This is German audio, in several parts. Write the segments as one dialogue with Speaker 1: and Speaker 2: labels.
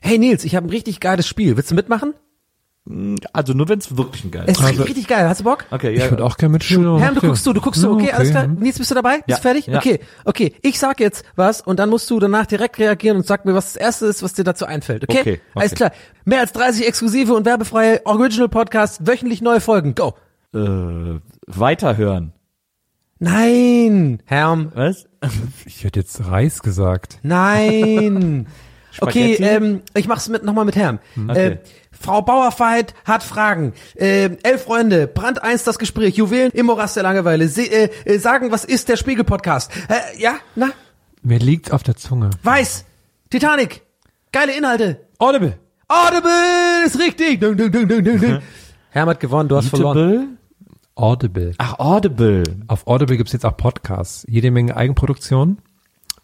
Speaker 1: Hey Nils, ich habe ein richtig geiles Spiel. Willst du mitmachen?
Speaker 2: Also nur wenn es wirklich ein geiles
Speaker 1: Es ist richtig geil. Hast du Bock?
Speaker 2: Also- Okay,
Speaker 3: Ich würde auch gerne mitspielen. aber
Speaker 1: Herm, du
Speaker 3: okay.
Speaker 1: guckst du, du guckst du.
Speaker 3: Ja,
Speaker 1: Okay, alles klar.
Speaker 3: hm.
Speaker 1: Nils, bist du dabei? Bist
Speaker 2: Ja.
Speaker 1: du fertig?
Speaker 2: Ja.
Speaker 1: Okay, okay. Ich sag jetzt was und dann musst du danach direkt reagieren und sag mir, was das erste ist, was dir dazu einfällt. Okay?
Speaker 2: Okay, okay.
Speaker 1: Alles klar. Mehr als 30 exklusive und werbefreie Original Podcasts, wöchentlich neue Folgen. Go.
Speaker 2: Äh, weiterhören.
Speaker 1: Nein, Herm.
Speaker 2: Was?
Speaker 3: Ich hätte jetzt Reis gesagt.
Speaker 1: Nein. okay,
Speaker 2: Spaghetti? Mhm.
Speaker 1: ähm, ich mach's mit, nochmal mit Herm. Äh, Frau Bauerfeit hat Fragen. Äh, elf Freunde, Brand 1 das Gespräch, Juwelen im Morast der Langeweile. Se äh, äh, sagen, was ist der Spiegel-Podcast? Äh, ja, na,
Speaker 3: Mir liegt's auf der Zunge.
Speaker 1: weiß, Titanic, geile Inhalte.
Speaker 3: Audible.
Speaker 1: Audible ist richtig. Ding, ding, ding, ding, ding, ding. Herm hat gewonnen, du hast verloren.
Speaker 2: Audible?
Speaker 3: Audible.
Speaker 2: Ach, Audible.
Speaker 3: Auf Audible gibt's jetzt auch Podcasts, jede Menge Eigenproduktionen.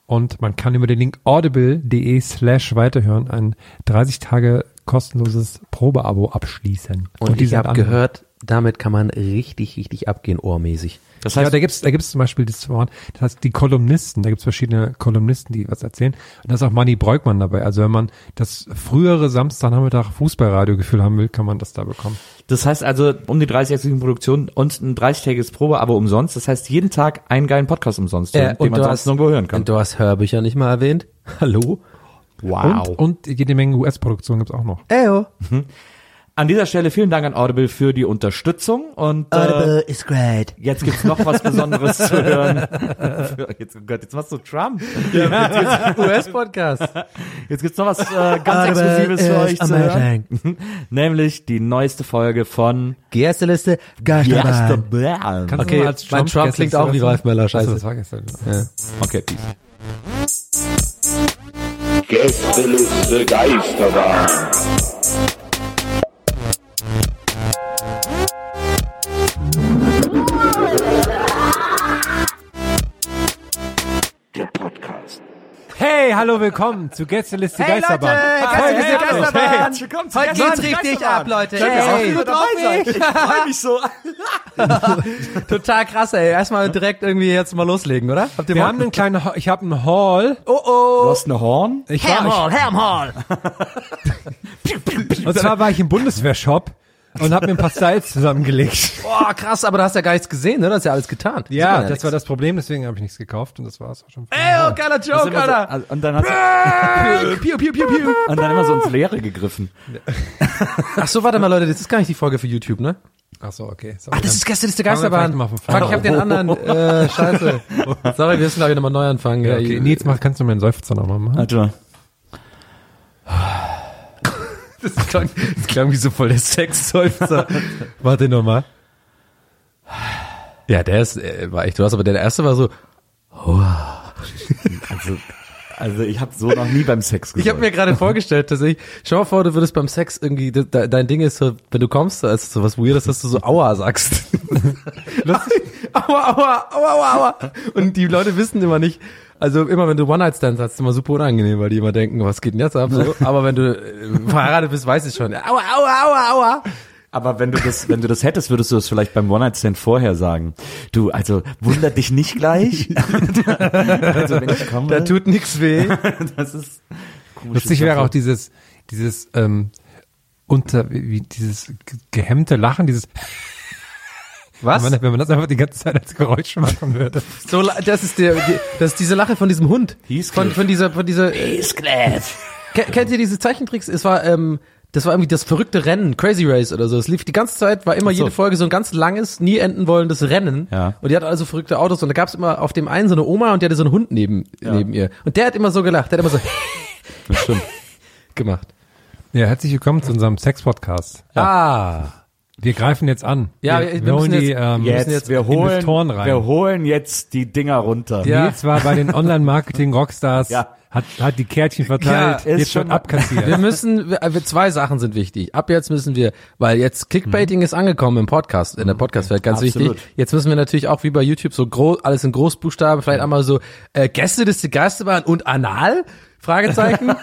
Speaker 3: Und man kann über den Link audible.de slash weiterhören ein 30 Tage kostenloses Probeabo abschließen.
Speaker 1: ich
Speaker 3: sind
Speaker 1: habe
Speaker 3: andere.
Speaker 1: gehört, damit kann man richtig, richtig abgehen, ohrmäßig.
Speaker 2: Das
Speaker 3: ja,
Speaker 2: heißt,
Speaker 3: da gibt's da gibt's zum Beispiel das Wort, das heißt die Kolumnisten, da gibt's verschiedene Kolumnisten, die was erzählen. Und da ist auch Manny Breukmann dabei. Also wenn man das frühere Samstagnachmittag Fußballradiogefühl haben will, kann man das da bekommen.
Speaker 2: das heißt also um die 30 exklusiven Produktionen und ein 30-tägiges Probeabo umsonst. Das heißt jeden Tag einen geilen Podcast umsonst,
Speaker 1: Äh,
Speaker 2: den man
Speaker 1: du
Speaker 2: sonst
Speaker 1: hast-
Speaker 2: nirgendwo hören kann.
Speaker 1: Und du hast Hörbücher nicht mal erwähnt. Hallo?
Speaker 2: Wow.
Speaker 3: Und, und jede Menge US-Produktion gibt's auch noch.
Speaker 1: Eyo.
Speaker 2: An dieser Stelle vielen Dank an Audible für die Unterstützung und äh,
Speaker 1: is great.
Speaker 2: jetzt gibt's noch was Besonderes zu hören. Jetzt, oh Gott, jetzt machst du Trump.
Speaker 1: US-Podcast.
Speaker 2: Jetzt gibt's noch was äh, ganz Exklusives für euch zu hören. Nämlich die neueste Folge von
Speaker 1: Gästeliste,
Speaker 2: Yes, the
Speaker 1: Geisterbahn.
Speaker 2: Bam.
Speaker 3: Kannst du
Speaker 1: Okay,
Speaker 3: mal als
Speaker 1: mein Trump
Speaker 3: gestern
Speaker 1: klingt auch wie
Speaker 3: lassen?
Speaker 1: Ralf Möller, scheiße.
Speaker 3: Achso, Das war gestern.
Speaker 2: Okay, peace.
Speaker 4: Gästeliste Geisterbahn. Der Podcast.
Speaker 3: Hey, hallo, willkommen zu Gästeliste
Speaker 1: Hey, Leute,
Speaker 3: Geisterbahn.
Speaker 1: Gästeliste
Speaker 3: Folge 70.
Speaker 1: Geisterbahn.
Speaker 2: Hey, herzlich willkommen zu
Speaker 1: Heute
Speaker 2: Gästeliste
Speaker 1: geht's richtig
Speaker 2: Geisterbahn.
Speaker 1: ab, Leute.
Speaker 2: Schön, dass
Speaker 1: Hey.
Speaker 2: ihr wieder dabei seid. Ich freue mich so.
Speaker 1: Total krass, ey. Erstmal direkt irgendwie jetzt mal loslegen, oder? Habt ihr
Speaker 3: Wir
Speaker 1: Bock?
Speaker 3: haben einen kleinen, Ha- ich habe einen Hall.
Speaker 1: Oh,
Speaker 2: Du
Speaker 1: oh.
Speaker 2: hast eine Horn?
Speaker 3: Ich war,
Speaker 1: Ham Hall.
Speaker 3: ich, und zwar war ich im Bundeswehrshop und habe mir ein paar Styles zusammengelegt.
Speaker 1: Boah, krass, aber da hast ja gar nichts gesehen, ne? Da ist ja alles getan.
Speaker 3: Ja, das war das Problem, deswegen habe ich nichts gekauft und das war's auch schon.
Speaker 1: Ey, oh, geiler
Speaker 2: Das
Speaker 1: Joke,
Speaker 2: ist immer so-
Speaker 1: oder?
Speaker 2: also- und, dann hast
Speaker 1: Piu, piu, piu, piu.
Speaker 2: du, und dann immer so ins Leere gegriffen.
Speaker 1: Ach so, warte mal, Leute, das ist gar nicht die Folge für YouTube, ne?
Speaker 3: Ach so, okay. Sorry,
Speaker 1: Ach, Ah, das
Speaker 3: dann-
Speaker 1: ist Gästeliste
Speaker 3: Fangen wir
Speaker 1: Geisterbahn.
Speaker 3: vielleicht mal von
Speaker 1: Fuck,
Speaker 3: vorne
Speaker 1: ich hab den
Speaker 3: an.
Speaker 1: anderen. Äh, scheiße. Sorry, wir müssen, glaube ich, nochmal neu anfangen.
Speaker 3: Ja, okay. Nils, mach, kannst du mir einen Seufzer nochmal machen?
Speaker 2: Warte mal.
Speaker 1: das, klang, das klang wie so voll der Sex-Seufzer.
Speaker 3: Warte nochmal.
Speaker 1: ja, der ist, äh, war echt was, aber der erste war so.
Speaker 2: Also, also ich habe so noch nie beim Sex gesagt.
Speaker 1: Ich habe mir gerade vorgestellt, dass ich, schau mal vor, du würdest beim Sex irgendwie, de, de, dein Ding ist so, wenn du kommst, da ist so was Weirdes, dass du so Aua sagst. aua, aua, aua, aua, aua. Und die Leute wissen immer nicht, also immer wenn du One-Night-Stands hast, ist immer super unangenehm, weil die immer denken, was geht denn jetzt ab? So. Aber wenn du äh, verheiratet bist, weißt du es schon. Aua, aua, aua, aua.
Speaker 2: Aber wenn du das, wenn du das hättest, würdest du es vielleicht beim One-Night-Stand vorher sagen. Du, also wundert dich nicht gleich. also wenn ich komme,
Speaker 1: Da tut nichts weh.
Speaker 2: das ist komisch.
Speaker 3: Lustig wäre auch dieses, dieses, ähm, unter, wie, wie dieses ge- gehemmte Lachen, dieses
Speaker 1: Was?
Speaker 3: Wenn man, wenn man das einfach die ganze Zeit als Geräusch machen würde.
Speaker 1: So, la- das ist der, die, das ist diese Lache von diesem Hund. Von, von dieser, von dieser. äh, Ke- Kennt ihr diese Zeichentricks? Es war, ähm, das war irgendwie das verrückte Rennen, Crazy Race oder so. Es lief die ganze Zeit, war immer
Speaker 2: Ach so.
Speaker 1: jede Folge so ein ganz langes, nie enden wollendes Rennen.
Speaker 2: Ja.
Speaker 1: Und die hatte also verrückte Autos und da gab es immer auf dem einen so eine Oma und die hatte so einen Hund neben, neben ihr. Und der hat immer so gelacht, der hat immer so
Speaker 2: Das stimmt.
Speaker 1: gemacht.
Speaker 3: Ja, herzlich willkommen zu unserem Sex-Podcast.
Speaker 1: Ah.
Speaker 3: Wir greifen jetzt an.
Speaker 1: Ja,
Speaker 3: wir,
Speaker 1: wir-
Speaker 3: wir,
Speaker 1: wir
Speaker 3: holen
Speaker 1: müssen
Speaker 3: die
Speaker 1: jetzt-
Speaker 3: ähm,
Speaker 2: Jetzt, wir holen,
Speaker 3: Investoren rein.
Speaker 2: wir holen jetzt die Dinger runter.
Speaker 1: Ja.
Speaker 3: Nils war bei den Online-Marketing-Rockstars,
Speaker 2: Ja.
Speaker 3: hat, hat die Kärtchen verteilt,
Speaker 1: Ja,
Speaker 2: ist
Speaker 3: jetzt schon
Speaker 2: schon-
Speaker 3: abkassiert.
Speaker 1: Wir müssen, wir, äh, wir- zwei Sachen sind wichtig. Ab jetzt müssen wir, weil jetzt Clickbaiting ist angekommen im Podcast, in der Podcast-Welt, ganz
Speaker 2: Absolut.
Speaker 1: wichtig. Jetzt müssen wir natürlich auch wie bei YouTube so groß, alles in Großbuchstaben, vielleicht einmal so, äh, Gästeliste Geisterbahn und Anal? Fragezeichen.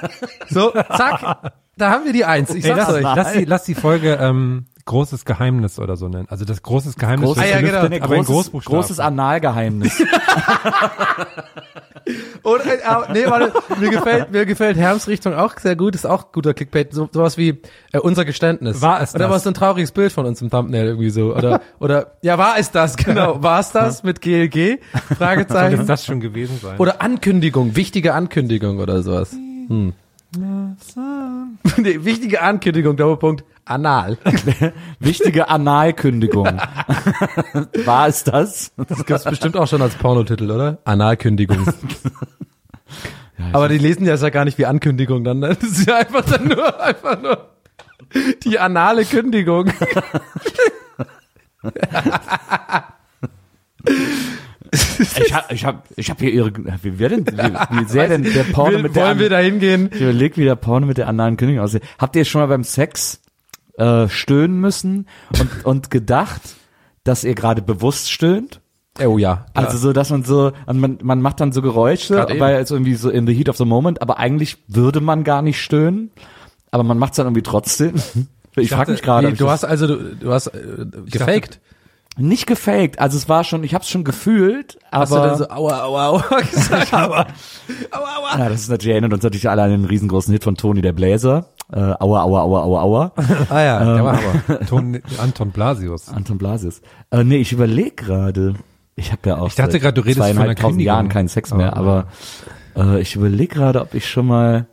Speaker 1: so, zack. Da haben wir die Eins. Ich
Speaker 3: Ey,
Speaker 1: sag's
Speaker 3: lass,
Speaker 1: euch.
Speaker 3: lass, die, lass die Folge ähm, Großes Geheimnis oder so nennen. Also das Großes Geheimnis
Speaker 2: Großes,
Speaker 3: wird
Speaker 1: Ah, ja,
Speaker 3: gelüftet,
Speaker 1: genau.
Speaker 2: Nee,
Speaker 3: aber in
Speaker 2: großes,
Speaker 3: Großbuchstaben.
Speaker 2: großes Analgeheimnis.
Speaker 1: Und, äh, aber- nee, warte, mir gefällt, mir gefällt Herms Richtung auch sehr gut, ist auch guter Clickbait, so, sowas wie äh, unser Geständnis.
Speaker 3: War es
Speaker 1: Oder
Speaker 3: das?
Speaker 1: war es so ein trauriges Bild von uns im Thumbnail irgendwie so? Oder, oder, ja, war es das, genau. War es das mit GLG?
Speaker 3: Soll jetzt
Speaker 1: Fragezeichen.
Speaker 3: das schon gewesen sein?
Speaker 1: Oder Ankündigung, wichtige Ankündigung oder sowas. Hm. nee, wichtige Ankündigung, Doppelpunkt, anal.
Speaker 2: Wichtige Analkündigung. War es das?
Speaker 1: Das gibt's bestimmt auch schon als Pornotitel, oder? Analkündigung. Aber die lesen das ja also gar nicht wie Ankündigung dann. ne? Das ist ja einfach dann nur, einfach nur die anale Kündigung.
Speaker 2: Ich hab, ich hab, ich hab hier ihre, wie wäre denn, wie, wie sähe denn der Porno
Speaker 1: Will,
Speaker 2: mit der
Speaker 1: wollen wir da hingehen?
Speaker 2: Ich überleg, wie der Porno mit der analen Kündigung aussieht. Habt ihr schon mal beim Sex äh, stöhnen müssen und, und gedacht, dass ihr gerade bewusst stöhnt?
Speaker 1: Oh ja.
Speaker 2: Also so, dass man so, und man, man macht dann so Geräusche,
Speaker 1: Gerade eben.
Speaker 2: weil es irgendwie so in the heat of the moment, aber eigentlich würde man gar nicht stöhnen, aber man macht es dann irgendwie trotzdem. Ich, frag
Speaker 1: dachte,
Speaker 2: mich gerade. ob
Speaker 1: Wie,
Speaker 2: ich
Speaker 1: du
Speaker 2: das-
Speaker 1: hast also, du, du hast äh, gefaked.
Speaker 2: nicht gefaked, also es war schon, ich habe es schon gefühlt, aber
Speaker 1: hast du dann so, aua, aua, aua gesagt? aua, aua, aua.
Speaker 2: ja, Ah, das ist natürlich erinnert uns natürlich alle an den riesengroßen Hit von Toni der Bläser. Äh, aua, aua, aua, aua, aua.
Speaker 1: Ah ja, der war aber.
Speaker 3: aber Ton, Anton Blasius.
Speaker 2: Anton Blasius. Äh, nee, ich überleg gerade. Ich habe ja auch ich
Speaker 3: dachte gerade, du redest von einer Kündigung. Oh,
Speaker 2: Jahren keinen Sex mehr,
Speaker 3: Aber-
Speaker 2: aber äh, ich überleg gerade, ob ich schon mal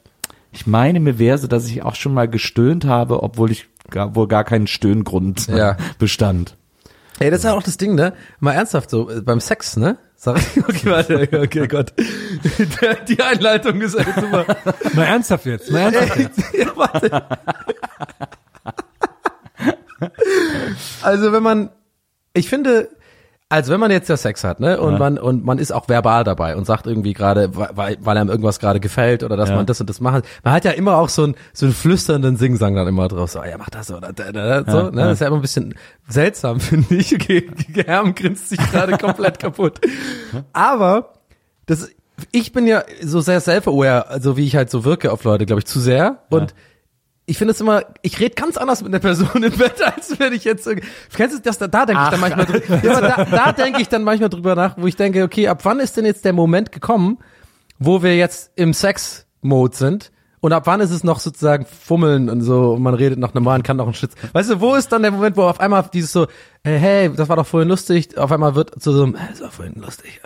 Speaker 2: ich meine mir wäre so, dass ich auch schon mal gestöhnt habe, obwohl ich gar, wohl gar keinen Stöhngrund
Speaker 1: Ja.
Speaker 2: bestand.
Speaker 1: Ey, das ist halt auch das Ding, ne? Mal ernsthaft so, äh, beim Sex, ne? Sag ich, okay, warte, okay, Gott. Die Einleitung ist echt super.
Speaker 3: Mal ernsthaft jetzt. Mal ernsthaft jetzt.
Speaker 1: ja, warte. also wenn man, ich finde, also wenn man jetzt ja Sex hat, ne, und man und man ist auch verbal dabei und sagt irgendwie gerade, weil, weil einem irgendwas gerade gefällt oder dass man das und das machen, man hat ja immer auch so einen so einen flüsternden Singsang dann immer drauf, so, "Ah, ja mach das oder da, da, da, so, ne, das ist ja immer ein bisschen seltsam finde ich. Okay, Herm grinst sich gerade komplett kaputt, aber das, ich bin ja so sehr self-aware, also wie ich halt so wirke auf Leute, glaube ich, zu sehr. Und ich finde es immer, ich rede ganz anders mit einer Person im Bett, als wenn ich jetzt irgendwie- kennst du das, da, da denke ich dann manchmal drüber, ja, aber da, da denke ich dann manchmal drüber nach, wo ich denke, okay, ab wann ist denn jetzt der Moment gekommen, wo wir jetzt im Sex-Mode sind? Und ab wann ist es noch sozusagen fummeln und so, und man redet noch normal und kann noch einen Schitz. Weißt du, wo ist dann der Moment, wo auf einmal dieses so, äh, hey, das war doch vorhin lustig, auf einmal wird zu so einem, äh, das war vorhin lustig.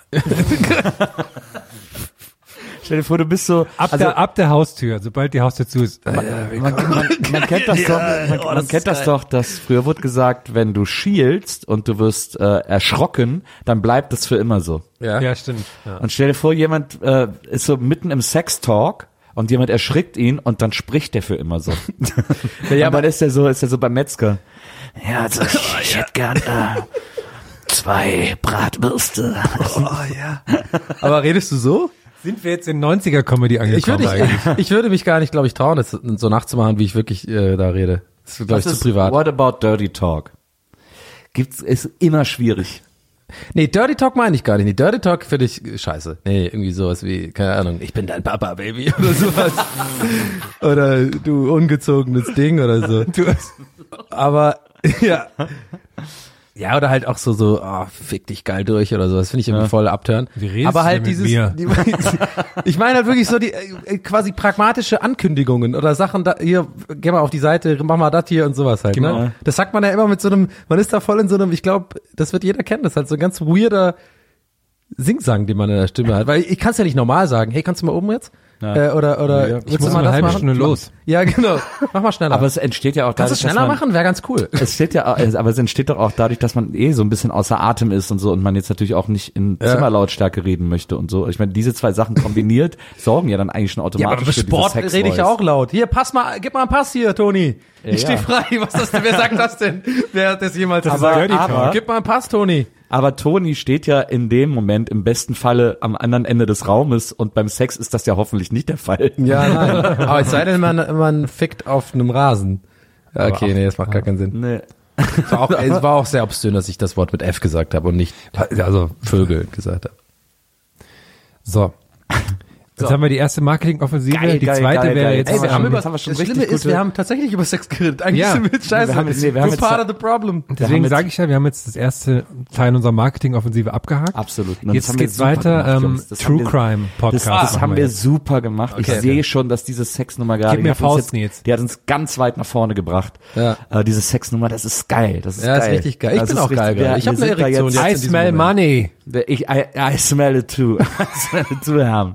Speaker 2: Stell dir vor, du bist so
Speaker 3: Ab, der, ab der Haustür, sobald die Haustür zu ist.
Speaker 2: Man, man, man kennt das doch,
Speaker 3: oh,
Speaker 2: man, man kennt das doch, dass früher wurde gesagt, wenn du schielst und du wirst äh, erschrocken, dann bleibt es für immer so.
Speaker 3: Ja, stimmt. Ja.
Speaker 2: Und stell dir vor, jemand äh, ist so mitten im Sex-Talk und jemand erschrickt ihn und dann spricht der für immer so. ja, aber dann ist er so, ist er so beim Metzger. Ja, also ich, ich hätte gern äh, zwei Bratwürste.
Speaker 1: Aber redest du so?
Speaker 3: Sind wir jetzt in 90er-Comedy angekommen
Speaker 1: Ich würde,
Speaker 3: eigentlich?
Speaker 1: ich, ich würde mich gar nicht, glaube ich, trauen, das so nachzumachen, wie ich wirklich äh, da rede. Das ist, glaube ich, zu privat.
Speaker 2: What about Dirty Talk? Gibt's, ist immer schwierig.
Speaker 1: Nee, Dirty Talk meine ich gar nicht. Nee, Dirty Talk finde ich äh, scheiße. Nee, irgendwie sowas wie, keine Ahnung, ich bin dein Papa, Baby oder sowas. oder du ungezogenes Ding oder so. Aber, ja. Ja, oder halt auch so, so, ah, fick dich geil durch oder so. Das finde ich irgendwie voll abtören.
Speaker 3: Wie redest
Speaker 1: Aber
Speaker 3: du
Speaker 1: halt
Speaker 3: denn
Speaker 1: dieses,
Speaker 3: mit
Speaker 1: Die, ich meine halt wirklich so die äh, quasi pragmatische Ankündigungen oder Sachen, da, hier, geh mal auf die Seite, mach mal das hier und sowas halt.
Speaker 2: Genau.
Speaker 1: Ne? Das sagt man ja immer mit so einem, man ist da voll in so einem, ich glaube, das wird jeder kennen, das ist halt so ein ganz weirder Singsang, den man in der Stimme hat. Weil ich kann es ja nicht normal sagen, hey, kannst du mal oben jetzt? Äh, oder oder
Speaker 2: Ja, ich
Speaker 1: willst du
Speaker 3: muss
Speaker 1: mal
Speaker 3: eine
Speaker 1: das
Speaker 3: halbe
Speaker 1: machen?
Speaker 3: Stunde los.
Speaker 1: Ja, genau. Mach mal schneller.
Speaker 2: Aber es entsteht ja auch
Speaker 1: Kannst du
Speaker 2: dass
Speaker 1: schneller
Speaker 2: man-
Speaker 1: machen? Wäre ganz cool.
Speaker 2: Es steht ja, also, aber es entsteht doch auch dadurch, dass man eh so ein bisschen außer Atem ist und so und man jetzt natürlich auch nicht in Zimmerlautstärke reden möchte und so. Ich meine, diese zwei Sachen kombiniert sorgen ja dann eigentlich schon automatisch für diese Sex
Speaker 1: rede ich ja
Speaker 2: Voice.
Speaker 1: auch laut. Hier, pass mal, gib mal einen Pass hier, Toni. ich
Speaker 2: ja.
Speaker 1: stehe frei. Was ist denn, wer sagt das denn? Wer hat das jemals gesagt?
Speaker 2: Dirty Talk.
Speaker 1: gib mal einen Pass, Toni.
Speaker 2: Aber Toni steht ja in dem Moment im besten Falle am anderen Ende des Raumes und beim Sex ist das ja hoffentlich nicht der Fall.
Speaker 1: Ja, nein. Aber es sei denn, man, man fickt auf einem Rasen. Ja,
Speaker 3: Aber
Speaker 1: Okay,
Speaker 3: auch-
Speaker 1: nee, das macht gar keinen Sinn.
Speaker 2: Nee.
Speaker 1: Es ah. war, auch, es war auch sehr obszön, dass ich das Wort mit F gesagt habe und nicht also Vögel gesagt habe.
Speaker 3: So. Jetzt haben wir die erste Marketing-Offensive,
Speaker 2: Geil,
Speaker 3: die
Speaker 2: geil,
Speaker 3: zweite
Speaker 2: geil,
Speaker 3: wäre
Speaker 2: geil.
Speaker 3: jetzt.
Speaker 2: Ey, wir
Speaker 3: ähm,
Speaker 2: haben über- Jetzt wir schon
Speaker 1: das
Speaker 2: richtig
Speaker 1: Schlimme ist,
Speaker 2: gute-
Speaker 1: wir haben tatsächlich über Sex geredet. Eigentlich
Speaker 3: Ja.
Speaker 1: sind wir scheiße.
Speaker 2: Wir haben jetzt- nee, wir haben
Speaker 1: You're
Speaker 2: jetzt-
Speaker 1: part of the problem.
Speaker 3: deswegen
Speaker 2: jetzt-
Speaker 3: sage ich ja, wir haben jetzt das erste Teil unserer Marketing-Offensive abgehakt.
Speaker 2: Absolut. Und
Speaker 3: Jetzt
Speaker 2: haben
Speaker 3: geht's
Speaker 2: wir super
Speaker 3: weiter,
Speaker 2: gemacht,
Speaker 3: ähm,
Speaker 2: Jungs. Das haben
Speaker 3: True
Speaker 2: wir-
Speaker 3: Crime Podcast.
Speaker 2: Das, das
Speaker 3: machen
Speaker 2: haben wir
Speaker 3: jetzt.
Speaker 2: super gemacht. ich
Speaker 1: Okay.
Speaker 2: sehe schon, dass diese Sexnummer gerade.
Speaker 3: Gib
Speaker 2: die
Speaker 3: mir
Speaker 2: hat uns
Speaker 3: Faust, Nils.
Speaker 2: Die hat uns ganz weit nach vorne gebracht.
Speaker 1: Ja.
Speaker 2: Äh, diese Sexnummer, das ist geil. Das ist
Speaker 1: Ja,
Speaker 2: geil.
Speaker 1: ist richtig geil. Ich
Speaker 2: das
Speaker 1: bin
Speaker 2: ist
Speaker 1: auch geil
Speaker 2: richtig-
Speaker 1: gerade. Ich hab
Speaker 2: wir
Speaker 1: eine
Speaker 2: sind da
Speaker 1: Erektion jetzt
Speaker 3: I
Speaker 1: in diesem
Speaker 3: smell
Speaker 1: Moment.
Speaker 3: money.
Speaker 2: Ich, I, I smell it too. I smell it too, Herr.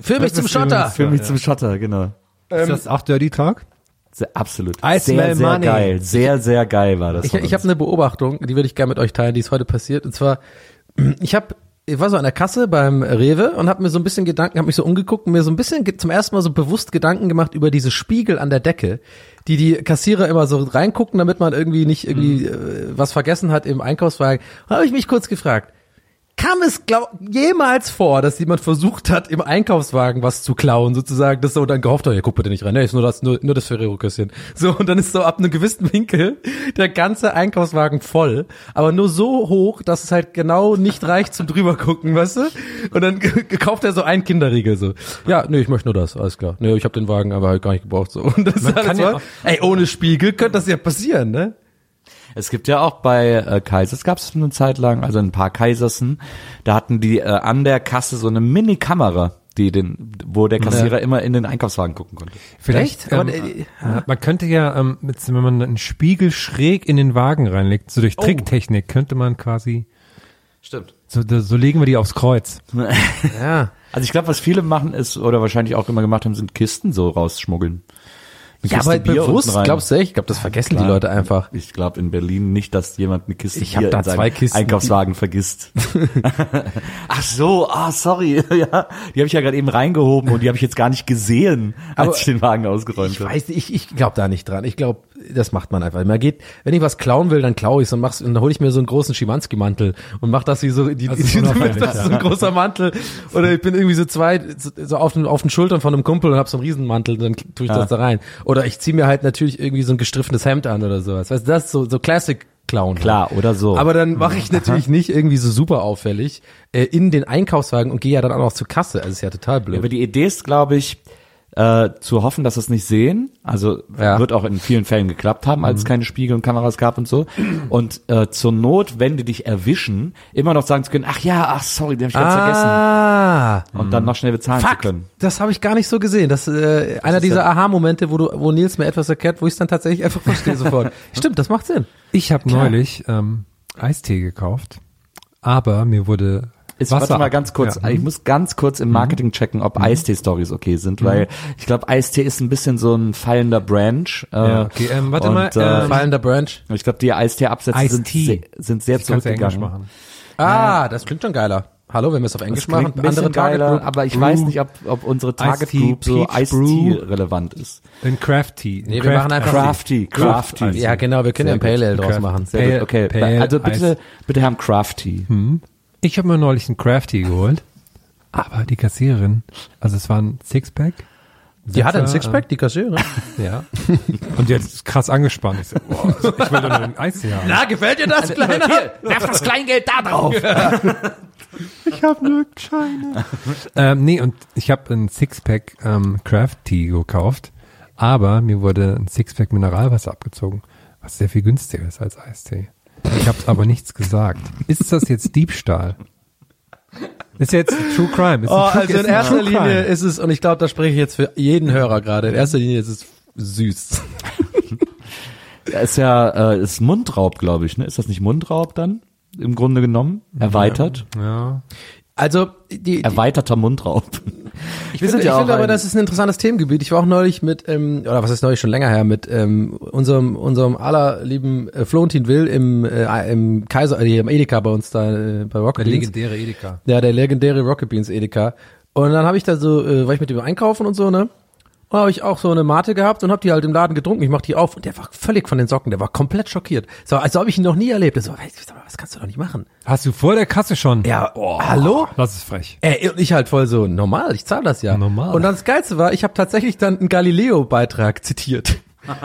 Speaker 1: Für mich zum Schotter.
Speaker 2: Für mich zum Schotter, genau.
Speaker 3: ist das auch Dirty Talk?
Speaker 2: Sehr, absolut. sehr,
Speaker 3: I smell
Speaker 2: sehr
Speaker 3: money.
Speaker 2: geil. Sehr, sehr geil war das.
Speaker 1: Ich,
Speaker 2: von
Speaker 1: ich
Speaker 2: uns.
Speaker 1: habe eine Beobachtung, die würde ich gerne mit euch teilen, die ist heute passiert. Und zwar, ich habe, ich war so an der Kasse beim Rewe und habe mir so ein bisschen Gedanken, habe mich so umgeguckt und mir so ein bisschen ge- zum ersten Mal so bewusst Gedanken gemacht über diese Spiegel an der Decke, die die Kassierer immer so reingucken, damit man irgendwie nicht
Speaker 2: Mhm.
Speaker 1: irgendwie äh, was vergessen hat im Einkaufswagen. Habe ich mich kurz gefragt. Kam es glaub, jemals vor, dass jemand versucht hat, im Einkaufswagen was zu klauen, sozusagen, das so, und dann gehofft hat, ja, guck bitte nicht rein, ne, ist nur das, nur, nur das Ferrero-Kösschen. So, und dann ist so ab einem gewissen Winkel der ganze Einkaufswagen voll, aber nur so hoch, dass es halt genau nicht reicht zum drüber gucken, weißt du? Und dann kauft er so einen Kinderriegel, so. Ja, nee, ich möchte nur das, alles klar. Nee, ich habe den Wagen aber halt gar nicht gebraucht, so. Und das ist
Speaker 3: kann
Speaker 1: alles
Speaker 3: ja
Speaker 1: voll. Ey, ohne Spiegel könnte das ja passieren, ne?
Speaker 2: Es gibt ja auch bei äh, Kaisers gab es eine Zeit lang, also ein paar Kaisersen, da hatten die äh, an der Kasse so eine Mini-Kamera, die den, wo der Kassierer immer in den Einkaufswagen gucken konnte.
Speaker 3: Vielleicht.
Speaker 1: Echt? Aber,
Speaker 3: ähm,
Speaker 1: äh,
Speaker 3: man könnte ja, ähm, mit, wenn man einen Spiegel schräg in den Wagen reinlegt, so durch Tricktechnik, könnte man quasi,
Speaker 2: Oh. Stimmt.
Speaker 3: so, da- so legen wir die aufs Kreuz.
Speaker 1: Ja.
Speaker 2: Also ich glaube, was viele machen ist oder wahrscheinlich auch immer gemacht haben, sind Kisten so rausschmuggeln. Eine
Speaker 1: Ja,
Speaker 2: Kiste
Speaker 1: aber
Speaker 2: Bier
Speaker 1: bewusst,
Speaker 2: unten rein.
Speaker 1: glaubst du echt? Ich glaube, das vergessen die Leute einfach.
Speaker 2: Ich glaube in Berlin nicht, dass jemand eine Kiste
Speaker 1: Ich hab
Speaker 2: Bier
Speaker 1: da
Speaker 2: in seinem
Speaker 1: zwei Kisten,
Speaker 2: Einkaufswagen vergisst. Ach so, ah sorry, ja, die habe ich ja gerade eben reingehoben und die habe ich jetzt gar nicht gesehen, als
Speaker 1: Aber
Speaker 2: ich den Wagen ausgeräumt
Speaker 1: Ich
Speaker 2: habe.
Speaker 1: weiß, nicht, ich, ich glaube da nicht dran. Ich glaube, das macht man einfach. Man geht, wenn ich was klauen will, dann klaue ich und mach's und dann hole ich mir so einen großen Schimanski-Mantel und mach das wie so die,
Speaker 3: ist
Speaker 1: die,
Speaker 3: unauffällig,
Speaker 1: das ist so ein großer Mantel oder ich bin irgendwie so zwei so auf den auf den Schultern von einem Kumpel und hab so einen Riesenmantel, dann tue ich das da rein. Oder ich zieh mir halt natürlich irgendwie so ein gestriffenes Hemd an oder sowas. Weißt du, das ist so so Classic Clown.
Speaker 2: Klar, oder so. Mhm.
Speaker 1: Aber dann mache ich natürlich nicht irgendwie so super auffällig äh, in den Einkaufswagen und gehe ja dann auch noch zur Kasse. Also ist ja total blöd.
Speaker 2: Aber die Idee ist, glaube ich, äh, zu hoffen, dass sie es nicht sehen. Also
Speaker 1: Ja.
Speaker 2: wird auch in vielen Fällen geklappt haben,
Speaker 3: Mhm.
Speaker 2: als es keine Spiegel und Kameras gab und so. Und äh, zur Not, wenn die dich erwischen, immer noch sagen zu können, ach ja, ach sorry, den habe ich ganz vergessen.
Speaker 1: ah.
Speaker 2: Und
Speaker 3: Mhm.
Speaker 2: dann noch schnell bezahlen
Speaker 1: Fuck,
Speaker 2: zu können.
Speaker 1: das habe ich gar nicht so gesehen. Das, äh, einer dieser Aha-Momente, wo du, wo Nils mir etwas erklärt, wo ich es dann tatsächlich einfach verstehe sofort. Stimmt, das macht Sinn.
Speaker 3: Ich habe neulich ähm, Eistee gekauft, aber mir wurde
Speaker 2: Ist,
Speaker 3: Wasser.
Speaker 2: warte mal ganz kurz,
Speaker 3: Ja. Mhm.
Speaker 2: ich muss ganz kurz im Marketing checken, ob Eistee-Stories okay sind, weil ich glaube, Eistee ist ein bisschen so ein fallender Branch. Äh,
Speaker 3: Ja, okay, ähm, warte
Speaker 2: und,
Speaker 3: mal,
Speaker 2: Äh,
Speaker 3: ähm,
Speaker 1: Fallender Branch.
Speaker 2: ich glaube, die Eistee-Absätze sind,
Speaker 3: Eistee.
Speaker 2: se- sind sehr
Speaker 3: Ich kann's ja Englisch
Speaker 2: zurückgegangen.
Speaker 3: machen.
Speaker 1: Ah, das klingt schon geiler. Hallo, wenn wir es auf Englisch
Speaker 2: Das klingt
Speaker 1: machen,
Speaker 2: ein bisschen
Speaker 1: Target
Speaker 2: geiler,
Speaker 1: Group.
Speaker 2: aber ich
Speaker 3: Brew.
Speaker 2: weiß nicht, ob, ob unsere Target
Speaker 3: Tea,
Speaker 2: Group so
Speaker 3: Peach
Speaker 2: Ice
Speaker 3: Brew.
Speaker 2: Tea relevant ist.
Speaker 3: Ein Craft Tea.
Speaker 1: Nee, wir
Speaker 3: Craft
Speaker 1: machen einfach-
Speaker 2: Crafty, Crafty.
Speaker 1: Ja, genau, wir können ja ein
Speaker 2: Sehr gut.
Speaker 1: Pale Ale draus
Speaker 3: Okay.
Speaker 1: machen.
Speaker 2: Sehr
Speaker 3: Pale-
Speaker 2: gut, okay.
Speaker 3: Pale
Speaker 2: also bitte, bitte haben Crafty.
Speaker 3: Ich habe mir neulich einen Crafty geholt, aber die Kassiererin, also es war ein Sixpack.
Speaker 1: Die hat ein
Speaker 3: Sechser,
Speaker 1: Sixpack, die ne? Kassiererin.
Speaker 3: ähm, Ja. Und die hat es krass angespannt. Ich, so, boah, also ich will doch nur einen Eistee haben.
Speaker 1: Na, gefällt dir das, Kleiner?
Speaker 2: Werf das Kleingeld da drauf.
Speaker 3: Ich habe nur Scheine. ähm, nee, und ich habe ein Sixpack ähm, Craft Tea gekauft, aber mir wurde ein Sixpack Mineralwasser abgezogen, was sehr viel günstiger ist als Eistee. Ich habe aber nichts gesagt. Ist das jetzt Diebstahl? Ist jetzt ein True Crime. Ist ein
Speaker 1: Oh,
Speaker 3: True,
Speaker 1: also
Speaker 3: ist
Speaker 1: in
Speaker 3: ein
Speaker 1: erster
Speaker 3: True Crime.
Speaker 1: Linie ist es, und ich glaube, da spreche ich jetzt für jeden Hörer gerade, in erster Linie ist es süß.
Speaker 2: Ist ja, äh, ist Mundraub, glaube ich, ne? Ist das nicht Mundraub dann? Im Grunde genommen? Erweitert?
Speaker 3: Ja.
Speaker 1: Also, die, die,
Speaker 2: Erweiterter Mundraub.
Speaker 1: ich finde,
Speaker 2: wir sind ja
Speaker 1: ich
Speaker 2: auch
Speaker 1: finde aber,
Speaker 2: ein-
Speaker 1: das ist ein interessantes Themengebiet. Ich war auch neulich mit, ähm, oder was ist neulich schon länger her, mit ähm, unserem unserem allerlieben äh, Florentin Will im, äh, im Kaiser, äh, im Edeka bei uns da äh, bei Rocket
Speaker 3: Der
Speaker 1: Beans.
Speaker 3: legendäre Edeka.
Speaker 1: Ja, der legendäre Rocket Beans Edeka. Und dann habe ich da so, äh, war ich mit dem einkaufen und so, ne? Und habe ich auch so eine Mate gehabt und habe die halt im Laden getrunken. Ich mach die auf und der war völlig von den Socken, der war komplett schockiert. So, als ob ich ihn noch nie erlebt. So, "Hey, sag mal, was kannst du doch nicht machen?
Speaker 3: Hast du vor der Kasse schon?
Speaker 1: Ja,
Speaker 2: oh.
Speaker 1: hallo?
Speaker 3: Das ist frech.
Speaker 1: Ey, und ich halt voll so, normal, ich zahle das ja.
Speaker 3: Normal.
Speaker 1: Und dann das Geilste war, ich habe tatsächlich dann einen Galileo-Beitrag zitiert.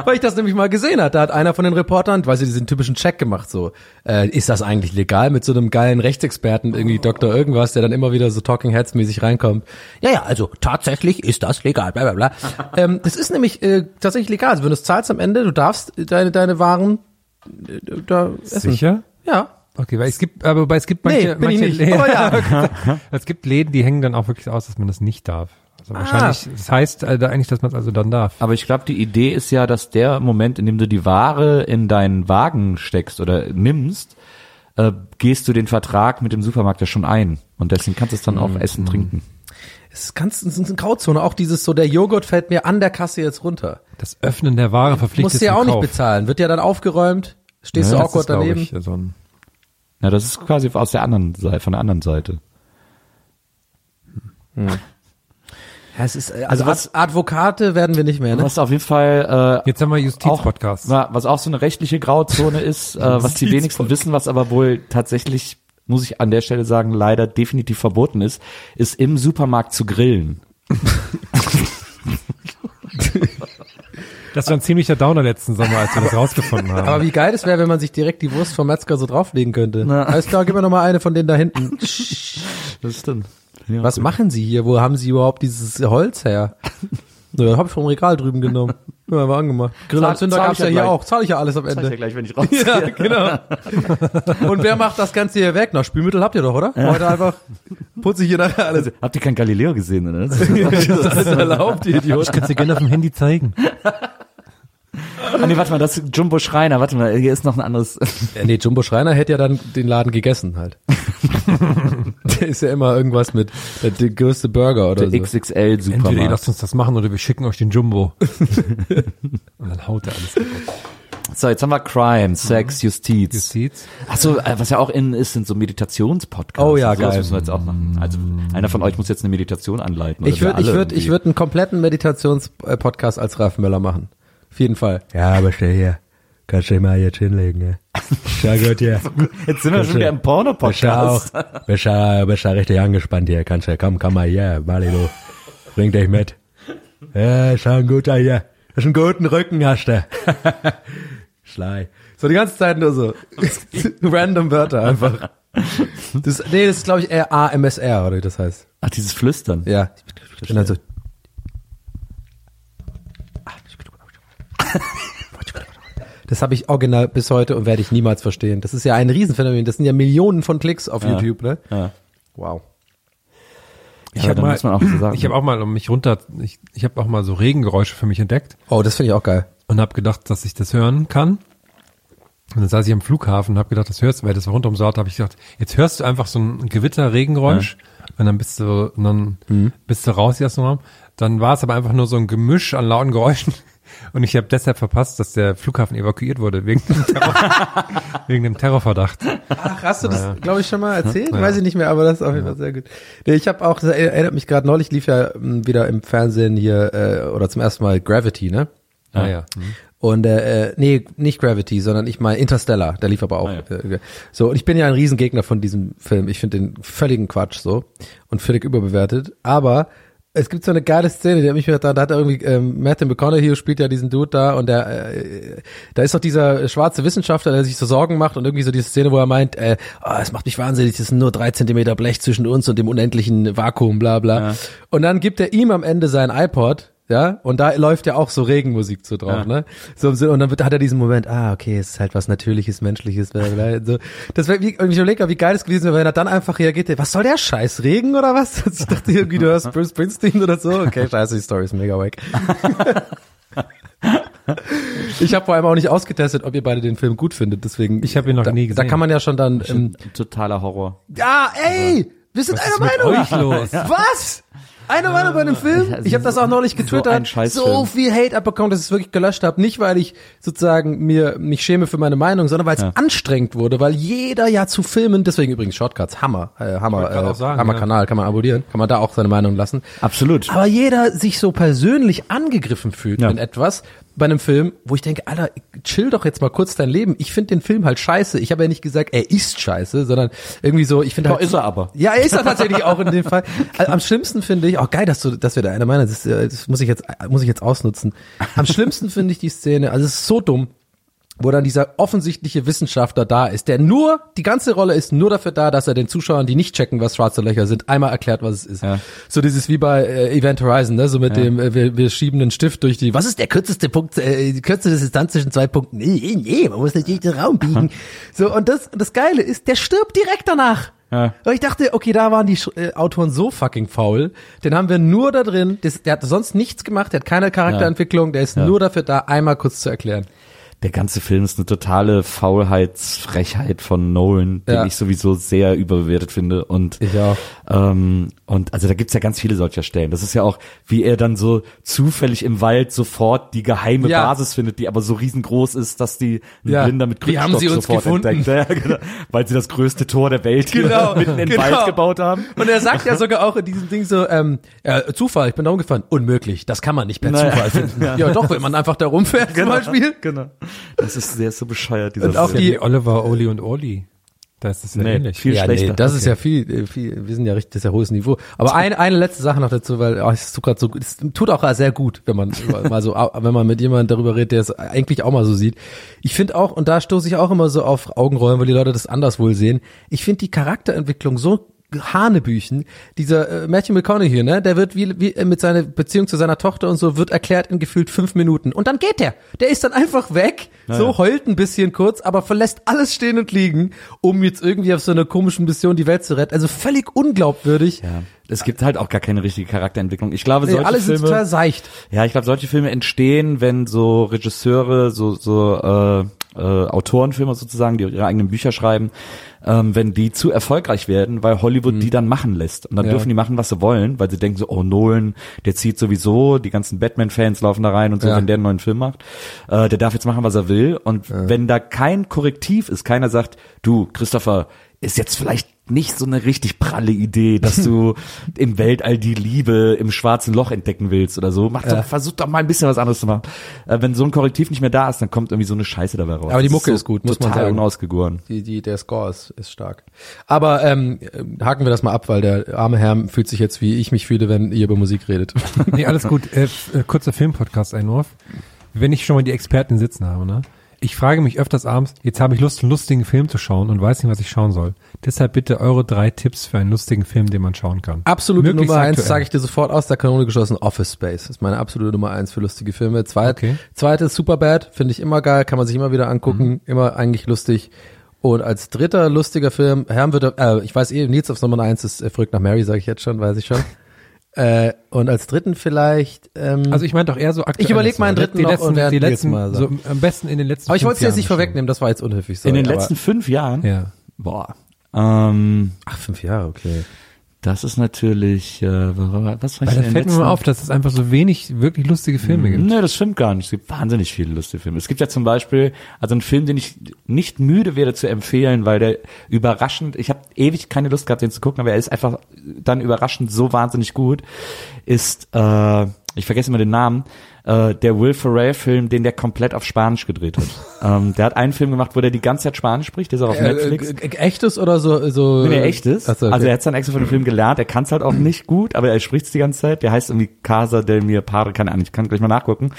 Speaker 1: Weil ich das nämlich mal gesehen hatte. Da hat einer von den Reportern, weißt du, diesen typischen Check gemacht, so, äh, ist das eigentlich legal mit so einem geilen Rechtsexperten, irgendwie Doktor irgendwas, der dann immer wieder so Talking Heads mäßig reinkommt. Ja, ja, also tatsächlich ist das legal, bla bla bla. ähm, das ist nämlich äh, tatsächlich legal. Also wenn du es zahlst am Ende, du darfst deine, deine Waren äh, da essen.
Speaker 3: Sicher?
Speaker 1: Ja.
Speaker 3: Okay, weil es gibt, aber wobei es gibt
Speaker 1: Nee,
Speaker 3: manche,
Speaker 1: bin ich
Speaker 3: manche
Speaker 1: nicht.
Speaker 3: Läden,
Speaker 1: Aber ja.
Speaker 3: es gibt Läden, die hängen dann auch wirklich aus, dass man das nicht darf.
Speaker 1: Ah.
Speaker 3: Also wahrscheinlich, das heißt äh, da eigentlich, dass man es also dann darf.
Speaker 2: Aber ich glaube, die Idee ist ja, dass der Moment, in dem du die Ware in deinen Wagen steckst oder nimmst, äh, gehst du den Vertrag mit dem Supermarkt ja schon ein. Und deswegen kannst du es dann auch essen, trinken.
Speaker 1: Es ist ganz es ist eine Grauzone. Auch dieses so, der Joghurt fällt mir an der Kasse jetzt runter.
Speaker 3: Das Öffnen der Ware verpflichtet
Speaker 1: Musst du ja
Speaker 3: zum
Speaker 1: auch nicht
Speaker 3: Kauf.
Speaker 1: bezahlen. Wird ja dann aufgeräumt, stehst
Speaker 2: Ja,
Speaker 1: du
Speaker 2: das
Speaker 3: Das
Speaker 1: awkward
Speaker 3: ist, glaube
Speaker 1: daneben.
Speaker 3: ich, so ein
Speaker 2: Na, das ist quasi aus der anderen Seite, von der anderen Seite.
Speaker 1: Ja, es ist, äh, also was, Advokate werden wir nicht mehr, ne?
Speaker 2: Was auf jeden Fall äh,
Speaker 3: Jetzt haben wir
Speaker 2: auch,
Speaker 3: Justizpodcast.
Speaker 2: na, was auch so eine rechtliche Grauzone ist, äh, was die wenigsten wissen, was aber wohl tatsächlich, muss ich an der Stelle sagen, leider definitiv verboten ist, ist im Supermarkt zu grillen.
Speaker 3: Das war ein ziemlicher Downer letzten Sommer, als wir das rausgefunden haben.
Speaker 1: Aber wie geil es wäre, wenn man sich direkt die Wurst vom Metzger so drauflegen könnte. Alles klar, gib mir noch mal eine von denen da hinten.
Speaker 2: Das stimmt.
Speaker 1: Was machen sie hier? Wo haben sie überhaupt dieses Holz her? So, hab ich vom Regal drüben genommen. Ja, war angemacht. Grillanzünder
Speaker 2: zahl ich
Speaker 1: gab's ja
Speaker 2: ja
Speaker 1: hier
Speaker 2: gleich.
Speaker 1: auch. Zahle ich ja alles am
Speaker 2: Das
Speaker 1: Ende.
Speaker 2: ja gleich, wenn ich rausgehe.
Speaker 1: Ja, genau.
Speaker 3: Genau.
Speaker 1: Und wer macht das Ganze hier weg? Na, Spülmittel habt ihr doch, oder? Heute einfach putze ich hier nachher alles.
Speaker 2: Habt ihr kein Galileo gesehen, oder?
Speaker 1: Das ist alles erlaubt, ihr Idiot.
Speaker 3: ich kann es dir gerne auf dem Handy zeigen.
Speaker 2: ah, nee, warte mal, das ist Jumbo Schreiner, warte mal, hier ist noch ein anderes.
Speaker 1: Ja, nee, Jumbo Schreiner hätte ja dann den Laden gegessen halt. Der ist ja immer irgendwas mit äh, der, der größte Burger oder
Speaker 2: Der
Speaker 1: so.
Speaker 2: XXL
Speaker 3: Entweder ihr
Speaker 2: Supermarkt.
Speaker 3: lasst uns das machen oder wir schicken euch den Jumbo. Und dann haut er alles.
Speaker 2: So, jetzt haben wir Crime, Sex, Justiz.
Speaker 3: Justiz.
Speaker 2: Achso, äh, was ja auch in ist, sind so Meditationspodcasts.
Speaker 1: Oh ja,
Speaker 2: Also, Das
Speaker 1: geil.
Speaker 2: müssen wir jetzt auch machen. Also einer von euch muss jetzt eine Meditation anleiten.
Speaker 1: ich
Speaker 2: oder wir
Speaker 1: würde ich
Speaker 2: alle
Speaker 1: würd, ich
Speaker 2: irgendwie.
Speaker 1: würd einen kompletten Meditationspodcast als Ralf Möller machen. Auf jeden Fall. Ja, aber stell hier. Kannst du dich mal jetzt hinlegen, ne? Schau gut hier.
Speaker 2: Jetzt sind wir schon wieder im Porno-Podcast.
Speaker 1: Bist ja, bist ja richtig angespannt hier. Kannst ja, komm, komm mal hier, Malibu. Bring dich mit. Ja, schau ein guter ah, hier. Hast einen guten Rücken, hast du. Schlei. So die ganze Zeit nur so. Random Wörter einfach. Das, nee, das ist glaube ich eher AMSR, oder wie das heißt.
Speaker 2: Ach, dieses Flüstern.
Speaker 1: Ja. Und
Speaker 2: also-
Speaker 1: dann so. Das habe ich original bis heute und werde ich niemals verstehen. Das ist ja ein Riesenphänomen. Das sind ja Millionen von Klicks auf YouTube, ne?
Speaker 2: Ja.
Speaker 1: Wow.
Speaker 2: Ich hab mal, muss man auch so sagen.
Speaker 3: Ich habe auch mal um mich runter, ich, ich habe auch mal so Regengeräusche für mich entdeckt
Speaker 1: Oh, das finde ich auch geil.
Speaker 3: und habe gedacht, dass ich das hören kann. Und dann saß ich am Flughafen und habe gedacht, das hörst du, weil das war rund ums Ort, habe ich gedacht, jetzt hörst du einfach so ein Gewitter-Regengeräusch und dann bist du, und dann bist du raus, erst noch Dann war es aber einfach nur so ein Gemisch an lauten Geräuschen. Und ich habe deshalb verpasst, dass der Flughafen evakuiert wurde, wegen dem, Terror, wegen dem Terrorverdacht.
Speaker 1: Ach, hast du das, glaube ich, schon mal erzählt? Weiß ich nicht mehr, aber das ist auf jeden Fall sehr gut. Nee, ich habe auch, das erinnert mich gerade, neulich lief ja m, wieder im Fernsehen hier, äh, oder zum ersten Mal Gravity, ne?
Speaker 3: Ah ja. Mhm.
Speaker 1: Und äh, äh, nee, nicht Gravity, sondern ich meine Interstellar, der lief aber auch.
Speaker 2: Ah,
Speaker 1: äh, so, und ich bin ja ein Riesengegner von diesem Film. Ich finde den völligen Quatsch so und völlig überbewertet. Aber es gibt so eine geile Szene, die hat mich gedacht, da, da hat er irgendwie, ähm, Matthew McConaughey spielt ja diesen Dude da und der, äh, da ist doch dieser schwarze Wissenschaftler, der sich so Sorgen macht und irgendwie so diese Szene, wo er meint, äh, ah, es macht mich wahnsinnig, es sind nur drei Zentimeter Blech zwischen uns und dem unendlichen Vakuum, bla bla. Und dann gibt er ihm am Ende sein iPod, ja, und da läuft ja auch so Regenmusik so drauf, ne? So im Sinne, und dann wird, hat er diesen Moment, ah, okay, es ist halt was Natürliches, Menschliches, bla, bla, bla, so. Das wäre, wie, ich überlege, wie geil es gewesen wäre, wenn er dann einfach reagiert, hätte, was soll der Scheiß, Regen oder was? Ich dachte irgendwie, du hörst Bruce Springsteen oder so, okay, scheiße, die Story ist mega wack. Ich habe vor allem auch nicht ausgetestet, ob ihr beide den Film gut findet, deswegen.
Speaker 3: Ich hab ihn noch
Speaker 1: da,
Speaker 3: nie gesehen.
Speaker 1: Da kann man ja schon dann, ähm,
Speaker 2: Totaler Horror.
Speaker 1: ja, ey, wir sind einer
Speaker 3: Also, mit
Speaker 1: Meinung.
Speaker 3: euch los?
Speaker 1: Was? Eine Meinung bei einem Film? Ich habe das auch neulich
Speaker 2: ein
Speaker 1: getwittert. So,
Speaker 2: Scheißfilm.
Speaker 1: viel Hate abbekommen, dass ich es wirklich gelöscht habe. Nicht, weil ich sozusagen mir mich schäme für meine Meinung, sondern weil es anstrengend wurde, weil jeder ja zu filmen, deswegen übrigens Shortcuts, Hammer, äh, Hammer,
Speaker 3: wollte grad
Speaker 1: äh,
Speaker 3: auch sagen, ne?
Speaker 1: Hammer
Speaker 3: ja.
Speaker 1: Kanal, kann man abonnieren, kann man da auch seine Meinung lassen.
Speaker 2: Absolut.
Speaker 1: Aber jeder sich so persönlich angegriffen fühlt
Speaker 2: Ja.
Speaker 1: in etwas bei einem Film, wo ich denke, Alter, chill doch jetzt mal kurz dein Leben. Ich finde den Film halt scheiße. Ich habe ja nicht gesagt, er ist scheiße, sondern irgendwie so, ich finde
Speaker 2: Doch,
Speaker 1: halt.
Speaker 2: ist er aber.
Speaker 1: Ja, er ist er tatsächlich auch in dem Fall. Also, am schlimmsten finde ich, auch geil, dass du, dass wir da einer meiner, das, äh, das muss ich jetzt, muss ich jetzt ausnutzen. Am schlimmsten finde ich die Szene, also es ist so dumm, wo dann dieser offensichtliche Wissenschaftler da ist, der nur, die ganze Rolle ist nur dafür da, dass er den Zuschauern, die nicht checken, was schwarze Löcher sind, einmal erklärt, was es ist.
Speaker 2: Ja.
Speaker 1: So dieses wie bei äh, Event Horizon, ne? so mit dem, äh, wir, wir schieben den Stift durch die, was ist der kürzeste Punkt, äh, die kürzeste Distanz zwischen zwei Punkten? Nee, nee, nee, man muss natürlich den Raum biegen. So, und das, das Geile ist, der stirbt direkt danach.
Speaker 2: Ja.
Speaker 1: Und ich dachte, okay, da waren die Sch äh, Autoren so fucking faul. Den haben wir nur da drin, das, der hat sonst nichts gemacht, der hat keine Charakterentwicklung, der ist nur dafür da, einmal kurz zu erklären.
Speaker 2: Der ganze Film ist eine totale Faulheitsfrechheit von Nolan, den
Speaker 1: Ja.
Speaker 2: ich sowieso sehr überbewertet finde. Und
Speaker 1: Ich auch.
Speaker 2: Ähm, und also da gibt's ja ganz viele solcher Stellen. Das ist ja auch, wie er dann so zufällig im Wald sofort die geheime
Speaker 1: Ja.
Speaker 2: Basis findet, die aber so riesengroß ist, dass die ein
Speaker 1: Ja.
Speaker 2: Blinder mit
Speaker 1: Wie
Speaker 2: Krückstock
Speaker 1: haben sie uns
Speaker 2: sofort
Speaker 1: gefunden?
Speaker 2: entdeckt. Ja, genau. Weil sie das größte Tor der Welt
Speaker 1: Genau,
Speaker 2: mitten in den
Speaker 1: genau.
Speaker 2: Wald gebaut haben.
Speaker 1: Und er sagt ja sogar auch in diesem Ding so, ähm, ja, Zufall, ich bin da rumgefahren. Unmöglich, das kann man nicht per
Speaker 2: Naja.
Speaker 1: Zufall finden. Ja. doch, wenn man einfach da rumfährt zum Beispiel.
Speaker 2: Genau. Das ist sehr so bescheuert, dieser
Speaker 1: Und auch
Speaker 2: Film.
Speaker 1: die-
Speaker 3: Die Oliver, Oli und Oli. Da ist das ja
Speaker 2: Nee,
Speaker 3: ähnlich.
Speaker 2: viel
Speaker 1: ja,
Speaker 2: schlechter.
Speaker 1: Nee, das ist ja viel, äh, viel, wir sind ja richtig, das ist ja hohes Niveau. Aber eine, eine letzte Sache noch dazu, weil oh, es tut gerade so, es tut auch sehr gut, wenn man über- mal so, au- wenn man mit jemandem darüber redet, der es eigentlich auch mal so sieht. Ich finde auch, und da stoße ich auch immer so auf Augenrollen, weil die Leute das anders wohl sehen. Ich finde die Charakterentwicklung so Hanebüchen, dieser äh, Matthew McConaughey, ne, der wird wie, wie äh, mit seiner Beziehung zu seiner Tochter und so wird erklärt in gefühlt fünf Minuten und dann geht der. Der ist dann einfach weg, so heult ein bisschen kurz, aber verlässt alles stehen und liegen, um jetzt irgendwie auf so einer komischen Mission die Welt zu retten. Also völlig unglaubwürdig.
Speaker 2: Ja. Es gibt halt auch gar keine richtige Charakterentwicklung. Ich glaube,
Speaker 1: Nee,
Speaker 2: solche
Speaker 1: alle sind
Speaker 2: Filme,
Speaker 1: total seicht.
Speaker 2: Ja, ich glaube, solche Filme entstehen, wenn so Regisseure, so, so äh, äh, Autorenfilme sozusagen, die ihre eigenen Bücher schreiben, ähm, wenn die zu erfolgreich werden, weil Hollywood
Speaker 1: Mhm.
Speaker 2: die dann machen lässt. Und dann dürfen die machen, was sie wollen, weil sie denken so, oh Nolan, der zieht sowieso, die ganzen Batman-Fans laufen da rein und so,
Speaker 1: Ja.
Speaker 2: wenn der einen neuen Film macht, äh, der darf jetzt machen, was er will. Und wenn da kein Korrektiv ist, keiner sagt, du, Christopher, ist jetzt vielleicht nicht so eine richtig pralle Idee, dass du im Weltall die Liebe im schwarzen Loch entdecken willst oder so. Mach doch, versuch doch mal ein bisschen was anderes zu machen. Äh, wenn so ein Korrektiv nicht mehr da ist, dann kommt irgendwie so eine Scheiße dabei raus.
Speaker 1: Aber die
Speaker 2: Das
Speaker 1: Mucke
Speaker 2: so
Speaker 1: ist gut, muss man
Speaker 2: total
Speaker 1: sagen.
Speaker 2: unausgegoren.
Speaker 1: Die, die, der Score ist, ist stark. Aber ähm, haken wir das mal ab, weil der arme Herr fühlt sich jetzt, wie ich mich fühle, wenn ihr über Musik redet.
Speaker 3: Nee, alles gut. Äh, f- äh, kurzer Filmpodcast-Einwurf. Wenn ich schon mal die Experten sitzen habe, ne? Ich frage mich öfters abends, jetzt habe ich Lust, einen lustigen Film zu schauen und weiß nicht, was ich schauen soll. Deshalb bitte eure drei Tipps für einen lustigen Film, den man schauen kann.
Speaker 1: Absolute
Speaker 3: Möglichst
Speaker 1: Nummer eins
Speaker 3: aktuell.
Speaker 1: sage ich dir sofort aus der Kanone geschossen. Office Space ist meine absolute Nummer eins für lustige Filme. Zweit,
Speaker 3: Okay.
Speaker 1: Zweite Superbad finde ich immer geil, kann man sich immer wieder angucken,
Speaker 2: Mhm.
Speaker 1: immer eigentlich lustig. Und als dritter lustiger Film, Herrn wird, äh, ich weiß eh, Nils auf Nummer eins ist äh, verrückt nach Mary, sage ich jetzt schon, weiß ich schon. äh, und als dritten vielleicht, ähm,
Speaker 3: Also ich meine doch eher so aktuell.
Speaker 1: überleg meinen dritten
Speaker 3: die
Speaker 1: noch
Speaker 3: letzten,
Speaker 1: und während
Speaker 3: die
Speaker 1: Nils
Speaker 3: letzten,
Speaker 1: mal
Speaker 3: so
Speaker 1: sagt.
Speaker 3: am besten in den letzten
Speaker 1: aber ich
Speaker 3: fünf
Speaker 1: wollte es jetzt nicht
Speaker 3: Jahren
Speaker 1: vorwegnehmen, das war jetzt unhöflich. Sorry,
Speaker 2: In den
Speaker 1: aber-
Speaker 2: letzten fünf Jahren?
Speaker 3: schon. Ja.
Speaker 2: Boah. Ähm,
Speaker 1: Ach, fünf Jahre, okay.
Speaker 2: das ist natürlich, äh, was war ich
Speaker 3: Weil
Speaker 2: in den
Speaker 3: da fällt mir
Speaker 2: letzten-
Speaker 3: mal auf, dass es einfach so wenig wirklich lustige Filme gibt.
Speaker 2: Nö, ne, das stimmt gar nicht. Es gibt wahnsinnig viele lustige Filme. Es gibt ja zum Beispiel, also einen Film, den ich nicht müde wäre zu empfehlen, weil der überraschend, ich habe ewig keine Lust gehabt, den zu gucken, aber er ist einfach dann überraschend so wahnsinnig gut, ist, äh, ich vergesse immer den Namen, äh, der Will Ferrell-Film, den der komplett auf Spanisch gedreht hat. ähm, der hat einen Film gemacht, wo der die ganze Zeit Spanisch spricht, der ist auch auf Netflix.
Speaker 1: Äh, äh, echtes oder so? so
Speaker 2: Wenn er echt ist.
Speaker 1: Äh, Ach so, okay.
Speaker 2: Also er hat's dann extra von dem Film gelernt. Er kann's halt auch nicht gut, aber er spricht's die ganze Zeit. Der heißt irgendwie Casa del Mir Padre, keine Ahnung. Ich kann gleich mal nachgucken.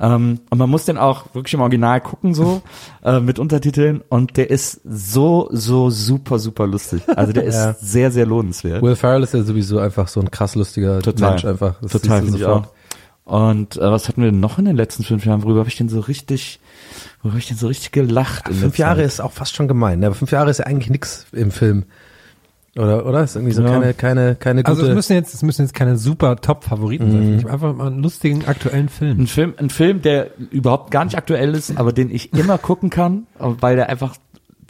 Speaker 2: Ähm, und man muss den auch wirklich im Original gucken so äh, mit Untertiteln. Und der ist so so super super lustig. Also der ist
Speaker 1: Ja.
Speaker 2: sehr sehr lohnenswert.
Speaker 1: Will Ferrell ist ja sowieso einfach so ein krass lustiger
Speaker 2: Total.
Speaker 1: Mensch einfach.
Speaker 2: Total
Speaker 1: siehst du
Speaker 2: finde ich auch. Und äh, was hatten wir denn noch in den letzten fünf Jahren? Worüber habe ich denn so richtig, worüber habe ich denn so richtig gelacht? in
Speaker 1: Fünf
Speaker 2: letzter
Speaker 1: Jahre
Speaker 2: Zeit?
Speaker 1: ist auch fast schon gemein. ne? Aber fünf Jahre ist ja eigentlich nix im Film. Oder, oder? Ist irgendwie so
Speaker 2: Ja.
Speaker 1: keine, keine, keine gute. Mhm.
Speaker 3: Also es müssen jetzt, es müssen jetzt keine super Top-Favoriten sein. Ich hab einfach mal einen lustigen aktuellen Film.
Speaker 2: Ein Film, ein Film, der überhaupt gar nicht aktuell ist, aber den ich immer gucken kann, weil der einfach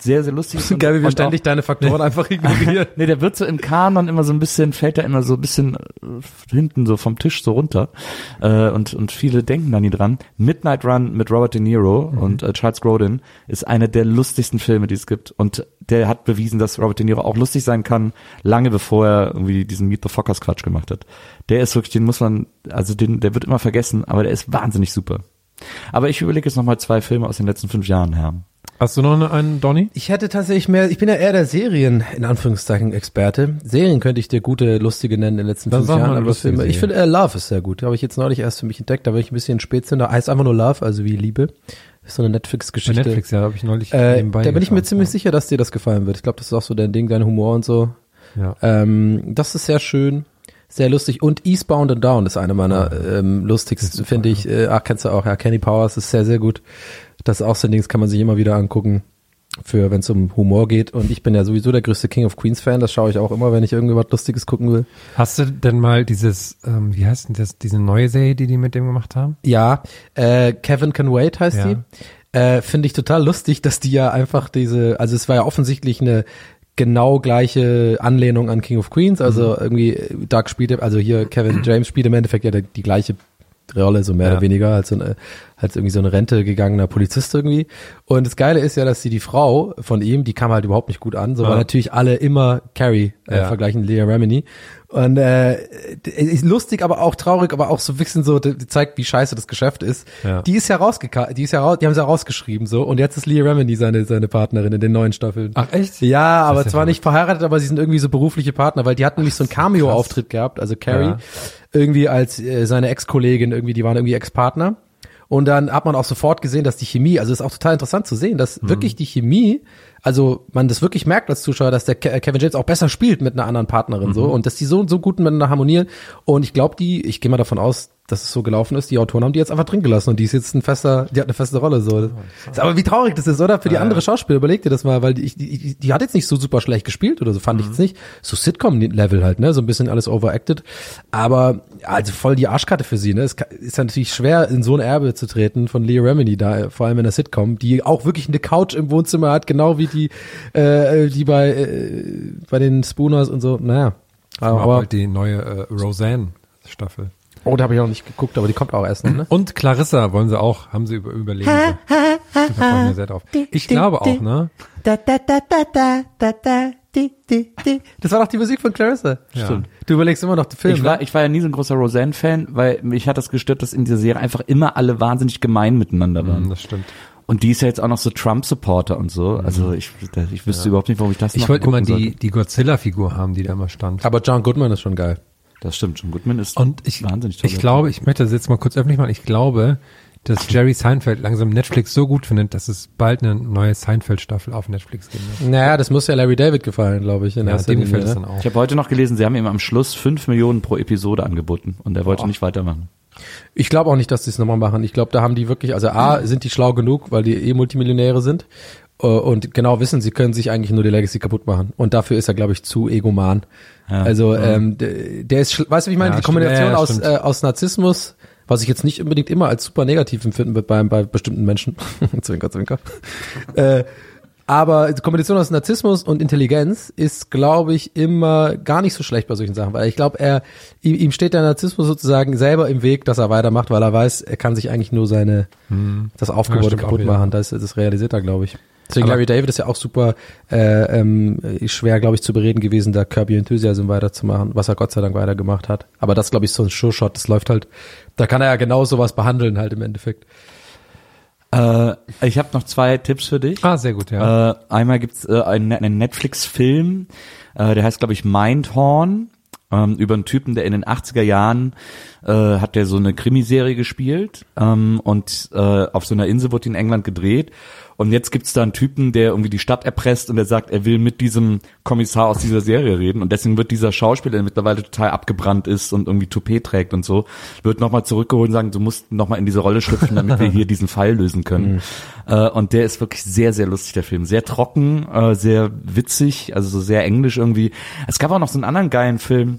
Speaker 2: sehr, sehr lustig ist. und-
Speaker 5: Geil, wie wir
Speaker 2: und
Speaker 5: ständig deine Faktoren einfach ignorieren.
Speaker 2: Nee, der wird so im Kanon immer so ein bisschen, fällt er immer so ein bisschen äh, hinten so vom Tisch so runter. Äh, und, und viele denken da nie dran. Midnight Run mit Robert De Niro und äh, Charles Grodin ist einer der lustigsten Filme, die es gibt. Und der hat bewiesen, dass Robert De Niro auch lustig sein kann, lange bevor er irgendwie diesen Meet the Fockers Quatsch gemacht hat. Der ist wirklich, den muss man, also den, der wird immer vergessen, aber der ist wahnsinnig super. Aber ich überlege jetzt nochmal zwei Filme aus den letzten fünf Jahren her.
Speaker 3: Hast du noch eine- einen, Donny?
Speaker 1: Ich hätte tatsächlich mehr, ich bin ja eher der Serien, in Anführungszeichen, Experte. Serien könnte ich dir gute, lustige nennen in den letzten
Speaker 3: Dann
Speaker 1: fünf
Speaker 3: sag mal
Speaker 1: Jahren.
Speaker 3: eine
Speaker 1: aber
Speaker 3: lustige
Speaker 1: Filme, ich finde
Speaker 3: Serie.
Speaker 1: äh, Love ist sehr gut. Habe ich jetzt neulich erst für mich entdeckt, da bin ich ein bisschen spät sind. Da heißt einfach nur Love, also wie Liebe. Ist so eine
Speaker 3: Bei
Speaker 1: Netflix-Geschichte.
Speaker 3: Netflix, ja, habe ich neulich
Speaker 1: äh, da bin ich mir
Speaker 3: geschaut.
Speaker 1: ziemlich sicher, dass dir das gefallen wird. Ich glaube, das ist auch so dein Ding, dein Humor und so.
Speaker 3: Ja.
Speaker 1: Ähm, das ist sehr schön, sehr lustig. Und Eastbound and Down ist eine meiner ähm, lustigsten, finde ich. Äh, ach, kennst du auch, ja. Kenny Powers ist sehr, sehr gut. Das ist auch so ein Ding, das kann man sich immer wieder angucken, für wenn es um Humor geht. Und ich bin ja sowieso der größte King of Queens-Fan. Das schaue ich auch immer, wenn ich irgendwas Lustiges gucken will.
Speaker 3: Hast du denn mal dieses, ähm, wie heißt denn das, diese neue Serie, die die mit dem gemacht haben?
Speaker 1: Ja, äh, Kevin Can Wait heißt
Speaker 3: Ja.
Speaker 1: die. Äh, Finde ich total lustig, dass die ja einfach diese, also es war ja offensichtlich eine genau gleiche Anlehnung an King of Queens, also
Speaker 3: Mhm.
Speaker 1: irgendwie äh, Doug spielte, also hier Kevin James spielt im Endeffekt ja die, die gleiche Rolle, so mehr
Speaker 3: Ja.
Speaker 1: oder weniger, als, so eine, als irgendwie so eine Rente gegangener Polizist irgendwie. Und das Geile ist ja, dass sie die Frau von ihm, die kam halt überhaupt nicht gut an, so
Speaker 3: Ja.
Speaker 1: war natürlich alle immer Carrie äh,
Speaker 3: Ja.
Speaker 1: vergleichen, Leah Remini. Und äh, d- ist lustig, aber auch traurig, aber auch so ein bisschen so, d- zeigt, wie scheiße das Geschäft ist.
Speaker 3: Ja.
Speaker 1: Die ist ja rausgeka die ist ja raus, die haben sie ja rausgeschrieben so und jetzt ist Leah Remini seine seine Partnerin in den neuen Staffeln.
Speaker 3: Ach, echt?
Speaker 1: Ja, aber
Speaker 3: ist ja
Speaker 1: zwar nicht verheiratet, aber sie sind irgendwie so berufliche Partner, weil die hatten nämlich so einen Cameo-Auftritt gehabt, also Carrie,
Speaker 3: Ja.
Speaker 1: irgendwie als äh, seine Ex-Kollegin, irgendwie, die waren irgendwie Ex-Partner. Und dann hat man auch sofort gesehen, dass die Chemie, also ist auch total interessant zu sehen, dass
Speaker 3: Mhm.
Speaker 1: wirklich die Chemie, also man das wirklich merkt als Zuschauer, dass der Ke äh, Kevin James auch besser spielt mit einer anderen Partnerin
Speaker 3: Mhm.
Speaker 1: so und dass die so so gut miteinander harmonieren. Und ich glaube, die, ich gehe mal davon aus, dass es so gelaufen ist, die Autoren haben die jetzt einfach drin gelassen und die ist jetzt ein fester, die hat eine feste Rolle so. Ist aber wie traurig das ist, oder? Für die andere Schauspieler, überleg dir das mal, weil die, ich- die, die, die hat jetzt nicht so super schlecht gespielt oder so, fand ich jetzt nicht. So Sitcom-Level halt, ne? So ein bisschen alles overacted. Aber also voll die Arschkarte für sie, ne? Es ka- ist ja natürlich schwer, in so ein Erbe zu treten von Leah Remini da, vor allem in der Sitcom, die auch wirklich eine Couch im Wohnzimmer hat, genau wie die, äh, die bei, äh, bei den Spooners und so. Naja.
Speaker 3: Aber,
Speaker 1: Aber,
Speaker 3: halt die neue äh, Roseanne-Staffel.
Speaker 1: oh, da habe ich noch nicht geguckt, aber die kommt auch erst noch, ne?
Speaker 3: Und Clarissa wollen sie auch, haben sie über, überlegt. da freuen wir sehr drauf. Ich glaube auch, ne?
Speaker 1: Das war doch die Musik von Clarissa.
Speaker 3: Ja.
Speaker 1: Du überlegst immer noch den Film.
Speaker 2: Ich
Speaker 1: ne?
Speaker 2: war, ich war ja nie so ein großer Roseanne-Fan, weil mich hat das gestört, dass in dieser Serie einfach immer alle wahnsinnig gemein miteinander waren.
Speaker 1: Mhm,
Speaker 3: Das stimmt.
Speaker 2: Und die ist ja jetzt auch noch so Trump-Supporter und so. Also ich, da- ich wüsste überhaupt nicht, warum ich das
Speaker 3: Ich
Speaker 2: noch
Speaker 3: wollte immer
Speaker 2: gucken
Speaker 3: die,
Speaker 2: sollte.
Speaker 3: die Godzilla-Figur haben, die da immer stand.
Speaker 1: Aber John Goodman ist schon geil.
Speaker 2: Das stimmt, John Goodman ist
Speaker 3: Und ich,
Speaker 2: wahnsinnig toll.
Speaker 3: ich glaube, ich möchte das jetzt mal kurz öffentlich machen. Ich glaube, dass Jerry Seinfeld langsam Netflix so gut findet, dass es bald eine neue Seinfeld-Staffel auf Netflix geben wird.
Speaker 1: Naja, das muss ja Larry David gefallen, glaube ich. In
Speaker 3: Ja,
Speaker 1: erster
Speaker 3: dem
Speaker 1: Linie,
Speaker 3: gefällt es
Speaker 1: ne?
Speaker 3: dann auch.
Speaker 2: Ich habe heute noch gelesen, sie haben ihm am Schluss fünf Millionen pro Episode angeboten und er wollte nicht weitermachen.
Speaker 1: Ich glaube auch nicht, dass die es nochmal machen. Ich glaube, da haben die wirklich, also
Speaker 3: Mhm.
Speaker 1: A, sind die schlau genug, weil die eh Multimillionäre sind. äh, Und genau wissen, sie können sich eigentlich nur die Legacy kaputt machen. Und dafür ist er, glaube ich, zu egoman. also ähm, d- der ist, schl- weißt du, wie ich meine?
Speaker 3: Mhm. Ja,
Speaker 1: die Kombination
Speaker 3: stimmt. Ja, ja,
Speaker 1: aus,
Speaker 3: stimmt.
Speaker 1: äh, aus Narzissmus, was ich jetzt nicht unbedingt immer als super negativ empfinden wird bei, bei bestimmten Menschen. zwinker, zwinker. äh, aber die Kombination aus Narzissmus und Intelligenz ist, glaube ich, immer gar nicht so schlecht bei solchen Sachen, weil ich glaube, er ihm, ihm steht der Narzissmus sozusagen selber im Weg, dass er weitermacht, weil er weiß, er kann sich eigentlich nur seine das
Speaker 3: Hm. Ja,
Speaker 1: Aufgebot
Speaker 3: stimmt auch
Speaker 1: kaputt
Speaker 3: wieder.
Speaker 1: machen. Das, das realisiert er, glaube ich. Deswegen
Speaker 3: Aber-
Speaker 1: Larry David ist ja auch super äh, ähm, schwer, glaube ich, zu bereden gewesen, da Kirby Enthusiasm weiterzumachen, was er Gott sei Dank weitergemacht hat. Aber das, glaube ich, ist so ein Sure-Shot, das läuft halt. Da kann er ja genau sowas behandeln halt im Endeffekt.
Speaker 2: Äh, ich habe noch zwei Tipps für dich.
Speaker 3: Ah, sehr gut, ja.
Speaker 2: Äh, einmal gibt's äh, einen, einen Netflix-Film, äh, der heißt, glaube ich, Mindhorn, ähm, über einen Typen, der in den 80er Jahren äh, hat der so eine Krimiserie gespielt ähm, und äh, auf so einer Insel wurde die in England gedreht. Und jetzt gibt's da einen Typen, der irgendwie die Stadt erpresst und der sagt, er will mit diesem Kommissar aus dieser Serie reden. Und deswegen wird dieser Schauspieler, der mittlerweile total abgebrannt ist und irgendwie Toupet trägt und so, wird nochmal zurückgeholt und sagen, du musst nochmal in diese Rolle schlüpfen, damit wir hier diesen Fall lösen können.
Speaker 1: Mhm.
Speaker 2: Äh, und der ist wirklich sehr, sehr lustig, der Film. Sehr trocken, äh, sehr witzig, also so sehr englisch irgendwie. Es gab auch noch so einen anderen geilen Film,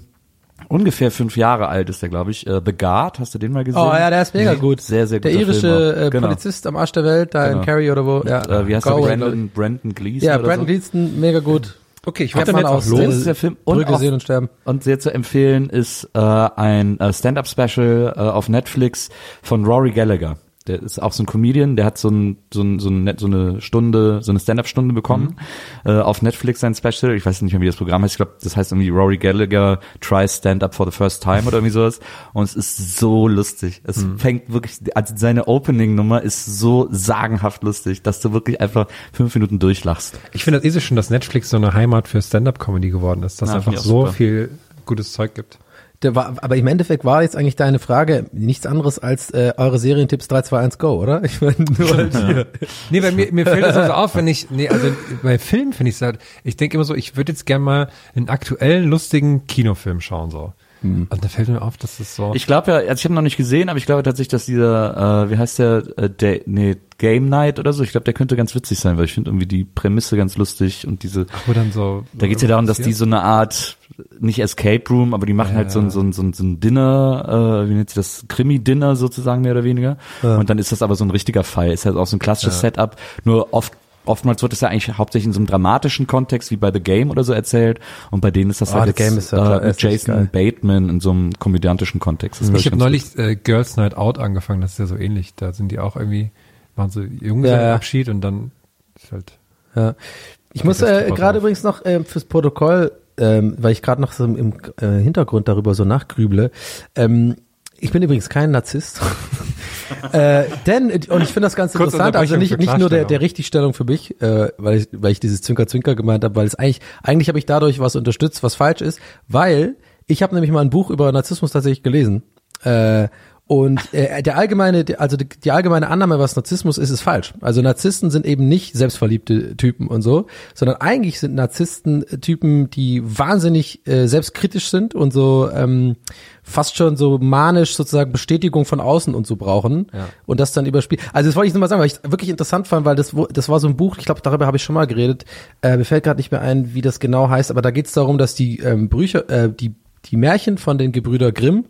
Speaker 2: ungefähr fünf Jahre alt ist der, glaube ich. Äh, Begabt, hast du den mal gesehen?
Speaker 1: Oh ja, der ist mega gut.
Speaker 2: Sehr, sehr
Speaker 1: Der
Speaker 2: guter
Speaker 1: irische
Speaker 2: Film auch.
Speaker 1: äh,
Speaker 2: Genau.
Speaker 1: Polizist am Arsch der Welt, da
Speaker 2: Genau.
Speaker 1: in Carrie oder wo. Ja,
Speaker 2: Äh, wie heißt
Speaker 1: Galway,
Speaker 2: der?
Speaker 1: glaub ich.
Speaker 2: Brandon, Brandon Gleason
Speaker 1: Ja,
Speaker 2: oder
Speaker 1: Brandon
Speaker 2: so?
Speaker 1: Gleason, mega gut. Okay, ich
Speaker 2: hab
Speaker 1: werde mal
Speaker 2: damit auch
Speaker 1: aus.
Speaker 2: los. Das ist der Film und
Speaker 1: Brücke
Speaker 2: auch-
Speaker 1: sehen und sterben.
Speaker 2: Und sehr zu empfehlen ist äh, ein äh, Stand-up-Special äh, auf Netflix von Rory Gallagher. Der ist auch so ein Comedian, der hat so, ein, so, ein, so, ein, Net- so eine Stunde, so eine Stand-up-Stunde bekommen
Speaker 1: Mhm.
Speaker 2: äh, auf Netflix sein Special. Ich weiß nicht mehr, wie das Programm heißt. Ich glaube, das heißt irgendwie Rory Gallagher tries Stand-up for the first time oder irgendwie sowas. Und es ist so lustig. Es
Speaker 1: Mhm.
Speaker 2: fängt wirklich, also seine Opening-Nummer ist so sagenhaft lustig, dass du wirklich einfach fünf Minuten durchlachst.
Speaker 3: Ich finde das eh so schön, dass Netflix so eine Heimat für Stand-Up-Comedy geworden ist, dass es
Speaker 2: Ja,
Speaker 3: einfach
Speaker 2: finde ich auch
Speaker 3: so
Speaker 2: super.
Speaker 3: viel gutes Zeug gibt.
Speaker 1: Der war, aber im Endeffekt war jetzt eigentlich deine Frage nichts anderes als äh, eure Serientipps 3, 2, 1, Go, oder? Ich meine, nur halt hier.
Speaker 3: Nee, bei mir, mir fällt das also auf, wenn ich, nee, also bei Filmen finde ich es halt, ich denke immer so, ich würde jetzt gerne mal einen aktuellen, lustigen Kinofilm schauen, so. Und da fällt mir auf, dass das so.
Speaker 2: Mhm. Ich glaube ja, also ich habe noch nicht gesehen, aber ich glaube tatsächlich, dass dieser, äh, wie heißt der, äh, Day, nee, Game Night oder so, ich glaube, der könnte ganz witzig sein, weil ich finde irgendwie die Prämisse ganz lustig und diese,
Speaker 3: wo dann so.
Speaker 2: da geht's ja darum, dass die so eine Art, nicht Escape Room, aber die machen halt so ein, so ein, so ein, so ein Dinner, äh, wie nennt sich das, Krimi-Dinner sozusagen mehr oder weniger. Und dann ist das aber so ein richtiger Fall, ist halt auch so ein klassisches Setup, nur oft Oftmals wird es ja eigentlich hauptsächlich in so einem dramatischen Kontext wie bei The Game oder so erzählt und bei denen ist das
Speaker 1: Ah,
Speaker 2: halt
Speaker 1: The Game ist ja klar,
Speaker 2: äh, mit
Speaker 1: ist echt
Speaker 2: Jason
Speaker 1: geil.
Speaker 2: Bateman in so einem komödiantischen Kontext. Das glaub
Speaker 3: Ich habe
Speaker 2: ganz witzig.
Speaker 3: neulich äh, Girls Night Out angefangen, das ist ja so ähnlich. Da sind die auch irgendwie, machen so Junggesellenabschied und dann ist halt.
Speaker 1: Ja. Ich muss
Speaker 3: das
Speaker 1: äh,
Speaker 3: super
Speaker 1: gerade
Speaker 3: drauf.
Speaker 1: übrigens noch ähm, fürs Protokoll, ähm, weil ich gerade noch so im, im äh, Hintergrund darüber so nachgrüble. Ähm, ich bin übrigens kein Narzisst. äh, denn, äh, und ich finde das ganz
Speaker 3: Kurze
Speaker 1: interessant, also
Speaker 3: Unterbrechung
Speaker 1: nicht,
Speaker 3: für
Speaker 1: nicht nur der, der
Speaker 3: Klarstellung.
Speaker 1: Richtigstellung für mich, äh, weil, ich, weil ich dieses Zwinker-Zwinker gemeint habe, weil es eigentlich, eigentlich habe ich dadurch was unterstützt, was falsch ist, weil ich habe nämlich mal ein Buch über Narzissmus tatsächlich gelesen. Äh, und äh, der allgemeine, der- also die, die allgemeine Annahme, was Narzissmus ist, ist falsch. Also Narzissten sind eben nicht selbstverliebte Typen und so, sondern eigentlich sind Narzissten äh, Typen, die wahnsinnig äh, selbstkritisch sind und so ähm, fast schon so manisch sozusagen Bestätigung von außen und so brauchen und das dann überspielt. Also das wollte ich nur mal sagen, weil ich es wirklich interessant fand, weil das wo- das war so ein Buch, ich glaube, darüber habe ich schon mal geredet. Äh, mir fällt gerade nicht mehr ein, wie das genau heißt, aber da geht es darum, dass die ähm, Brüche, äh, die die Märchen von den Gebrüder Grimm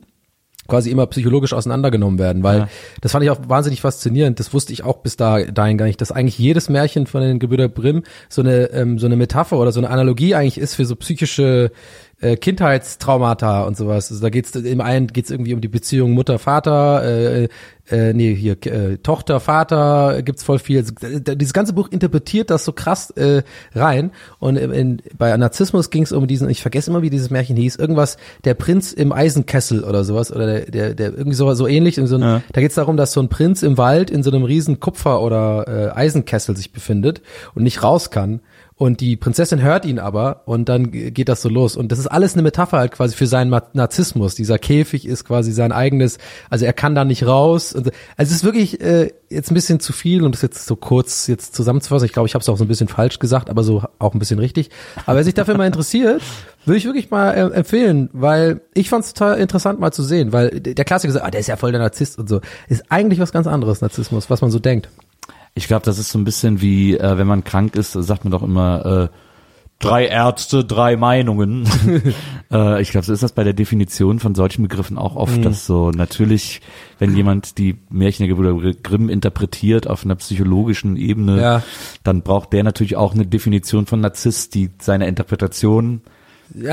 Speaker 1: quasi immer psychologisch auseinandergenommen werden, weil das fand ich auch wahnsinnig faszinierend. Das wusste ich auch bis da, dahin gar nicht, dass eigentlich jedes Märchen von den Gebrüder Grimm so eine ähm, so eine Metapher oder so eine Analogie eigentlich ist für so psychische äh, Kindheitstraumata und sowas. Also da geht's im einen geht's irgendwie um die Beziehung Mutter Vater, äh, äh, nee hier äh, Tochter Vater äh, gibt's voll viel. Also, d- dieses ganze Buch interpretiert das so krass äh, rein und in, in, bei Narzissmus ging's um diesen, ich vergesse immer wie dieses Märchen hieß, irgendwas der Prinz im Eisenkessel oder sowas oder der der, der irgendwie so so ähnlich. In so einem, Da geht's darum, dass so ein Prinz im Wald in so einem riesen Kupfer oder äh, Eisenkessel sich befindet und nicht raus kann. Und die Prinzessin hört ihn aber und dann ge- geht das so los. Und das ist alles eine Metapher halt quasi für seinen Ma- Narzissmus. Dieser Käfig ist quasi sein eigenes, also er kann da nicht raus. Und so. Also es ist wirklich äh, jetzt ein bisschen zu viel, um das jetzt so kurz jetzt zusammenzufassen. Ich glaube, ich habe es auch so ein bisschen falsch gesagt, aber so auch ein bisschen richtig. Aber wer sich dafür mal interessiert, würde ich wirklich mal äh, empfehlen, weil ich fand es total interessant mal zu sehen, weil d- der Klassiker sagt, ah, der ist ja voll der Narzisst und so. Ist eigentlich was ganz anderes, Narzissmus, was man so denkt.
Speaker 2: Ich glaube, das ist so ein bisschen wie, äh, wenn man krank ist, sagt man doch immer, äh, drei Ärzte, drei Meinungen. äh, ich glaube, so ist das bei der Definition von solchen Begriffen auch oft,
Speaker 1: Mhm.
Speaker 2: dass so natürlich, wenn jemand die Märchen der Gebrüder Grimm interpretiert auf einer psychologischen Ebene,
Speaker 1: Ja.
Speaker 2: dann braucht der natürlich auch eine Definition von Narzisst, die seiner Interpretation zustimmt,
Speaker 1: du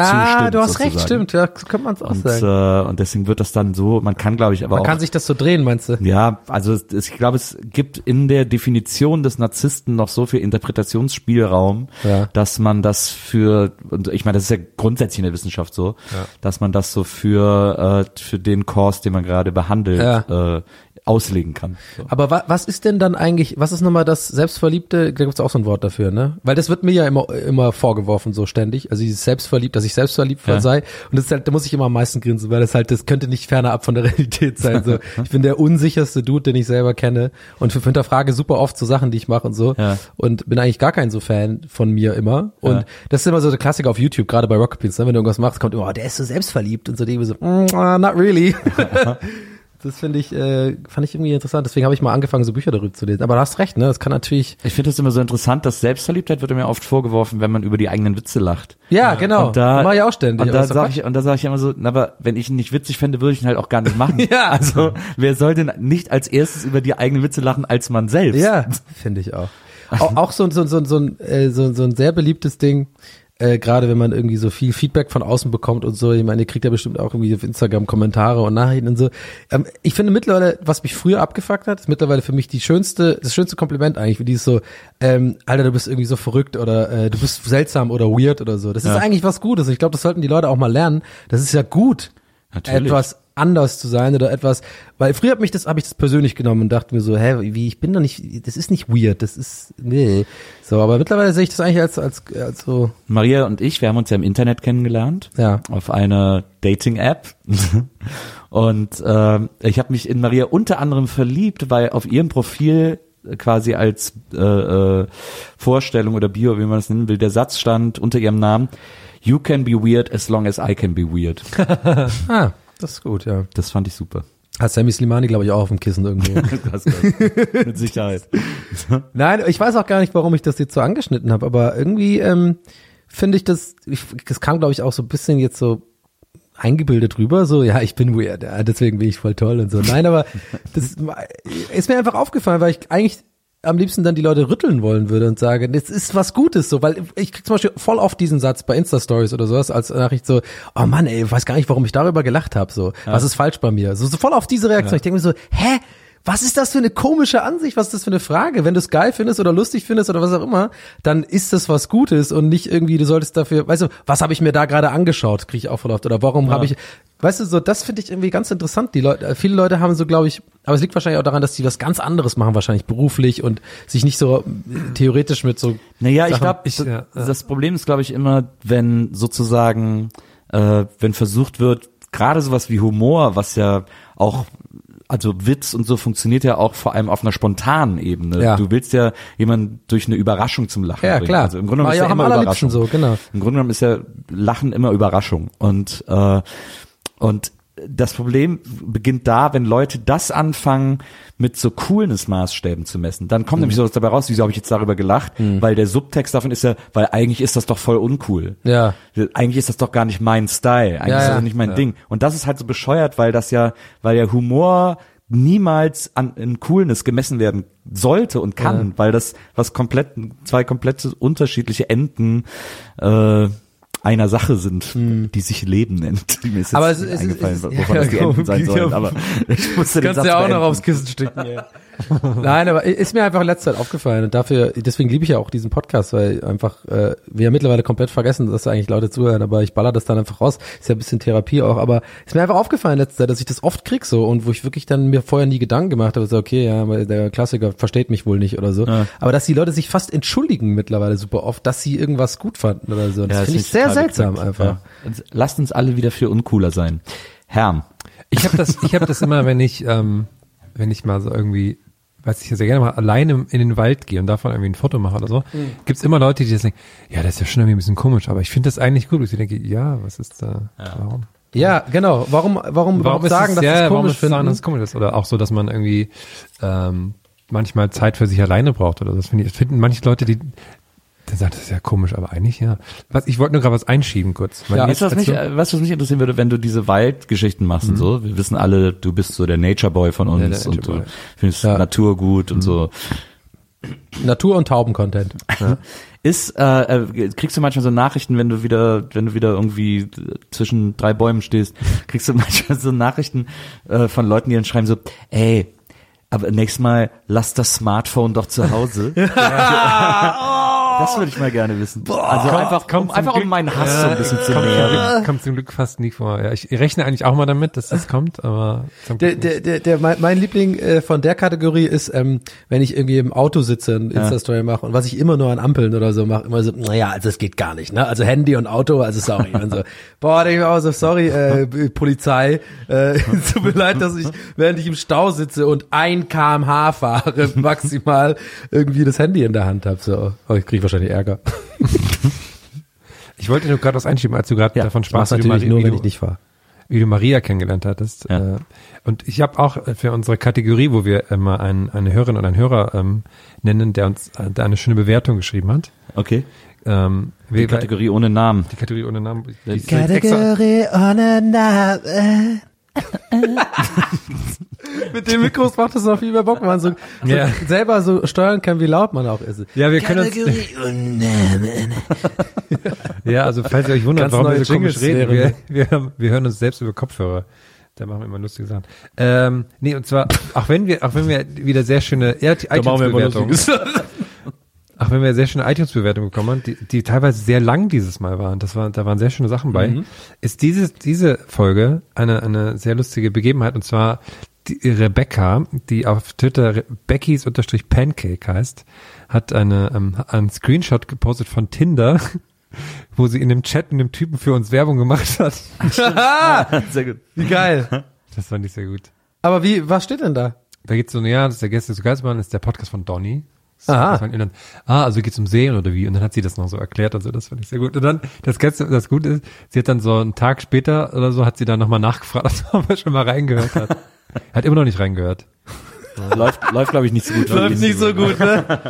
Speaker 1: hast recht,
Speaker 2: sozusagen.
Speaker 1: stimmt. Ja, so könnte man es auch
Speaker 2: und,
Speaker 1: sagen.
Speaker 2: äh, und deswegen wird das dann so, man kann glaube ich aber
Speaker 1: Man
Speaker 2: auch
Speaker 1: kann sich das so drehen, meinst du?
Speaker 2: Ja, also es, es- ich glaube, es gibt in der Definition des Narzissten noch so viel Interpretationsspielraum,
Speaker 1: Ja.
Speaker 2: dass man das für, und ich meine, das ist ja grundsätzlich in der Wissenschaft so, dass man das so für, äh, für den Kurs, den man gerade behandelt,
Speaker 1: Ja.
Speaker 2: äh, auslegen kann. So.
Speaker 1: Aber wa was ist denn dann eigentlich, was ist nochmal das Selbstverliebte, da gibt's auch so ein Wort dafür, ne? Weil das wird mir ja immer, immer vorgeworfen, so ständig. Also dieses Selbstverliebt, dass ich selbstverliebt
Speaker 2: Ja.
Speaker 1: sei. Und das ist halt, da muss ich immer am meisten grinsen, weil das halt, das könnte nicht ferner ab von der Realität sein. So. Ich bin der unsicherste Dude, den ich selber kenne und hinterfrage super oft so Sachen, die ich mache und so.
Speaker 2: Ja.
Speaker 1: Und bin eigentlich gar kein so Fan von mir immer. Und
Speaker 2: Ja.
Speaker 1: das ist immer so der Klassiker auf YouTube, gerade bei Rocket Beans, ne? Wenn du irgendwas machst, kommt immer, oh, der ist so selbstverliebt und so, die immer so, mm, ah, not really. Das finde ich, äh, fand ich irgendwie interessant. Deswegen habe ich mal angefangen, so Bücher darüber zu lesen. Aber du hast recht, ne? Das kann natürlich.
Speaker 2: Ich finde das immer so interessant, dass Selbstverliebtheit wird mir oft vorgeworfen, wenn man über die eigenen Witze lacht.
Speaker 1: Ja, genau.
Speaker 2: Und da
Speaker 1: Mach ich auch ständig.
Speaker 2: Und
Speaker 1: Aber
Speaker 2: da
Speaker 1: ist doch
Speaker 2: sage
Speaker 1: Quatsch.
Speaker 2: ich, und da sage ich immer so, na, aber wenn ich ihn nicht witzig fände, würde ich ihn halt auch gar nicht machen.
Speaker 1: Ja.
Speaker 2: Also wer soll denn nicht als erstes über die eigenen Witze lachen als man selbst?
Speaker 1: Ja, finde ich auch. Auch, auch so, ein- so, ein- so, ein- so, ein, äh, so, ein- so ein sehr beliebtes Ding, äh, gerade wenn man irgendwie so viel Feedback von außen bekommt und so. Ich meine, ihr kriegt ja bestimmt auch irgendwie auf Instagram Kommentare und Nachrichten und so. Ähm, ich finde mittlerweile, was mich früher abgefuckt hat, ist mittlerweile für mich die schönste, das schönste Kompliment eigentlich, wie dieses so, ähm, Alter, du bist irgendwie so verrückt oder äh, du bist seltsam oder weird oder so. Das ist eigentlich was Gutes. Ich glaube, das sollten die Leute auch mal lernen. Das ist ja gut.
Speaker 2: Natürlich.
Speaker 1: Etwas anders zu sein oder etwas, weil früher habe ich das habe ich das persönlich genommen und dachte mir so, hä, wie ich bin doch nicht, das ist nicht weird, das ist nee. So, aber mittlerweile sehe ich das eigentlich als als, als so
Speaker 2: Maria und ich, wir haben uns ja im Internet kennengelernt.
Speaker 1: Ja.
Speaker 2: Auf einer Dating-App. und ähm, ich habe mich in Maria unter anderem verliebt, weil auf ihrem Profil quasi als äh, äh, Vorstellung oder Bio, wie man das nennen will, der Satz stand unter ihrem Namen, You can be weird as long as I can be weird.
Speaker 1: ah, das ist gut, ja.
Speaker 2: Das fand ich super.
Speaker 1: Hat Sammy Slimani glaube ich auch auf dem Kissen irgendwo.
Speaker 2: Das- Mit Sicherheit.
Speaker 1: Nein, ich weiß auch gar nicht, warum ich das jetzt so angeschnitten habe, aber irgendwie ähm, finde ich das ich, das kam glaube ich auch so ein bisschen jetzt so eingebildet rüber, so, ja, ich bin weird, ja, deswegen bin ich voll toll und so. Nein, aber das ist mir einfach aufgefallen, weil ich eigentlich am liebsten dann die Leute rütteln wollen würde und sage, das ist was Gutes, so, weil ich krieg zum Beispiel voll oft diesen Satz bei Insta-Stories oder sowas als Nachricht so, oh Mann, ey, ich weiß gar nicht, warum ich darüber gelacht habe, so, was ist falsch bei mir? So, so voll auf diese Reaktion. Ich denke mir so, hä? Was ist das für eine komische Ansicht? Was ist das für eine Frage? Wenn du es geil findest oder lustig findest oder was auch immer, dann ist das was Gutes und nicht irgendwie, du solltest dafür, weißt du, was habe ich mir da gerade angeschaut, kriege ich auch voll oft. Oder warum habe ich, weißt du, so, das finde ich irgendwie ganz interessant. Die Leute, äh, viele Leute haben so, glaube ich, aber es liegt wahrscheinlich auch daran, dass die was ganz anderes machen, wahrscheinlich beruflich und sich nicht so äh, theoretisch mit so.
Speaker 2: Naja, ich
Speaker 1: Sachen-
Speaker 2: glaube,
Speaker 3: ich- ja, ja.
Speaker 2: das Problem ist, glaube ich, immer, wenn sozusagen, äh, wenn versucht wird, gerade sowas wie Humor, was ja auch, also Witz und so funktioniert ja auch vor allem auf einer spontanen Ebene.
Speaker 1: Ja.
Speaker 2: Du willst ja jemanden durch eine Überraschung zum Lachen
Speaker 1: Ja,
Speaker 2: bringen.
Speaker 1: klar.
Speaker 2: Also im Grunde genommen
Speaker 1: War
Speaker 2: ist
Speaker 1: ja
Speaker 2: ja
Speaker 1: auch am
Speaker 2: immer
Speaker 1: allerliebsten
Speaker 2: Überraschung.
Speaker 1: so, genau.
Speaker 2: Im Grunde genommen ist ja Lachen immer Überraschung. Und äh, und das Problem beginnt da, wenn Leute das anfangen, mit so Coolness-Maßstäben zu messen. Dann
Speaker 1: Mhm.
Speaker 2: kommt nämlich sowas dabei raus, wieso habe ich jetzt darüber gelacht? Weil der Subtext davon ist ja, weil eigentlich ist das doch voll uncool.
Speaker 1: Ja.
Speaker 2: Eigentlich ist das doch gar nicht mein Style. Eigentlich
Speaker 1: Ja,
Speaker 2: ist
Speaker 1: ja.
Speaker 2: das nicht mein Ding. Und das ist halt so bescheuert, weil das ja, weil der Humor niemals an in Coolness gemessen werden sollte und kann, weil das was komplett zwei komplette unterschiedliche Enden äh, einer Sache sind, die sich Leben nennt. Mir ist jetzt
Speaker 1: Hm. Aber es
Speaker 2: nicht
Speaker 1: ist- es
Speaker 2: eingefallen,
Speaker 1: ist-
Speaker 2: wovon
Speaker 1: ja,
Speaker 2: das die
Speaker 1: komm,
Speaker 2: Enden sein
Speaker 1: geht
Speaker 2: sollen,
Speaker 1: ja-
Speaker 2: aber ich musste den
Speaker 1: Kannst
Speaker 2: Satz
Speaker 1: ja auch noch
Speaker 2: beenden.
Speaker 1: aufs Kissen sticken. Nein, aber ist mir einfach in letzter Zeit aufgefallen und dafür, deswegen liebe ich ja auch diesen Podcast, weil einfach äh, wir ja mittlerweile komplett vergessen, dass da eigentlich Leute zuhören, aber ich baller das dann einfach raus. Ist ja ein bisschen Therapie auch, aber ist mir einfach aufgefallen in letzter Zeit, dass ich das oft krieg so und wo ich wirklich dann mir vorher nie Gedanken gemacht habe, so okay, ja, weil der Klassiker versteht mich wohl nicht oder so. Aber dass die Leute sich fast entschuldigen mittlerweile super oft, dass sie irgendwas gut fanden oder so. Und das
Speaker 2: Ja, das
Speaker 1: finde ich sehr
Speaker 2: total
Speaker 1: seltsam
Speaker 2: beknackt.
Speaker 1: einfach.
Speaker 2: Ja. Und Lasst uns alle wieder für uncooler sein. Herm.
Speaker 3: Ich habe das, ich habe das immer, wenn ich, ähm, wenn ich mal so irgendwie, was ich ja sehr gerne mache, alleine in den Wald gehe und davon irgendwie ein Foto mache oder so,
Speaker 1: Mhm.
Speaker 3: gibt's immer Leute, die das denken, ja, das ist ja schon irgendwie ein bisschen komisch, aber ich finde das eigentlich gut. Und ich denke, ja, was ist da, warum?
Speaker 1: Ja, genau. Warum, warum, überhaupt sagen, dass
Speaker 3: ja,
Speaker 1: das
Speaker 3: warum
Speaker 1: komisch
Speaker 3: ist es sagen,
Speaker 1: finden?
Speaker 3: dass es komisch ist? Oder auch so, dass man irgendwie ähm, manchmal Zeit für sich alleine braucht oder so. Das, finde ich, das finden manche Leute, die dann sagt, das ist ja komisch, aber eigentlich ja. Was, ich wollte nur gerade was einschieben kurz. Weil
Speaker 1: Ja,
Speaker 3: mir-
Speaker 2: Weißt du, was mich, äh, weißt du, was mich interessieren würde, wenn du diese Waldgeschichten machst
Speaker 1: Mhm.
Speaker 2: und so? Wir wissen alle, du bist so der Nature Boy von
Speaker 3: der
Speaker 2: uns und
Speaker 3: Nature
Speaker 2: du
Speaker 3: Boy.
Speaker 2: findest
Speaker 1: Ja.
Speaker 2: Natur gut und so.
Speaker 1: Natur- und Tauben-Content.
Speaker 2: Ne? Ist, äh, äh, kriegst du manchmal so Nachrichten, wenn du wieder, wenn du wieder irgendwie äh, zwischen drei Bäumen stehst, kriegst du manchmal so Nachrichten äh, von Leuten, die dann schreiben so, ey, aber nächstes Mal lass das Smartphone doch zu Hause. Das würde ich mal gerne wissen. also einfach, um,
Speaker 3: kommt
Speaker 2: einfach
Speaker 3: zum
Speaker 2: um meinen Hass so ein bisschen zu
Speaker 3: kommt, zum
Speaker 2: nähern.
Speaker 3: Glück- kommt zum Glück fast nie vor. Ja, ich rechne eigentlich auch mal damit, dass das kommt, aber zum
Speaker 1: Der,
Speaker 3: Glück
Speaker 1: der, der, der, mein, mein Liebling äh, von der Kategorie ist, ähm, wenn ich irgendwie im Auto sitze und Insta-Story mache und was ich immer nur an Ampeln oder so mache, immer so, naja, also es geht gar nicht, ne? Also Handy und Auto, also sorry. und so, boah, denke ich mir auch so, sorry, äh, B- Polizei, äh, tut mir leid, dass ich, während ich im Stau sitze und ein kmh fahre, maximal irgendwie das Handy in der Hand habe. So, oh, ich kriege wahrscheinlich Ärger.
Speaker 3: nicht. Ich wollte nur gerade was einschieben, als du gerade
Speaker 2: Ja,
Speaker 3: davon
Speaker 1: Ich mach's
Speaker 3: sprachst, wie du,
Speaker 1: natürlich nur,
Speaker 3: Maria, wie,
Speaker 1: wenn
Speaker 3: du,
Speaker 1: ich nicht fahre.
Speaker 3: wie du Maria kennengelernt hattest.
Speaker 2: Ja.
Speaker 3: Äh, Und ich habe auch äh, für unsere Kategorie, wo wir immer einen, eine Hörerin und einen Hörer ähm, nennen, der uns äh, da eine schöne Bewertung geschrieben hat.
Speaker 2: Okay.
Speaker 3: Ähm,
Speaker 2: Die Kategorie ohne Namen.
Speaker 3: die Kategorie ohne Namen. die- die-
Speaker 1: ohne Name.
Speaker 3: Mit den Mikros macht das noch viel mehr Bock, man. So,
Speaker 1: so
Speaker 3: ja.
Speaker 1: selber so steuern kann, wie laut man auch ist.
Speaker 3: ja, wir können uns, ja, also falls ihr euch
Speaker 1: Ganz
Speaker 3: wundert, warum
Speaker 1: neue
Speaker 3: wir so komisch
Speaker 1: Jingles
Speaker 3: reden, wir,
Speaker 1: wären.
Speaker 3: wir, haben- wir hören uns selbst über Kopfhörer. Da machen wir immer lustige Sachen. Ähm, nee, und zwar, auch wenn wir, auch wenn wir wieder sehr schöne iTunes-Bewertungen, auch wenn wir sehr schöne iTunes-Bewertungen bekommen haben, die, die teilweise sehr lang dieses Mal waren, das war, da waren sehr schöne Sachen bei, ist diese, diese Folge eine, eine sehr lustige Begebenheit, und zwar die Rebecca, die auf Twitter Re- Beckys-Pancake heißt, hat eine, ähm, einen Screenshot gepostet von Tinder, wo sie in dem Chat mit dem Typen für uns Werbung gemacht hat.
Speaker 2: Sehr gut.
Speaker 1: Wie geil.
Speaker 3: Das fand ich sehr gut.
Speaker 1: Aber wie, was steht denn da?
Speaker 3: Da geht's so, ja, das ist der Gäste zu Geistmann, das ist der Podcast von Donny. So,
Speaker 1: Aha.
Speaker 3: das fand ich dann, ah, also geht's um Serien oder wie? Und dann hat sie das noch so erklärt, also das fand ich sehr gut. Und dann, das Ganze, das Gute ist, sie hat dann so einen Tag später oder so, hat sie dann nochmal nachgefragt, ob er schon mal reingehört hat. hat immer noch nicht reingehört.
Speaker 2: Läuft, läuft glaube ich, nicht so gut.
Speaker 1: Läuft nicht so gut, ne?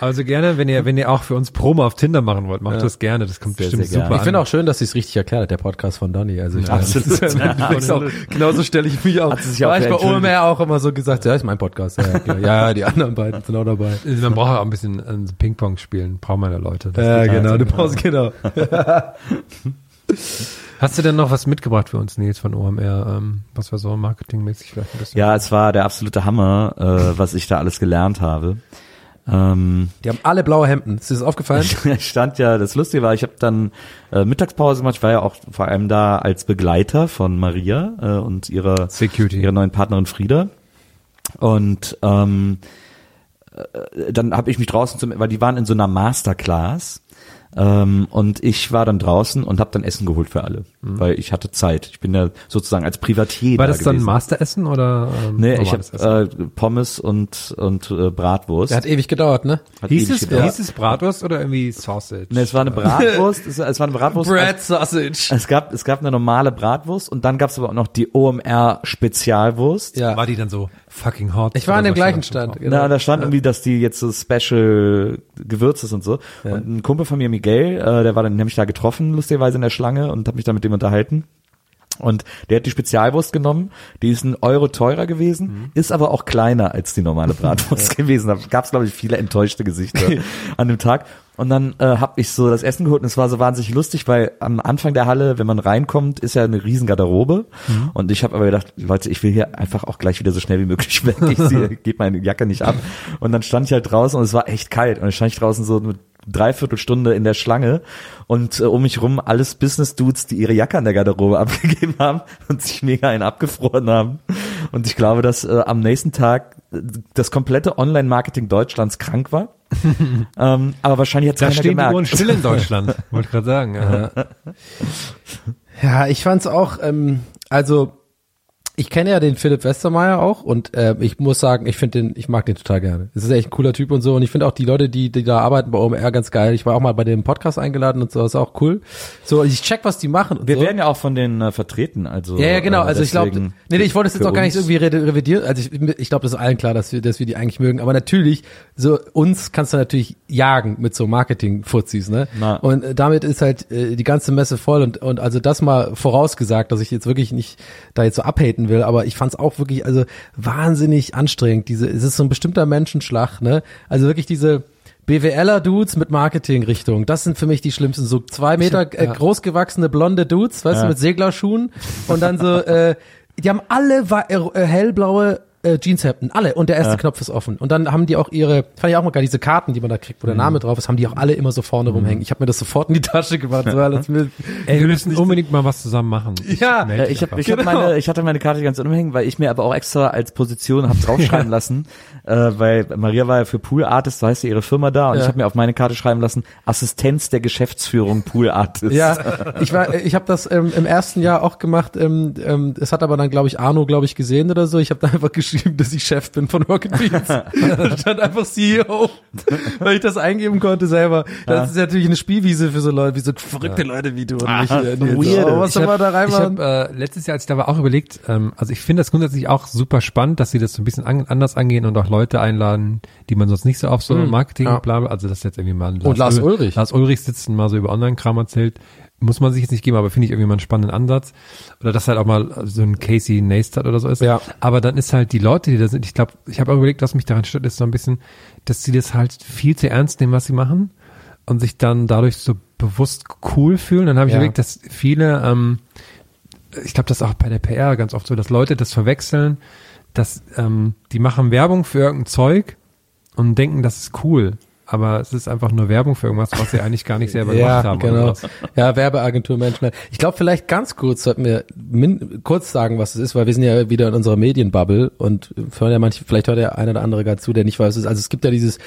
Speaker 3: Also gerne, wenn ihr, wenn ihr auch für uns Promo auf Tinder machen wollt, macht das gerne, das kommt
Speaker 2: Sehr,
Speaker 3: bestimmt
Speaker 2: sehr gerne.
Speaker 3: super
Speaker 1: Ich finde
Speaker 3: an.
Speaker 1: auch schön, dass sie es richtig erklärt hat, der Podcast von Donny. Also ich
Speaker 2: Absolut.
Speaker 1: genauso stelle ich mich auch. Hat
Speaker 2: sie sich auch
Speaker 1: war ich bei
Speaker 2: entschuldigt.
Speaker 1: OMR auch immer so gesagt, ja, ist mein Podcast. Ja, ja, klar. ja die anderen beiden sind auch dabei.
Speaker 3: man braucht auch ein bisschen äh, Ping-Pong spielen, brauchen meine Leute. Das
Speaker 1: Ja,
Speaker 3: geht
Speaker 1: genau,
Speaker 3: halt.
Speaker 1: du brauchst genau.
Speaker 3: Hast du denn noch was mitgebracht für uns, Nils, von OMR, ähm, was wir so marketingmäßig vielleicht ein bisschen
Speaker 2: Ja, es war der absolute Hammer, äh, was ich da alles gelernt habe. Ähm,
Speaker 1: Die haben alle blaue Hemden. Ist dir das aufgefallen?
Speaker 2: ich stand ja, das Lustige war, ich habe dann äh, Mittagspause gemacht. Ich war ja auch vor allem da als Begleiter von Maria äh, und ihrer,
Speaker 3: Security.
Speaker 2: ihrer neuen Partnerin Frieda. Und ähm, äh, dann habe ich mich draußen zum, weil die waren in so einer Masterclass. Ähm, und ich war dann draußen und habe dann Essen geholt für alle, weil ich hatte Zeit. Ich bin ja sozusagen als Privatier
Speaker 3: Mhm. War
Speaker 2: da
Speaker 3: das dann
Speaker 2: gewesen.
Speaker 3: Masteressen oder ähm,
Speaker 2: Nee, ich
Speaker 3: normales Essen?
Speaker 2: habe äh, Pommes und und äh, Bratwurst.
Speaker 1: Der hat ewig gedauert, ne?
Speaker 2: Hat
Speaker 3: hieß,
Speaker 2: ewig
Speaker 3: es,
Speaker 2: gedauert.
Speaker 3: hieß es Bratwurst oder irgendwie Sausage?
Speaker 2: Nee, es war eine Bratwurst. es, es war eine Bratwurst.
Speaker 1: Sausage.
Speaker 2: Es gab, es gab eine normale Bratwurst und dann gab es aber auch noch die OMR-Spezialwurst.
Speaker 1: Ja.
Speaker 3: War die dann so fucking hot?
Speaker 1: Ich war an
Speaker 3: Oder
Speaker 1: dem
Speaker 3: war
Speaker 1: gleichen
Speaker 3: schon drauf?
Speaker 1: Stand.
Speaker 2: Na, da stand irgendwie, dass die jetzt so Special Gewürz ist und so. Und ein Kumpel von mir, Miguel, äh, der war dann nämlich da getroffen, lustigerweise in der Schlange und habe mich dann mit dem unterhalten. Und der hat die Spezialwurst genommen, die ist ein Euro teurer gewesen, ist aber auch kleiner als die normale Bratwurst gewesen. Da gab es, glaube ich, viele enttäuschte Gesichter an dem Tag. Und dann äh, habe ich so das Essen geholt und es war so wahnsinnig lustig, weil am Anfang der Halle, wenn man reinkommt, ist ja eine riesen Garderobe. Und ich habe aber gedacht, Leute, ich will hier einfach auch gleich wieder so schnell wie möglich weg. Ich sehe- gebe meine Jacke nicht ab. Und dann stand ich halt draußen und es war echt kalt. Und dann stand ich draußen so mit Dreiviertelstunde in der Schlange und äh, um mich rum alles Business-Dudes, die ihre Jacke an der Garderobe abgegeben haben und sich mega einen abgefroren haben. Und ich glaube, dass äh, am nächsten Tag äh, das komplette Online-Marketing Deutschlands krank war. ähm, aber wahrscheinlich hat es
Speaker 3: Da
Speaker 2: keiner
Speaker 3: stehen die Uhren
Speaker 2: gemerkt.
Speaker 3: still in Deutschland. Wollte gerade sagen. Ja.
Speaker 1: Ja, ich fand's auch, ähm, also ich kenne ja den Philipp Westermeier auch und äh, ich muss sagen, ich finde den, ich mag den total gerne. Es ist echt ein cooler Typ und so und ich finde auch die Leute, die, die da arbeiten bei OMR ganz geil. Ich war auch mal bei dem Podcast eingeladen und so, ist auch cool. So, ich check, was die machen und
Speaker 2: Wir
Speaker 1: so.
Speaker 2: werden ja auch von den äh, vertreten. Also
Speaker 1: Ja, ja, genau.
Speaker 2: äh,
Speaker 1: Also ich glaube,
Speaker 2: deswegen
Speaker 1: nee, nee, ich wollte es jetzt
Speaker 2: für
Speaker 1: auch gar nicht
Speaker 2: uns-
Speaker 1: irgendwie re- revidieren. Also ich, ich glaube, das ist allen klar, dass wir, dass wir die eigentlich mögen. Aber natürlich, so uns kannst du natürlich jagen mit so Marketing-Furzis, ne?
Speaker 2: Na.
Speaker 1: Und äh, damit ist halt äh, die ganze Messe voll und und also das mal vorausgesagt, dass ich jetzt wirklich nicht da jetzt so abhaten will. Aber ich fand es auch wirklich also wahnsinnig anstrengend. Diese, es ist so ein bestimmter Menschenschlag, ne? Also wirklich diese BWLer-Dudes mit Marketing-Richtung, das sind für mich die schlimmsten. So zwei Meter äh, großgewachsene blonde Dudes, weißt du, mit Seglerschuhen und dann so, äh, die haben alle wa- äh, hellblaue äh, Jeanshemden, alle. Und der erste Knopf ist offen. Und dann haben die auch ihre, fand ich auch mal geil, diese Karten, die man da kriegt, wo
Speaker 3: Mhm.
Speaker 1: der Name drauf ist, haben die auch alle immer so vorne rumhängen. Ich habe mir das sofort in die Tasche gemacht. So, weil das mir,
Speaker 3: Ey, wir müssen unbedingt mal was zusammen machen. Ich
Speaker 1: Ja,
Speaker 3: melde
Speaker 2: Ja,
Speaker 3: dich
Speaker 2: Äh, ich, hab,
Speaker 3: einfach.
Speaker 2: ich, hab meine, ich hatte meine Karte ganz umhängen, weil ich mir aber auch extra als Position hab draufschreiben lassen, äh, weil Maria war ja für Pool Artist, so heißt ja ihre Firma da, und
Speaker 1: Ja.
Speaker 2: ich habe mir auf meine Karte schreiben lassen, Assistenz der Geschäftsführung Pool Artist. Äh,
Speaker 1: Ja, ich war, ich habe das ähm, im ersten Jahr auch gemacht. Ähm, ähm, es hat aber dann, glaube ich, Arno, glaube ich, gesehen oder so. Ich habe da einfach geschrieben, dass ich Chef bin von Rocket Beans. da stand einfach CEO, weil ich das eingeben konnte selber. Das ist natürlich eine Spielwiese für so Leute, wie so verrückte Leute wie du und mich. äh, die jetzt so, oh, was soll
Speaker 3: Ah,
Speaker 1: man
Speaker 3: ich
Speaker 1: da
Speaker 3: habe hab,
Speaker 1: reinmachen?
Speaker 3: äh, letztes Jahr, als ich da war, auch überlegt, ähm, also ich finde das grundsätzlich auch super spannend, dass sie das so ein bisschen an, anders angehen und auch Leute einladen, die man sonst nicht so auf so Marketing
Speaker 1: Hm, ja.
Speaker 3: bla, bla, also das ist jetzt irgendwie mal
Speaker 1: Und Lars Ulrich.
Speaker 3: Lars Ulrich sitzen, mal so über Online-Kram erzählt, muss man sich jetzt nicht geben, aber finde ich irgendwie mal einen spannenden Ansatz oder dass halt auch mal so ein Casey Neistat oder so ist,
Speaker 1: Ja.
Speaker 3: aber dann ist halt die Leute, die da sind, ich glaube, ich habe auch überlegt, was mich daran stört, ist so ein bisschen, dass sie das halt viel zu ernst nehmen, was sie machen und sich dann dadurch so bewusst cool fühlen. Dann habe ich
Speaker 1: Ja.
Speaker 3: überlegt, dass viele, ähm, ich glaube, das ist auch bei der PR ganz oft so, dass Leute das verwechseln, dass ähm, die machen Werbung für irgendein Zeug und denken, das ist cool. Aber es ist einfach nur Werbung für irgendwas, was sie eigentlich gar nicht selber
Speaker 1: Ja,
Speaker 3: gemacht haben. oder
Speaker 1: genau.
Speaker 3: was.
Speaker 1: Ja, Werbeagentur Management. Ich glaube, vielleicht ganz kurz sollten wir min kurz sagen, was es ist, weil wir sind ja wieder in unserer Medienbubble und hören ja manche, vielleicht hört ja einer oder andere gerade zu, der nicht weiß, was es ist. Also es gibt ja dieses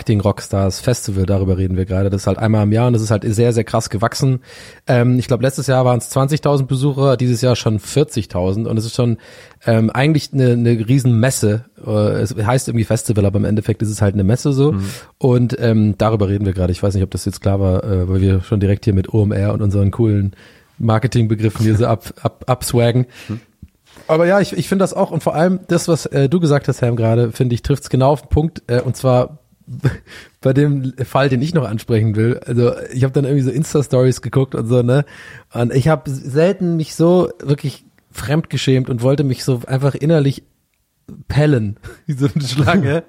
Speaker 1: Online-Marketing-Rockstars-Festival, darüber reden wir gerade. Das ist halt einmal im Jahr und das ist halt sehr, sehr krass gewachsen. Ähm, ich glaube, letztes Jahr waren es 20.000 Besucher, dieses Jahr schon 40.000 und es ist schon ähm, eigentlich eine, eine Riesenmesse. Äh, es heißt irgendwie Festival, aber im Endeffekt ist es halt eine Messe so. Und ähm, darüber reden wir gerade. Ich weiß nicht, ob das jetzt klar war, äh, weil wir schon direkt hier mit OMR und unseren coolen Marketingbegriffen hier so ab, ab, abswaggen. Aber ja, ich, ich finde das auch und vor allem das, was äh, du gesagt hast, Herm, gerade, finde ich, trifft es genau auf den Punkt. Äh, und zwar bei dem Fall, den ich noch ansprechen will. Also ich habe dann irgendwie so Insta-Stories geguckt und so, ne? Und ich habe selten mich so wirklich fremdgeschämt und wollte mich so einfach innerlich pellen, wie so eine Schlange.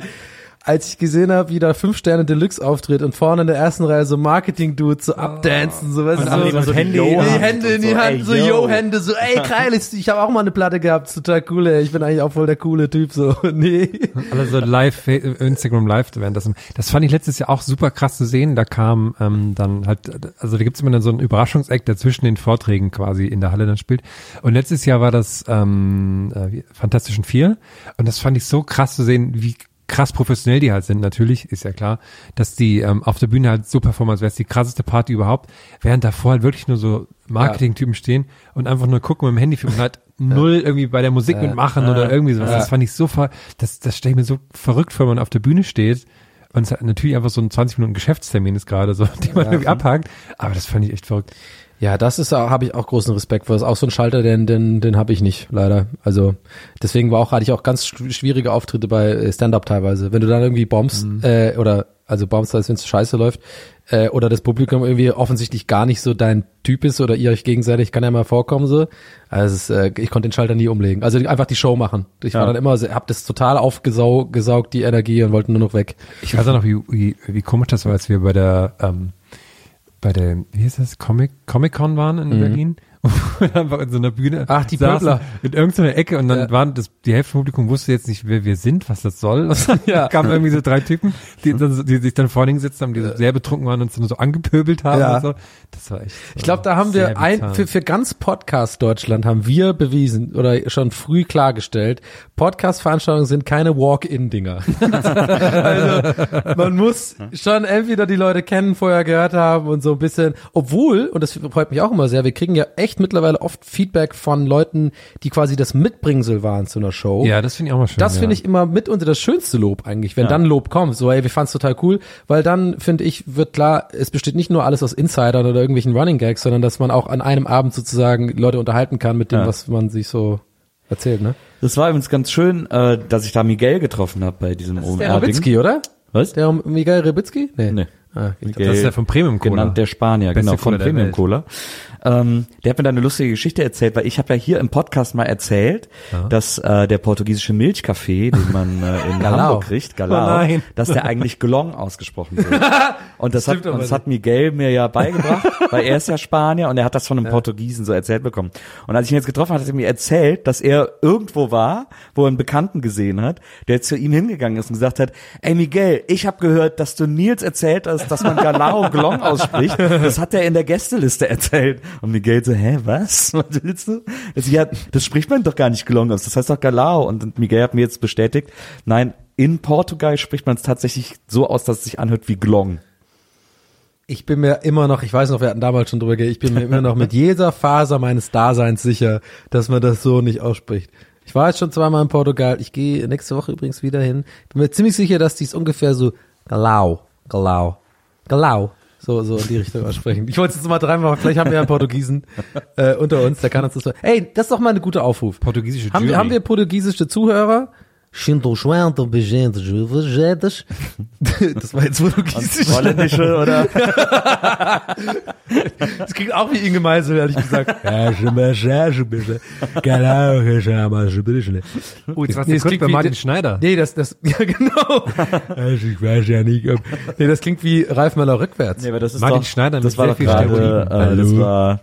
Speaker 1: Als ich gesehen habe, wie da fünf Sterne Deluxe auftritt und vorne in der ersten Reihe so Marketing-Dudes so abdancen, so weißt
Speaker 2: Und alle
Speaker 1: du,
Speaker 2: immer
Speaker 1: so,
Speaker 2: Also, so
Speaker 1: Handy-
Speaker 2: die Yo-Hand
Speaker 1: die Hände in
Speaker 2: und
Speaker 1: die
Speaker 2: so,
Speaker 1: Hand,
Speaker 2: ey,
Speaker 1: so
Speaker 2: yo.
Speaker 1: Yo-Hände, so ey geil, ich, ich habe auch mal eine Platte gehabt, ist total cool, ey, ich bin eigentlich auch voll der coole Typ, so, nee.
Speaker 3: Alle so live, Instagram live während das. Das fand ich letztes Jahr auch super krass zu sehen. Da kam ähm, dann halt, also da gibt's immer dann so einen Überraschungseck, der zwischen den Vorträgen quasi in der Halle dann spielt. Und letztes Jahr war das ähm, äh, wie- Fantastischen Vier. Und das fand ich so krass zu sehen, wie krass professionell die halt sind, natürlich, ist ja klar, dass die ähm, auf der Bühne halt so performen, als wäre es die krasseste Party überhaupt, während davor halt wirklich nur so Marketing-Typen stehen und einfach nur gucken mit dem Handy filmen und halt null irgendwie bei der Musik mitmachen oder irgendwie sowas. Das fand ich so ver das, das stelle ich mir so verrückt vor, wenn man auf der Bühne steht und es hat natürlich einfach so ein 20 Minuten Geschäftstermin ist gerade so, den man irgendwie abhakt, aber das fand ich echt verrückt.
Speaker 1: Ja, das ist habe ich auch großen Respekt vor. Das ist auch so ein Schalter, den den den habe ich nicht leider. Also deswegen war auch hatte ich auch ganz sch- schwierige Auftritte bei äh, Stand-up teilweise. Wenn du dann irgendwie bombst
Speaker 3: Mhm.
Speaker 1: äh, oder also bombst, als wenn es scheiße läuft äh, oder das Publikum irgendwie offensichtlich gar nicht so dein Typ ist oder ihr euch gegenseitig kann ja mal vorkommen so. Also es ist, äh, ich konnte den Schalter nie umlegen. Also einfach die Show machen. Ich war dann immer so- hab das total aufgesaugt die Energie und wollte nur noch weg.
Speaker 3: Ich weiß auch noch, wie, wie, wie komisch das war, als wir bei der, ähm, bei der, wie hieß das, Comic, Comic-Con waren in Berlin. Und einfach in so einer Bühne.
Speaker 1: Mhm. Ach, die
Speaker 3: saßen
Speaker 1: Pöbler.
Speaker 3: In irgendeiner Ecke und dann
Speaker 1: Ja.
Speaker 3: waren das, die Hälfte vom Publikum wusste jetzt nicht, wer wir sind, was das soll. Und dann
Speaker 1: Ja. Mhm.
Speaker 3: kamen irgendwie so drei Typen, die, dann, die sich dann vorne gesetzt haben, die so sehr betrunken waren und uns dann so angepöbelt haben
Speaker 1: Ja.
Speaker 3: und so. Das war echt.
Speaker 1: Ich glaube, da haben wir ein, für, für ganz Podcast Deutschland haben wir bewiesen oder schon früh klargestellt, Podcast-Veranstaltungen sind keine Walk-in-Dinger. also man muss schon entweder die Leute kennen, vorher gehört haben und so ein bisschen, obwohl, und das freut mich auch immer sehr, wir kriegen ja echt mittlerweile oft Feedback von Leuten, die quasi das Mitbringsel waren zu einer Show.
Speaker 3: ja, das finde ich auch mal schön.
Speaker 1: Das
Speaker 3: ja.
Speaker 1: finde ich immer mitunter das schönste Lob eigentlich, wenn dann Lob kommt. So, ey, wir fanden es total cool, weil dann finde ich, wird klar, es besteht nicht nur alles aus Insidern oder irgendwelchen Running Gags, sondern dass man auch an einem Abend sozusagen Leute unterhalten kann mit dem,
Speaker 2: Ja.
Speaker 1: was man sich so erzählt, ne?
Speaker 2: Das war übrigens ganz schön, äh, dass ich da Miguel getroffen habe bei diesem
Speaker 1: Der
Speaker 2: OMR-Ding.
Speaker 1: Rebitzky, oder?
Speaker 2: Was?
Speaker 1: Der Miguel Rebitzky? Nee. Ah,
Speaker 2: Nee.
Speaker 3: Das ist der von Premium Cola.
Speaker 2: Genannt der Spanier,
Speaker 3: Beste
Speaker 2: genau, von
Speaker 3: Cola der
Speaker 2: Premium
Speaker 3: Welt.
Speaker 2: Cola. Ähm, der hat mir da eine lustige Geschichte erzählt, weil ich habe ja hier im Podcast mal erzählt, dass äh, der portugiesische Milchkaffee, den man äh, in
Speaker 1: Galao.
Speaker 2: Hamburg kriegt, Galao,
Speaker 3: Oh nein.
Speaker 2: dass der eigentlich Glong ausgesprochen wird. Und das, hat,
Speaker 3: Stimmt aber
Speaker 2: und das hat Miguel mir ja beigebracht, weil er ist ja Spanier und er hat das von einem Portugiesen so erzählt bekommen. Und als ich ihn jetzt getroffen habe, hat er mir erzählt, dass er irgendwo war, wo er einen Bekannten gesehen hat, der zu ihm hingegangen ist und gesagt hat, ey Miguel, ich habe gehört, dass du Nils erzählt hast, dass man Galao Glong ausspricht. Das hat er in der Gästeliste erzählt. Und Miguel so, hä, was? Was willst du? Das, ja, das spricht man doch gar nicht Glong aus, das heißt doch Galao. Und Miguel hat mir jetzt bestätigt, nein, in Portugal spricht man es tatsächlich so aus, dass es sich anhört wie Glong.
Speaker 1: Ich bin mir immer noch, ich weiß noch, wir hatten damals schon drüber geredet, ich bin mir immer noch mit jeder Faser meines Daseins sicher, dass man das so nicht ausspricht. Ich war jetzt schon zweimal in Portugal, ich gehe nächste Woche übrigens wieder hin. Bin mir ziemlich sicher, dass die es ungefähr so galau, galau, galau, so, so in die Richtung aussprechen. Ich wollte es jetzt mal dreimal, vielleicht haben wir ja einen Portugiesen äh, unter uns, der kann uns das mal. Ey, das ist doch mal ein guter Aufruf.
Speaker 3: Portugiesische
Speaker 1: haben wir,
Speaker 3: Jury.
Speaker 1: haben wir portugiesische Zuhörer? Das war jetzt portugiesisch.
Speaker 2: Holländische oder?
Speaker 1: Das klingt auch wie Inge Meisel, ehrlich gesagt.
Speaker 3: Oh, jetzt warst
Speaker 1: Nee,
Speaker 3: du
Speaker 1: es
Speaker 3: kurz
Speaker 1: klingt
Speaker 3: bei
Speaker 1: wie-
Speaker 3: Martin Schneider.
Speaker 1: nee, das, das, ja genau. ich weiß ja nicht, ob, nee, das klingt wie Ralf Möller rückwärts.
Speaker 2: Nee, aber das ist
Speaker 3: Martin
Speaker 2: doch,
Speaker 3: Schneider mit
Speaker 2: das war
Speaker 3: sehr
Speaker 2: doch
Speaker 3: viel
Speaker 2: gerade,
Speaker 3: Steroiden.
Speaker 2: äh, das
Speaker 3: Hallo.
Speaker 2: war,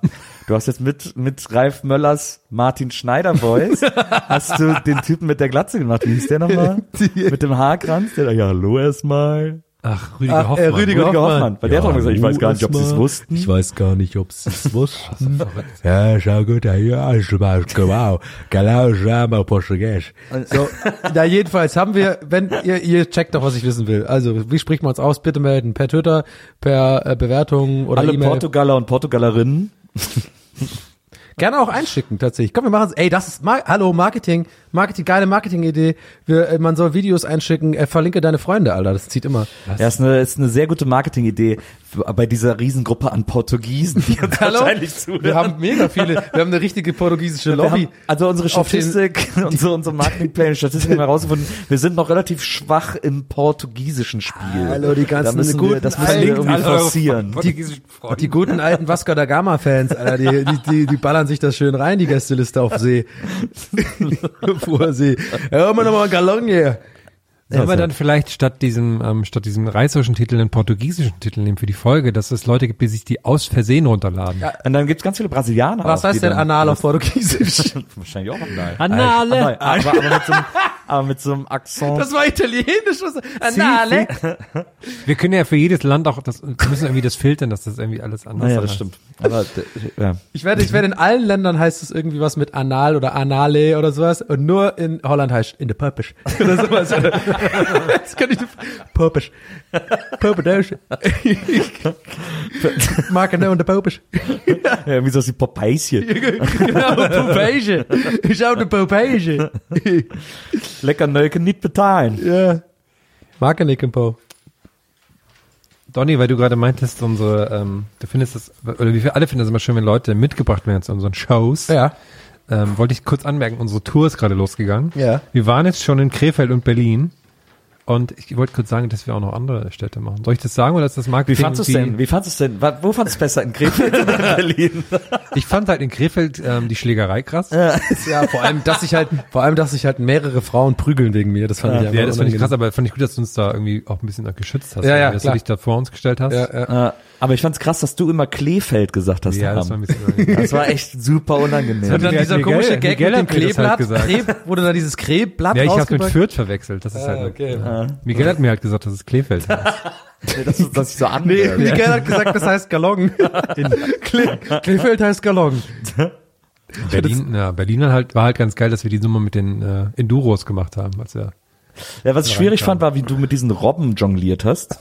Speaker 2: du hast jetzt mit, mit Ralf Möllers Martin Schneider Voice, hast du den Typen mit der Glatze gemacht, wie hieß der nochmal? mit dem Haarkranz, der, ja, hallo erstmal.
Speaker 3: Ach, Rüdiger
Speaker 1: Ach,
Speaker 3: Hoffmann.
Speaker 1: äh, Rüdiger-
Speaker 2: Rüdiger Hoffmann,
Speaker 1: Hoffmann.
Speaker 2: weil der hat doch gesagt, ich weiß gar nicht, ob sie
Speaker 1: Erstmal.
Speaker 2: es wussten.
Speaker 1: Ich weiß gar nicht, ob sie es wussten.
Speaker 3: Ja, schau gut, ja, ich mach, wow, genau, schau mal, Portugiesisch.
Speaker 1: so, na jedenfalls haben wir, wenn ihr, ihr checkt doch, was ich wissen will. Also, wie spricht man uns aus? Bitte melden per Twitter, per äh, Bewertung oder
Speaker 2: Alle
Speaker 1: E-Mail.
Speaker 2: Portugaler und Portugalerinnen.
Speaker 1: Gerne auch einschicken, tatsächlich. Komm, wir machen es. Ey, das ist, Mar hallo, Marketing. Marketing, geile Marketing-Idee. Wir, äh, man soll Videos einschicken. Äh, verlinke deine Freunde, Alter. Das zieht immer.
Speaker 2: Ja, ist eine, ist eine sehr gute Marketingidee für- bei dieser Riesengruppe an Portugiesen, die uns wahrscheinlich zuhören.
Speaker 1: Wir haben mega viele. Wir haben eine richtige portugiesische
Speaker 2: Wir
Speaker 1: Lobby.
Speaker 2: haben, also unsere
Speaker 1: auf den-
Speaker 2: Statistik, unsere, unsere Marketingpläne, Statistik haben herausgefunden, wir sind noch relativ schwach im portugiesischen Spiel.
Speaker 1: Hallo, die ganzen
Speaker 2: da müssen wir,
Speaker 1: guten
Speaker 2: das müssen wir
Speaker 1: alten-
Speaker 2: irgendwie
Speaker 3: alle eure
Speaker 2: forcieren.
Speaker 3: Portugiesischen Freunde.
Speaker 1: Die guten alten Vasco da Gama-Fans, Alter, die, die, die, die ballern sich das schön rein, die Gästeliste auf See. Vor See. Ja, Hör mal nochmal einen Gallon hier.
Speaker 3: Sollen wir dann vielleicht statt diesem, ähm, statt diesem reißerischen Titel einen portugiesischen Titel nehmen für die Folge, dass es Leute gibt, die sich die aus Versehen runterladen?
Speaker 2: Und dann gibt's ganz viele Brasilianer.
Speaker 1: Was
Speaker 2: auch, die
Speaker 1: heißt denn
Speaker 2: dann-
Speaker 1: anal auf Portugiesisch?
Speaker 2: Wahrscheinlich auch Anal.
Speaker 3: Anale.
Speaker 2: Aber, aber, aber, mit so einem, aber mit so einem Akzent.
Speaker 1: war italienisch. was- Anale.
Speaker 3: Wir können ja für jedes Land auch, das, wir müssen irgendwie das filtern, dass das irgendwie alles anders
Speaker 2: naja, das
Speaker 3: heißt.
Speaker 2: stimmt. Aber, d- ja.
Speaker 1: Ich werde, ich werde in allen Ländern heißt es irgendwie was mit anal oder anale oder sowas und nur in Holland heißt in the purpish oder sowas. Jetzt kann ich purpish, purpish, Marke und the purpish.
Speaker 2: ja, irgendwie so aus wie Popeyes hier.
Speaker 1: Genau, purpish. Ich habe the purpish.
Speaker 2: Lecker Neuken nicht bezahlen.
Speaker 1: Ja. Marke Nickenpo.
Speaker 3: Donny, weil du gerade meintest, unsere, ähm, du findest das, oder wie wir alle finden das immer schön, wenn Leute mitgebracht werden zu unseren Shows.
Speaker 1: Ja.
Speaker 3: Ähm, wollte ich kurz anmerken, unsere Tour ist gerade losgegangen.
Speaker 1: Ja.
Speaker 3: Wir waren jetzt schon in Krefeld und Berlin. Und ich wollte kurz sagen, dass wir auch noch andere Städte machen. Soll ich das sagen oder ist das
Speaker 2: Wie
Speaker 3: Marketing?
Speaker 2: fandst du's denn? Wie fandst du's denn? Wa- Wo fandst du's besser? In Krefeld oder in Berlin?
Speaker 3: Ich fand halt in Krefeld ähm, die Schlägerei krass.
Speaker 1: Ja, vor allem, dass ich halt, vor allem, dass sich halt mehrere Frauen prügeln wegen mir. Das fand ich
Speaker 3: Ja, das fand ich
Speaker 1: unangenehm.
Speaker 3: krass, aber fand ich gut, dass du uns da irgendwie auch ein bisschen geschützt hast.
Speaker 1: Ja, ja,
Speaker 3: dass
Speaker 1: klar.
Speaker 3: du dich da vor uns gestellt hast.
Speaker 1: Ja, ja.
Speaker 2: Äh, aber ich fand's krass, dass du immer Klefeld gesagt hast.
Speaker 3: Ja, das war
Speaker 2: Aram.
Speaker 3: ein bisschen.
Speaker 2: das war echt super
Speaker 1: Und
Speaker 2: unangenehm.
Speaker 1: dann
Speaker 3: Miguel-
Speaker 1: dieser
Speaker 3: Miguel-
Speaker 1: komische Gag
Speaker 3: Miguel
Speaker 1: mit dem
Speaker 3: hat mir das
Speaker 1: Kleeblatt,
Speaker 3: halt gesagt.
Speaker 1: Kreb, wurde da dieses Kleeblatt
Speaker 3: ja, ich hab's mit
Speaker 1: rausgebracht.
Speaker 3: Fürth verwechselt. Das ist halt.
Speaker 1: okay.
Speaker 3: Ja. Miguel hat mir halt gesagt, dass es Krefeld heißt.
Speaker 2: Das ist, dass ich so
Speaker 1: Nee,
Speaker 2: anhöre.
Speaker 1: Miguel hat gesagt, das heißt Gallon. Kle Kleefeld heißt Gallon.
Speaker 3: Berlin, ja, Berlin halt, war halt ganz geil, dass wir die Nummer mit den äh, Enduros gemacht haben. Als wir,
Speaker 2: Ja, was ich schwierig fand, war, wie du mit diesen Robben jongliert hast.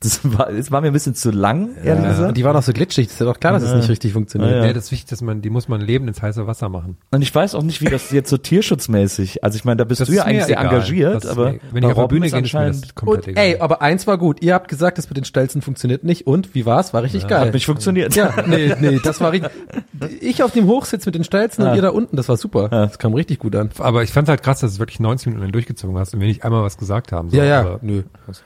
Speaker 2: Das war, das war mir ein bisschen zu lang, ehrlich
Speaker 1: Und
Speaker 2: gesagt.
Speaker 1: die waren auch so glitschig, das ist ja doch klar, dass es nicht richtig funktioniert.
Speaker 3: ja. das ist wichtig, dass man, die muss man lebend ins heiße Wasser machen.
Speaker 2: Und ich weiß auch nicht, wie das jetzt so tierschutzmäßig. Also ich meine, da bist
Speaker 3: Das
Speaker 2: du ja
Speaker 3: ist mir
Speaker 2: eigentlich sehr
Speaker 3: egal.
Speaker 2: engagiert,
Speaker 3: Das ist
Speaker 2: aber
Speaker 3: mir- wenn ich
Speaker 2: bei
Speaker 3: auf der
Speaker 2: Robben
Speaker 3: Bühne
Speaker 2: ist
Speaker 3: gehe, ist mir
Speaker 2: anscheinend-
Speaker 3: das komplett
Speaker 1: Und
Speaker 3: egal.
Speaker 1: ey, aber eins war gut. Ihr habt gesagt, das mit den Stelzen funktioniert nicht. Und wie war's? War richtig geil.
Speaker 2: hat nicht funktioniert.
Speaker 1: ja, nee, nee, das war richtig. Ich auf dem Hochsitz mit den Stelzen und ihr da unten, das war super. Ah. Das kam richtig gut an.
Speaker 3: aber ich fand's halt krass, dass du wirklich 90 Minuten lang durchgezogen hast und wir nicht einmal was gesagt haben. So.
Speaker 1: Ja, ja,
Speaker 3: Aber,
Speaker 1: nö.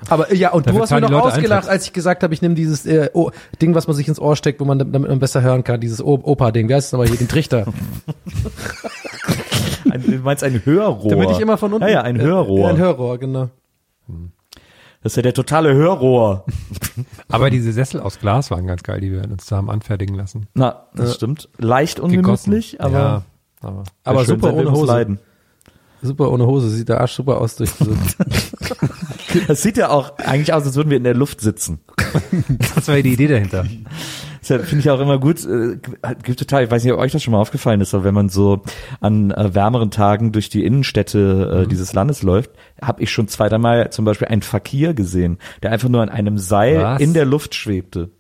Speaker 1: Aber äh, ja, und
Speaker 3: Dafür
Speaker 1: du hast mir
Speaker 3: zahlen die
Speaker 1: noch
Speaker 3: Leute
Speaker 1: gelacht, als ich gesagt habe, ich nehme dieses äh, oh, Ding, was man sich ins Ohr steckt, wo man dam- damit man besser hören kann, dieses O- Opa-Ding. Wie heißt es nochmal hier? Den Trichter.
Speaker 2: Ein, du meinst ein Hörrohr.
Speaker 1: Damit ich immer von unten.
Speaker 2: Ja, ja, ein
Speaker 1: äh,
Speaker 2: Hörrohr.
Speaker 1: Ein Hörrohr, genau.
Speaker 2: das ist ja der totale Hörrohr.
Speaker 3: Aber diese Sessel aus Glas waren ganz geil, die wir uns da haben anfertigen lassen.
Speaker 2: Na, das stimmt. Leicht
Speaker 3: Gegossen.
Speaker 2: ungemütlich, aber,
Speaker 3: Ja, aber,
Speaker 1: Aber
Speaker 2: schön,
Speaker 1: super
Speaker 2: wenn wir
Speaker 1: ohne
Speaker 2: uns
Speaker 1: Hose.
Speaker 2: Leiden.
Speaker 1: Super ohne Hose, sieht der Arsch super aus durch diese.
Speaker 2: Das sieht ja auch eigentlich aus, als würden wir in der Luft sitzen.
Speaker 3: das war ja die Idee dahinter.
Speaker 2: Deshalb finde ich auch immer gut, äh, gibt total, ich weiß nicht, ob euch das schon mal aufgefallen ist, aber wenn man so an äh, wärmeren Tagen durch die Innenstädte äh,
Speaker 3: Mhm.
Speaker 2: dieses Landes läuft, habe ich schon zwei, dreimal zum Beispiel einen Fakir gesehen, der einfach nur an einem Seil
Speaker 3: Was?
Speaker 2: in der Luft schwebte.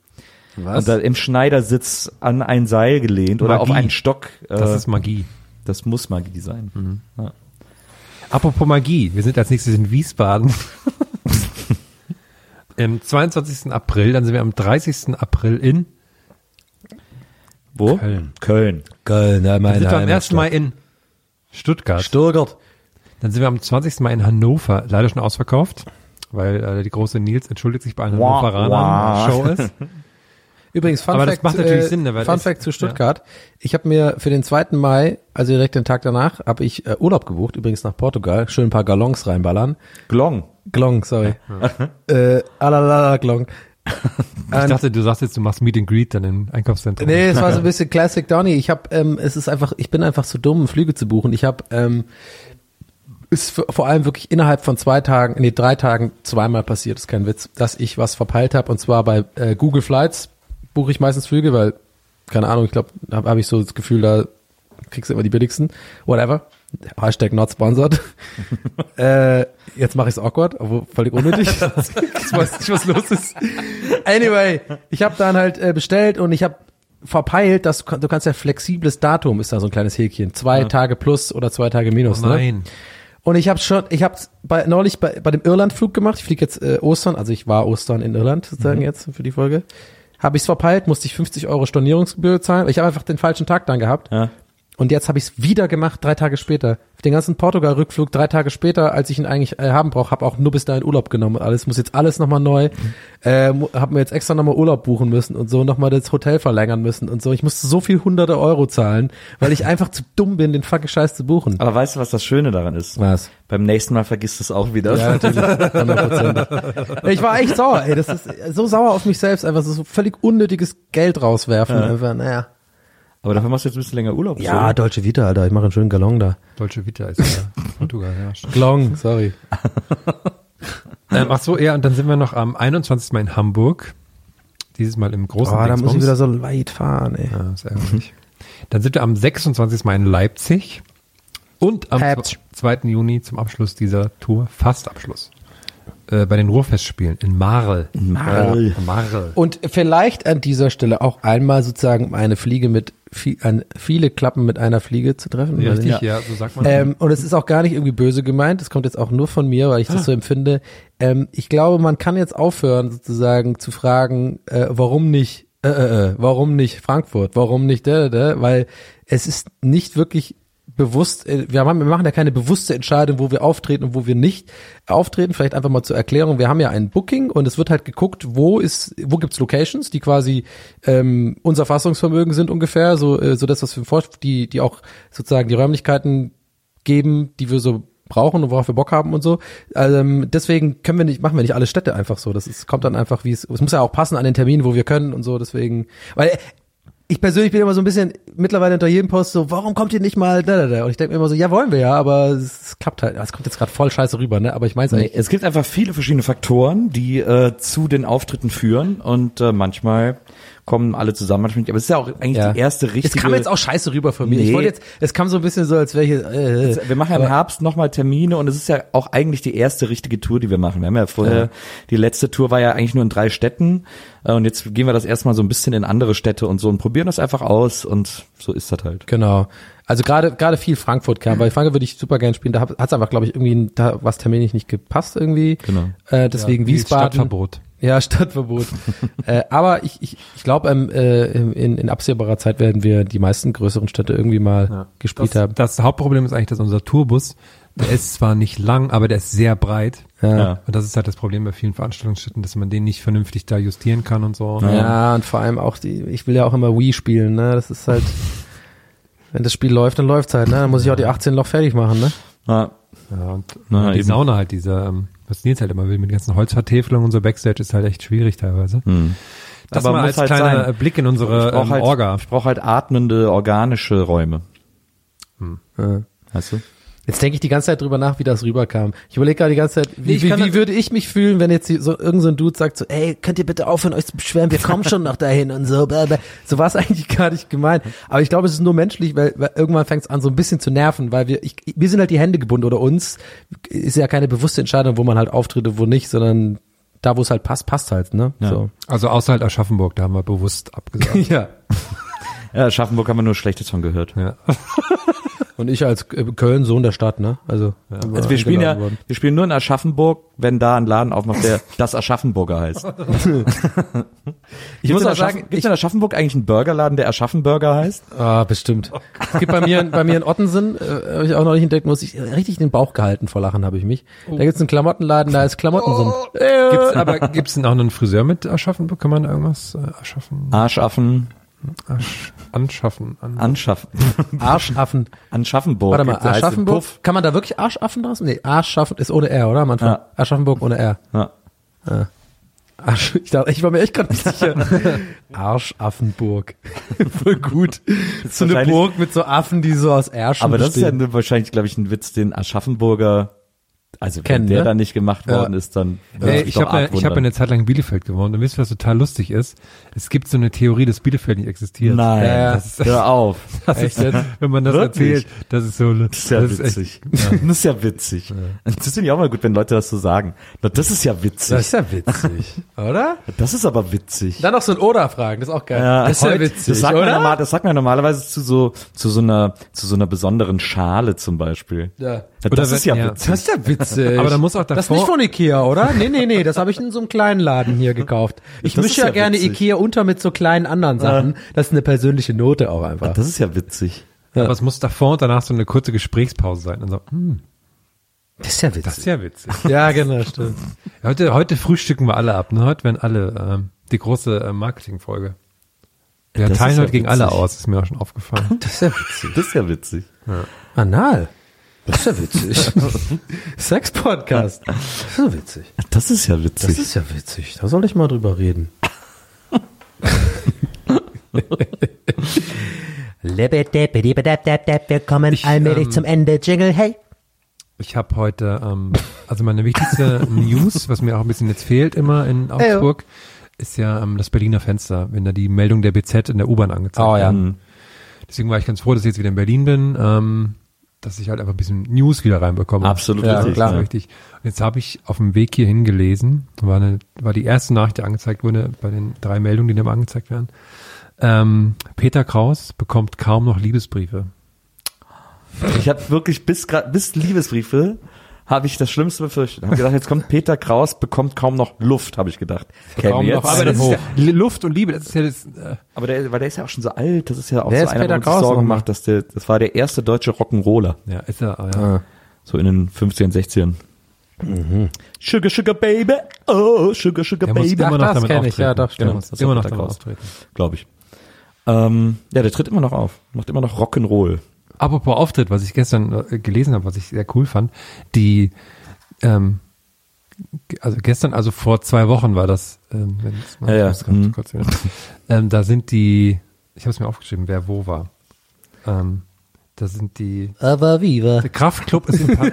Speaker 3: Was?
Speaker 2: Und da im Schneidersitz an ein Seil gelehnt oder auf
Speaker 3: Magie.
Speaker 2: einen Stock. Äh,
Speaker 3: Das ist Mhm. Magie.
Speaker 2: das muss Magie sein. Ja.
Speaker 3: Apropos Magie, wir sind als nächstes in Wiesbaden. Im 22. April, dann sind wir am 30. April in
Speaker 2: Wo?
Speaker 3: Köln.
Speaker 2: Köln.
Speaker 1: Geil, na,
Speaker 3: Dann
Speaker 1: mein
Speaker 3: sind wir am 1. Mai in Stuttgart.
Speaker 1: Stuttgart.
Speaker 3: dann sind wir am 20. Mai in Hannover, leider schon ausverkauft, weil äh, die große Nils entschuldigt sich bei einer
Speaker 2: Wah,
Speaker 3: Hannoveranern
Speaker 2: wah.
Speaker 3: Show ist.
Speaker 1: Übrigens, Fun
Speaker 3: Aber das
Speaker 1: Fact,
Speaker 3: macht natürlich
Speaker 1: äh,
Speaker 3: Sinn, ne, weil
Speaker 1: Fun
Speaker 3: das-
Speaker 1: Fact zu Stuttgart. Ich habe mir für den 2. Mai, also direkt den Tag danach, habe ich äh, Urlaub gebucht, übrigens nach Portugal, schön ein paar Gallons reinballern.
Speaker 2: Glong.
Speaker 1: Glong, sorry. äh, alalala, Glong.
Speaker 3: Ich dachte, du sagst jetzt, du machst Meet and Greet dann im Einkaufszentrum.
Speaker 1: Nee, es war so ein bisschen Classic Donny. Ich habe, ähm, es ist einfach, ich bin einfach zu dumm, Flüge zu buchen. Ich habe, ähm, ist v- vor allem wirklich innerhalb von zwei Tagen, nee, drei Tagen zweimal passiert, ist kein Witz, dass ich was verpeilt habe. Und zwar bei äh, Google Flights buche ich meistens Flüge, weil, keine Ahnung, ich glaube, da habe hab ich so das Gefühl, da kriegst du immer die billigsten. Whatever. Hashtag not sponsored. äh, jetzt mache ich es awkward, obwohl völlig unnötig. ich weiß nicht, was los ist. Anyway, ich habe dann halt äh, bestellt und ich habe verpeilt, dass du, kann- du kannst ja flexibles Datum ist da so ein kleines Häkchen. Zwei Tage plus oder zwei Tage minus. Ne?
Speaker 3: Oh Nein.
Speaker 1: Und ich habe schon, ich habe bei, neulich bei, bei dem Irlandflug gemacht. Ich fliege jetzt äh, Ostern, also ich war Ostern in Irland
Speaker 2: Mhm.
Speaker 1: sozusagen jetzt für die Folge. Habe ich es verpeilt, musste ich 50 Euro Stornierungsgebühr zahlen. Ich habe einfach den falschen Tag dann gehabt.
Speaker 2: Ja.
Speaker 1: Und jetzt habe ich es wieder gemacht, drei Tage später. Den ganzen Portugal-Rückflug drei Tage später, als ich ihn eigentlich äh, haben brauche, habe auch nur bis dahin Urlaub genommen. und Alles muss jetzt alles nochmal neu.
Speaker 2: Mhm.
Speaker 1: Äh, mu- hab mir jetzt extra nochmal Urlaub buchen müssen und so nochmal das Hotel verlängern müssen und so. Ich musste so viel hunderte Euro zahlen, weil ich einfach zu dumm bin, den fucking Scheiß zu buchen.
Speaker 2: Aber weißt du, was das Schöne daran ist?
Speaker 1: Was?
Speaker 2: Beim nächsten Mal vergisst du es auch wieder.
Speaker 1: Ja, natürlich. 100%. Ich war echt sauer, ey. Das ist so sauer auf mich selbst, einfach so, so völlig unnötiges Geld rauswerfen. Einfach, naja.
Speaker 2: Aber dafür machst du jetzt ein bisschen länger Urlaub.
Speaker 1: Ja,
Speaker 2: so.
Speaker 1: Deutsche Vita, Alter. Ich mache einen schönen Gallon da.
Speaker 3: Deutsche Vita ist ja Portugal, ja. stimmt.
Speaker 1: Glong, sorry.
Speaker 3: Ähm, ach so, ja, und dann sind wir noch am 21. Mal in Hamburg. Dieses Mal im
Speaker 1: Oh,
Speaker 3: großen
Speaker 1: da muss ich
Speaker 3: Dingsbums.
Speaker 1: wieder so weit fahren, ey.
Speaker 3: Ja, ist ärgerlich. Dann sind wir am 26. Mai in Leipzig und am
Speaker 1: Leipzig.
Speaker 3: 2. Juni zum Abschluss dieser Tour, fast Abschluss, äh, bei den Ruhrfestspielen in Marl. In
Speaker 2: Marl.
Speaker 3: Marl.
Speaker 1: Und vielleicht an dieser Stelle auch einmal sozusagen eine Fliege mit viel, an viele Klappen mit einer Fliege zu treffen.
Speaker 3: Ja,
Speaker 1: Mal sehen.
Speaker 3: Richtig, ja, so sagt man.
Speaker 1: Ähm, und es ist auch gar nicht irgendwie böse gemeint. Es kommt jetzt auch nur von mir, weil ich das so empfinde. Ähm, ich glaube, man kann jetzt aufhören, sozusagen zu fragen, äh, warum nicht, äh, äh, äh, warum nicht Frankfurt, warum nicht, da, da, da, weil es ist nicht wirklich bewusst, äh, wir, haben, wir machen ja keine bewusste Entscheidung, wo wir auftreten und wo wir nicht auftreten. Vielleicht einfach mal zur Erklärung, wir haben ja ein Booking und es wird halt geguckt, wo ist, wo gibt's Locations, die quasi ähm, unser Fassungsvermögen sind ungefähr, so, äh, so das, was wir vor, die, die auch sozusagen die Räumlichkeiten geben, die wir so brauchen und worauf wir Bock haben und so. Ähm, deswegen können wir nicht, machen wir nicht alle Städte einfach so. Das ist, kommt dann einfach, wie es, es muss ja auch passen an den Termin, wo wir können und so. Deswegen, weil ich persönlich bin immer so ein bisschen mittlerweile unter jedem Post so, warum kommt ihr nicht mal da da da? Und ich denke mir immer so, ja wollen wir ja, aber es klappt halt. Es kommt jetzt gerade voll scheiße rüber, ne? Aber ich mein's
Speaker 2: Nee,
Speaker 1: eigentlich.
Speaker 2: es gibt einfach viele verschiedene Faktoren, die äh, zu den Auftritten führen und äh, manchmal kommen alle zusammen, manchmal nicht. Aber es ist ja auch eigentlich die erste richtige.
Speaker 1: Es kam jetzt auch scheiße rüber von mir. Ich
Speaker 2: Nee.
Speaker 1: wollte jetzt, es kam so ein bisschen so, als wäre hier. Äh,
Speaker 2: wir machen ja im Herbst nochmal Termine und es ist ja auch eigentlich die erste richtige Tour, die wir machen. Wir haben ja vorher, die letzte Tour war ja eigentlich nur in drei Städten äh, und jetzt gehen wir das erstmal so ein bisschen in andere Städte und so und probieren das einfach aus und so ist das halt.
Speaker 1: Genau. Also gerade gerade viel Frankfurt kam, weil Frankfurt würde ich super gern spielen. Da hat es einfach, glaube ich, irgendwie da was terminlich nicht gepasst irgendwie.
Speaker 2: Genau.
Speaker 1: Äh, deswegen
Speaker 3: wie
Speaker 1: Wiesbaden.
Speaker 3: Stadtverbot.
Speaker 1: Ja, Stadtverbot. äh, aber ich, ich, ich glaube, ähm, äh, in, in absehbarer Zeit werden wir die meisten größeren Städte irgendwie mal gespielt
Speaker 3: das,
Speaker 1: haben.
Speaker 3: das Hauptproblem ist eigentlich, dass unser Tourbus, der ist zwar nicht lang, aber der ist sehr breit. Ja. Und das ist halt das Problem bei vielen Veranstaltungsstätten, dass man den nicht vernünftig da justieren kann und so.
Speaker 1: Ja, und vor allem auch die, ich will ja auch immer Wii spielen, ne? Das ist halt, wenn das Spiel läuft, dann läuft's halt, ne? Dann muss ich auch die 18 Loch fertig machen, ne?
Speaker 2: Ja.
Speaker 3: Ja, und
Speaker 2: Na,
Speaker 3: die
Speaker 2: eben.
Speaker 3: Sauna halt, diese, ähm, was Nils halt immer will, mit den ganzen Holzvertäfelungen und so Backstage ist halt echt schwierig teilweise. Das
Speaker 2: Hm. Aber
Speaker 3: mal
Speaker 2: muss
Speaker 3: als
Speaker 2: halt
Speaker 3: kleiner
Speaker 2: sein.
Speaker 3: Blick in unsere
Speaker 2: ich brauche
Speaker 3: ähm,
Speaker 2: halt,
Speaker 3: Orga.
Speaker 2: ich brauch halt atmende, organische Räume.
Speaker 1: Ja.
Speaker 2: Weißt du?
Speaker 1: Jetzt denke ich die ganze Zeit drüber nach, wie das rüberkam. Ich überlege gerade die ganze Zeit, wie,
Speaker 5: ich
Speaker 1: wie,
Speaker 5: kann
Speaker 1: wie
Speaker 5: das-
Speaker 1: würde ich mich fühlen, wenn jetzt hier so irgendein so ein Dude sagt so, ey, könnt ihr bitte aufhören, euch zu beschweren, wir kommen schon noch dahin und so. bla, bla. So war es eigentlich gar nicht gemeint. Aber ich glaube, es ist nur menschlich, weil, weil irgendwann fängt es an, so ein bisschen zu nerven, weil wir, ich, wir sind halt die Hände gebunden oder uns ist ja keine bewusste Entscheidung, wo man halt auftritt und wo nicht, sondern da, wo es halt passt, passt halt, ne? Ja. So.
Speaker 3: Also außerhalb Aschaffenburg, da haben wir bewusst abgesagt.
Speaker 1: Ja.
Speaker 2: Ja, Schaffenburg haben wir nur Schlechtes von gehört.
Speaker 3: ja.
Speaker 1: Und ich als äh, Köln, Sohn der Stadt, ne? Also,
Speaker 2: Also wir spielen ja, wir spielen nur in Aschaffenburg, wenn da ein Laden aufmacht, der das Aschaffenburger heißt. ich muss
Speaker 1: in
Speaker 2: auch
Speaker 1: Aschaffen-
Speaker 2: sagen, gibt in Aschaffenburg eigentlich einen Burgerladen, der Aschaffenburger heißt?
Speaker 1: Ah, bestimmt. Es gibt bei mir, bei mir in Ottensen, äh, habe ich auch noch nicht entdeckt, muss ich richtig den Bauch gehalten vor Lachen habe ich mich. Da gibt's einen Klamottenladen, da ist Klamotten
Speaker 2: Oh.
Speaker 1: sind.
Speaker 3: Gibt's, aber gibt's denn auch einen Friseur mit Aschaffenburg? Kann man irgendwas äh, Aschaffen,
Speaker 2: Arschaffen,
Speaker 3: Asch, anschaffen? An,
Speaker 2: Anschaffen,
Speaker 1: Arschaffen.
Speaker 2: Anschaffenburg.
Speaker 1: Warte mal,
Speaker 2: Da heißt es
Speaker 1: Arschaffenburg.
Speaker 2: Puff.
Speaker 1: Kann man da wirklich Arschaffen draus? Nee, Arschaffen ist ohne R, oder? Am Anfang.
Speaker 2: Ja.
Speaker 1: Arschaffenburg ohne R.
Speaker 2: Ja.
Speaker 1: Arsch, ich, dachte, ich war mir echt gerade nicht sicher. Arschaffenburg. Voll gut. So eine
Speaker 2: wahrscheinlich-
Speaker 1: Burg mit so Affen, die so aus Ärschen
Speaker 2: Aber das ist ja
Speaker 1: bestehen.
Speaker 2: nur wahrscheinlich, glaube ich, ein Witz, den Aschaffenburger, also
Speaker 1: Kennen,
Speaker 2: wenn der
Speaker 1: ne?
Speaker 2: da nicht gemacht
Speaker 1: Ja.
Speaker 2: worden ist, dann würde
Speaker 3: Ey,
Speaker 2: mich
Speaker 3: ich
Speaker 2: doch
Speaker 3: habe
Speaker 2: arg
Speaker 3: ich hab
Speaker 2: wundern.
Speaker 3: eine Zeit lang in Bielefeld gewohnt und wisst ihr, was total lustig ist? Es gibt so eine Theorie, dass Bielefeld nicht existiert.
Speaker 2: Nein,
Speaker 3: Ja, das
Speaker 2: das,
Speaker 3: ist,
Speaker 2: hör auf.
Speaker 3: das ist, wenn man das
Speaker 2: Wirklich?
Speaker 3: erzählt, das ist so
Speaker 2: Das ist ja
Speaker 3: das echt-
Speaker 2: witzig. Das ist ja witzig. Das finde ich auch mal gut, wenn Leute das so sagen. Na, das ist ja
Speaker 1: Das
Speaker 2: witzig.
Speaker 1: ist ja witzig, oder?
Speaker 2: Das ist aber witzig.
Speaker 1: Dann noch so ein Oder-Fragen, das ist auch geil. das ist ja
Speaker 2: heute-
Speaker 1: witzig,
Speaker 2: Das sagt, Man
Speaker 1: oder?
Speaker 2: normal, das sagt man normalerweise zu so, zu so einer, zu so einer besonderen Schale zum Beispiel.
Speaker 1: Ja.
Speaker 2: Na,
Speaker 3: Oder
Speaker 2: das ist ja
Speaker 3: wenn- ja.
Speaker 2: witzig.
Speaker 1: Das ist ja witzig.
Speaker 3: Aber da muss auch davor-
Speaker 1: Das ist nicht von Ikea, oder? Nee, nee, nee, das habe ich in so einem kleinen Laden hier gekauft. Ich
Speaker 2: Das
Speaker 1: mische
Speaker 2: ist
Speaker 1: ja,
Speaker 2: ja
Speaker 1: gerne
Speaker 2: witzig.
Speaker 1: Ikea unter mit so kleinen anderen Sachen. Das ist eine persönliche Note auch einfach.
Speaker 2: Das ist ja witzig.
Speaker 3: Aber es muss davor und danach so eine kurze Gesprächspause sein. Und so, hm,
Speaker 1: Das ist ja witzig.
Speaker 3: das ist ja witzig.
Speaker 1: ja, genau, stimmt.
Speaker 3: Heute, heute frühstücken wir alle ab. Ne? Heute werden alle ähm, die große äh, Marketingfolge. Wir
Speaker 2: Das ist
Speaker 3: teilen
Speaker 2: ja
Speaker 3: heute gegen
Speaker 2: witzig.
Speaker 3: alle aus, ist mir auch schon aufgefallen.
Speaker 1: Das ist ja witzig.
Speaker 2: Das ist ja witzig.
Speaker 1: Anal. Das ist ja witzig. Sex-Podcast. Das ist ja witzig.
Speaker 2: Das ist ja
Speaker 1: Das
Speaker 2: witzig.
Speaker 1: ist ja witzig. Da soll ich mal drüber reden.
Speaker 6: Willkommen
Speaker 3: Ich,
Speaker 6: allmählich
Speaker 3: ähm,
Speaker 6: zum Ende. Jingle, hey.
Speaker 3: Ich habe heute, ähm, also meine wichtigste News, was mir auch ein bisschen jetzt fehlt immer in Augsburg, ist ja ähm, das Berliner Fenster, wenn da die Meldung der BZ in der U-Bahn angezeigt
Speaker 1: Oh, ja.
Speaker 3: wird. Deswegen war ich ganz froh, dass ich jetzt wieder in Berlin bin, ähm, dass ich halt einfach ein bisschen News wieder reinbekomme.
Speaker 2: Absolut
Speaker 1: Ja,
Speaker 2: witzig.
Speaker 1: klar.
Speaker 3: Ja. Richtig. Und jetzt habe ich auf dem Weg hierhin gelesen, war, eine, war die erste Nachricht, die angezeigt wurde, bei den drei Meldungen, die da angezeigt werden. Ähm, Peter Kraus bekommt kaum noch Liebesbriefe.
Speaker 2: Ich habe wirklich bis grad, bis Liebesbriefe habe ich das Schlimmste befürchtet. Habe gedacht, jetzt kommt Peter Kraus, bekommt kaum noch Luft, habe ich gedacht. Käme
Speaker 3: Kaum
Speaker 2: jetzt.
Speaker 3: noch, aber das ist ja, Luft und Liebe, das ist ja das, äh,
Speaker 2: aber der, weil der ist ja auch schon so alt. Das ist ja auch
Speaker 1: Wer
Speaker 2: so
Speaker 1: ist
Speaker 2: einer,
Speaker 1: Peter
Speaker 2: der uns
Speaker 1: Kraus
Speaker 2: Sorgen
Speaker 1: nochmal?
Speaker 2: macht, dass der, das war der erste deutsche Rock'n'Roller.
Speaker 3: ja, ist ah, ja, ja.
Speaker 2: So in den 15, 16. Mhm. Sugar, Sugar Baby, oh, Sugar, Sugar
Speaker 3: Der muss
Speaker 2: Baby.
Speaker 3: immer noch
Speaker 1: das
Speaker 3: damit
Speaker 1: kenn ich,
Speaker 3: auftreten.
Speaker 1: ja, doch,
Speaker 3: der
Speaker 1: stimmt.
Speaker 3: muss
Speaker 2: Das ist
Speaker 3: immer
Speaker 2: auch
Speaker 3: noch
Speaker 2: Peter
Speaker 3: damit
Speaker 2: Kraus.
Speaker 3: auftreten.
Speaker 2: glaube ich. Ähm, ja, der tritt immer noch auf, macht immer noch Rock'n'Roll.
Speaker 3: Apropos Auftritt, was ich gestern äh, gelesen habe, was ich sehr cool fand, die, ähm, ge- also gestern, also vor zwei Wochen war das, ähm, wenn ich's mal-
Speaker 2: Ja,
Speaker 3: ich
Speaker 2: ja.
Speaker 3: muss ganz
Speaker 2: Mhm.
Speaker 3: kurz wieder- ähm, da sind die, ich habe es mir aufgeschrieben, wer wo war. Ähm, da sind die,
Speaker 6: Aber viva.
Speaker 3: der Kraftclub ist im, Pa-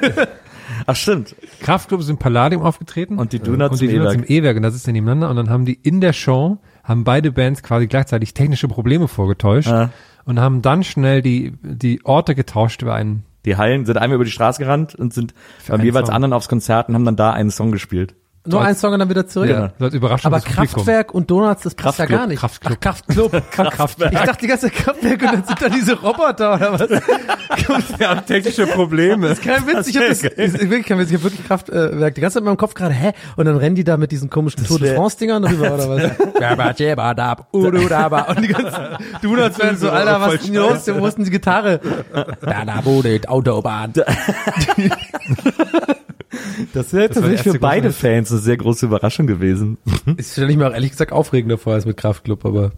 Speaker 2: Ach stimmt.
Speaker 3: Kraftclub ist im Palladium aufgetreten.
Speaker 2: Und die Donuts
Speaker 3: und die
Speaker 2: im
Speaker 3: Donuts im
Speaker 2: E-Werk.
Speaker 3: E-Werk. Und das ist ja nebeneinander. Und dann haben die in der Show, haben beide Bands quasi gleichzeitig technische Probleme vorgetäuscht.
Speaker 2: Ja.
Speaker 3: Und haben dann schnell die, die Orte getauscht über einen.
Speaker 2: Die Hallen sind einmal über die Straße gerannt und sind beim
Speaker 3: einen
Speaker 2: jeweils
Speaker 3: Song.
Speaker 2: anderen aufs Konzert und haben dann da einen Song gespielt.
Speaker 1: Nur ein Song und dann wieder zurück.
Speaker 3: Ja. So als Überraschung
Speaker 1: Aber
Speaker 3: fürs Publikum.
Speaker 1: Kraftwerk und Donuts, das passt ja
Speaker 2: Kraftclub,
Speaker 1: gar nicht.
Speaker 3: Kraftclub.
Speaker 1: Ach, Kraftclub. Kraftwerk. Ich dachte die ganze Zeit Kraftwerk und dann sind da diese Roboter oder was?
Speaker 2: Wir haben technische Probleme.
Speaker 1: Kein Witz, ich hab das, das ist wirklich kein Witz, ich hab wirklich Kraftwerk die ganze Zeit in meinem Kopf gerade, hä? Und dann rennen die da mit diesen komischen Tour de
Speaker 2: wär-
Speaker 1: France-Dingern rüber oder was? Jabba, jabba, dab, udu, daba. Und die ganzen Donuts werden so, Alter, was ist denn hier los? Wo ist denn die Gitarre? Da, da, bude, Autobahn.
Speaker 2: Das wäre
Speaker 3: war die
Speaker 2: tatsächlich
Speaker 3: erste
Speaker 2: für beide
Speaker 3: große
Speaker 2: Fans eine sehr große Überraschung gewesen.
Speaker 1: Ist stelle ich mir auch ehrlich gesagt aufregender vor als mit Kraftclub, aber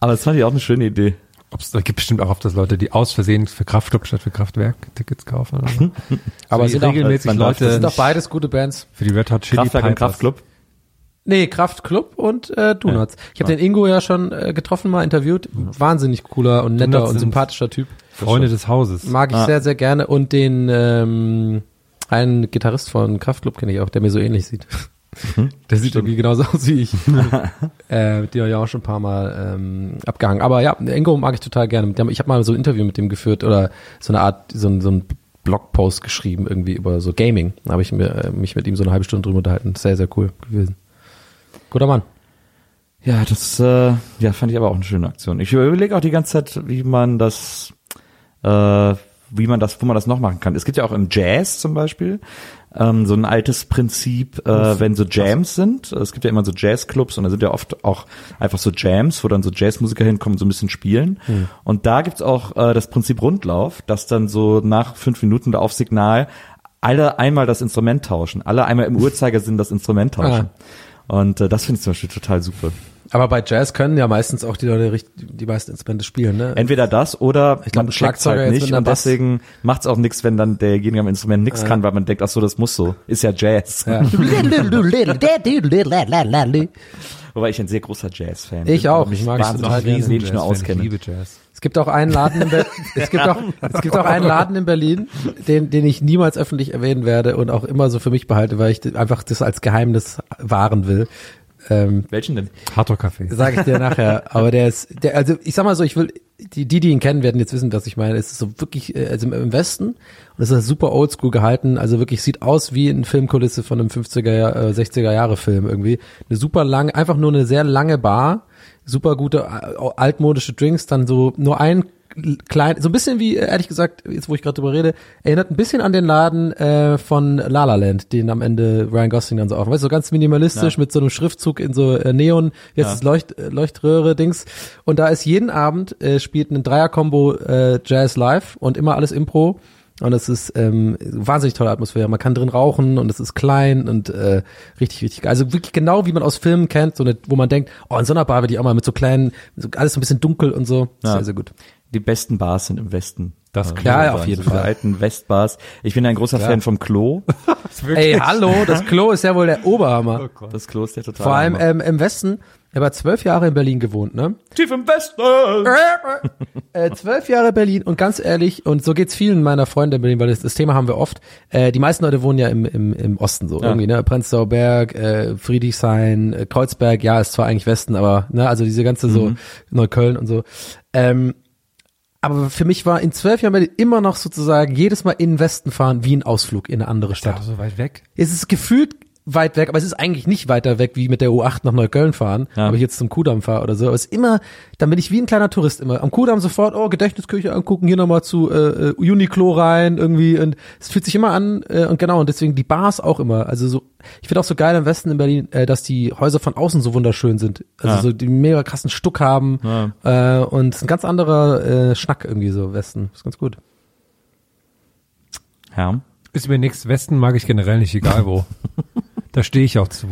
Speaker 2: Aber das fand ich auch eine schöne Idee.
Speaker 3: Ob's, da gibt bestimmt auch oft, dass Leute, die aus Versehen für Kraftclub statt für Kraftwerk Tickets kaufen. Oder so. Aber es
Speaker 1: sind
Speaker 3: sind
Speaker 1: auch-
Speaker 3: regelmäßig
Speaker 2: man darf-
Speaker 3: Leute
Speaker 2: das
Speaker 1: sind doch beides gute Bands.
Speaker 3: für die Red Hot Chili
Speaker 2: Kraftwerk und
Speaker 3: Pipers.
Speaker 2: Kraftclub.
Speaker 1: Nee, Kraftclub und äh, Donuts. Ich habe den Ingo ja schon äh, getroffen, mal interviewt. Wahnsinnig cooler und netter
Speaker 3: Mhm. Donuts
Speaker 1: und
Speaker 3: sind-
Speaker 1: sympathischer Typ.
Speaker 3: Freunde des Hauses.
Speaker 1: Mag ich sehr, sehr gerne. Und den ähm, einen Gitarrist von Kraftclub kenne ich auch, der mir so ähnlich sieht. Der sieht irgendwie genauso aus wie ich. äh, mit dem habe ich auch schon ein paar Mal ähm, abgehangen. Aber ja, Ingo mag ich total gerne. Mit dem- Ich habe mal so ein Interview mit dem geführt oder so eine Art, so ein, so ein Blogpost geschrieben irgendwie über so Gaming. Da habe ich mir, äh, mich mit ihm so eine halbe Stunde drüber unterhalten. Sehr, sehr cool gewesen. Guter Mann.
Speaker 2: Ja, das äh, ja, fand ich aber auch eine schöne Aktion. Ich überlege auch die ganze Zeit, wie man das, äh, wie man das, wo man das noch machen kann. Es gibt ja auch im Jazz zum Beispiel ähm, so ein altes Prinzip, äh, wenn so Jams sind. Es gibt ja immer so Jazzclubs und da sind ja oft auch einfach so Jams, wo dann so Jazzmusiker hinkommen, so ein bisschen spielen. Und da gibt's auch äh, das Prinzip Rundlauf, dass dann so nach fünf Minuten da auf Signal alle einmal das Instrument tauschen, alle einmal im Uhrzeigersinn das Instrument tauschen. Und äh, das finde ich zum Beispiel total super.
Speaker 1: Aber bei Jazz können ja meistens auch die Leute richt- die meisten Instrumente spielen, ne?
Speaker 2: Entweder das oder
Speaker 1: glaub, ein
Speaker 2: man checkt's
Speaker 1: Schlagzeuger
Speaker 2: halt
Speaker 1: jetzt
Speaker 2: nicht
Speaker 1: mit einer
Speaker 2: und
Speaker 1: Bass-
Speaker 2: deswegen macht's auch nichts, wenn dann derjenige am Instrument nichts kann, weil man denkt, ach so, das muss so. Ist ja Jazz. Wobei ich ein sehr großer Jazz-Fan bin.
Speaker 1: Ich auch.
Speaker 2: Mich
Speaker 1: Ich mag es
Speaker 2: wahnsinnig
Speaker 1: total gerne.
Speaker 2: riesen ich nur
Speaker 3: Ich
Speaker 2: auskenne.
Speaker 3: liebe Jazz.
Speaker 1: Es gibt auch einen Laden in Berlin, es gibt auch, es gibt auch einen Laden in Berlin, den, den ich niemals öffentlich erwähnen werde und auch immer so für mich behalte, weil ich einfach das als Geheimnis wahren will. Ähm,
Speaker 2: Welchen denn?
Speaker 3: Hardrock Café.
Speaker 1: sage ich dir nachher. Aber der ist, der, also ich sag mal so, ich will, die, die, die ihn kennen, werden jetzt wissen, was ich meine. Es ist so wirklich, äh, also im- im Westen und es ist super oldschool gehalten. Also wirklich sieht aus wie eine Filmkulisse von einem 50er, Jahr- äh, 60er Jahre Film irgendwie. Eine super lange, einfach nur eine sehr lange Bar, super gute äh, altmodische Drinks, dann so nur ein klein, so ein bisschen wie, äh, ehrlich gesagt, jetzt wo ich gerade drüber rede, erinnert ein bisschen an den Laden äh, von La La Land, den am Ende Ryan Gosling dann so aufmacht. Weißt du, so ganz minimalistisch mit so einem Schriftzug in so äh, Neon, jetzt ist Leucht, äh, Leuchtröhre-Dings. Und da ist jeden Abend, äh, spielt ein Dreier-Kombo äh, Jazz live und immer alles Impro. Und es ist ähm, wahnsinnig tolle Atmosphäre. Man kann drin rauchen und es ist klein und äh, richtig, richtig geil. Also wirklich genau wie man aus Filmen kennt, so eine, wo man denkt, oh, in so einer Bar will ich auch mal mit so kleinen, so, alles so ein bisschen dunkel und so.
Speaker 2: Ja.
Speaker 1: Sehr, sehr gut.
Speaker 2: Die besten Bars sind im Westen.
Speaker 3: Das
Speaker 2: Äh,
Speaker 3: kann
Speaker 1: ja,
Speaker 2: so
Speaker 1: auf
Speaker 2: sagen,
Speaker 1: jeden
Speaker 2: so die
Speaker 1: Fall.
Speaker 2: alten Westbars. Ich bin ein großer Fan vom Klo.
Speaker 1: Ey, hallo, das Klo ist ja wohl der Oberhammer.
Speaker 2: Das Klo ist ja total.
Speaker 1: Vor allem
Speaker 2: Hammer.
Speaker 1: ähm, im Westen. Ich habe ja zwölf Jahre in Berlin gewohnt, ne?
Speaker 2: tief im Westen.
Speaker 1: äh, zwölf Jahre Berlin und ganz ehrlich, und so geht's vielen meiner Freunde in Berlin, weil das, das Thema haben wir oft. Äh, die meisten Leute wohnen ja im, im, im Osten so irgendwie, ne? Prenzlauer Berg, äh, Friedrichshain, äh, Kreuzberg, ja, ist zwar eigentlich Westen, aber ne, also diese ganze so Neukölln und so. Ähm, aber für mich war in zwölf Jahren Berlin immer noch sozusagen jedes Mal in den Westen fahren wie ein Ausflug in eine andere
Speaker 3: Da
Speaker 1: Stadt.
Speaker 3: so weit weg.
Speaker 1: Es ist gefühlt weit weg, aber es ist eigentlich nicht weiter weg, wie mit der U8 nach Neukölln fahren, ob ich jetzt zum Kudamm fahre oder so. Aber es ist immer, dann bin ich wie ein kleiner Tourist immer. Am Kudamm sofort, oh, Gedächtniskirche angucken, hier nochmal zu äh, äh, Uniqlo rein irgendwie. Und es fühlt sich immer an äh, und genau, und deswegen die Bars auch immer. Also so, ich finde auch so geil im Westen in Berlin, äh, dass die Häuser von außen so wunderschön sind. Also so die mega krassen Stuck haben äh, und es ist ein ganz anderer äh, Schnack irgendwie so im Westen. Ist ganz gut.
Speaker 2: Ja.
Speaker 3: Ist mir nix. Westen mag ich generell nicht, egal wo. da stehe ich auch zu.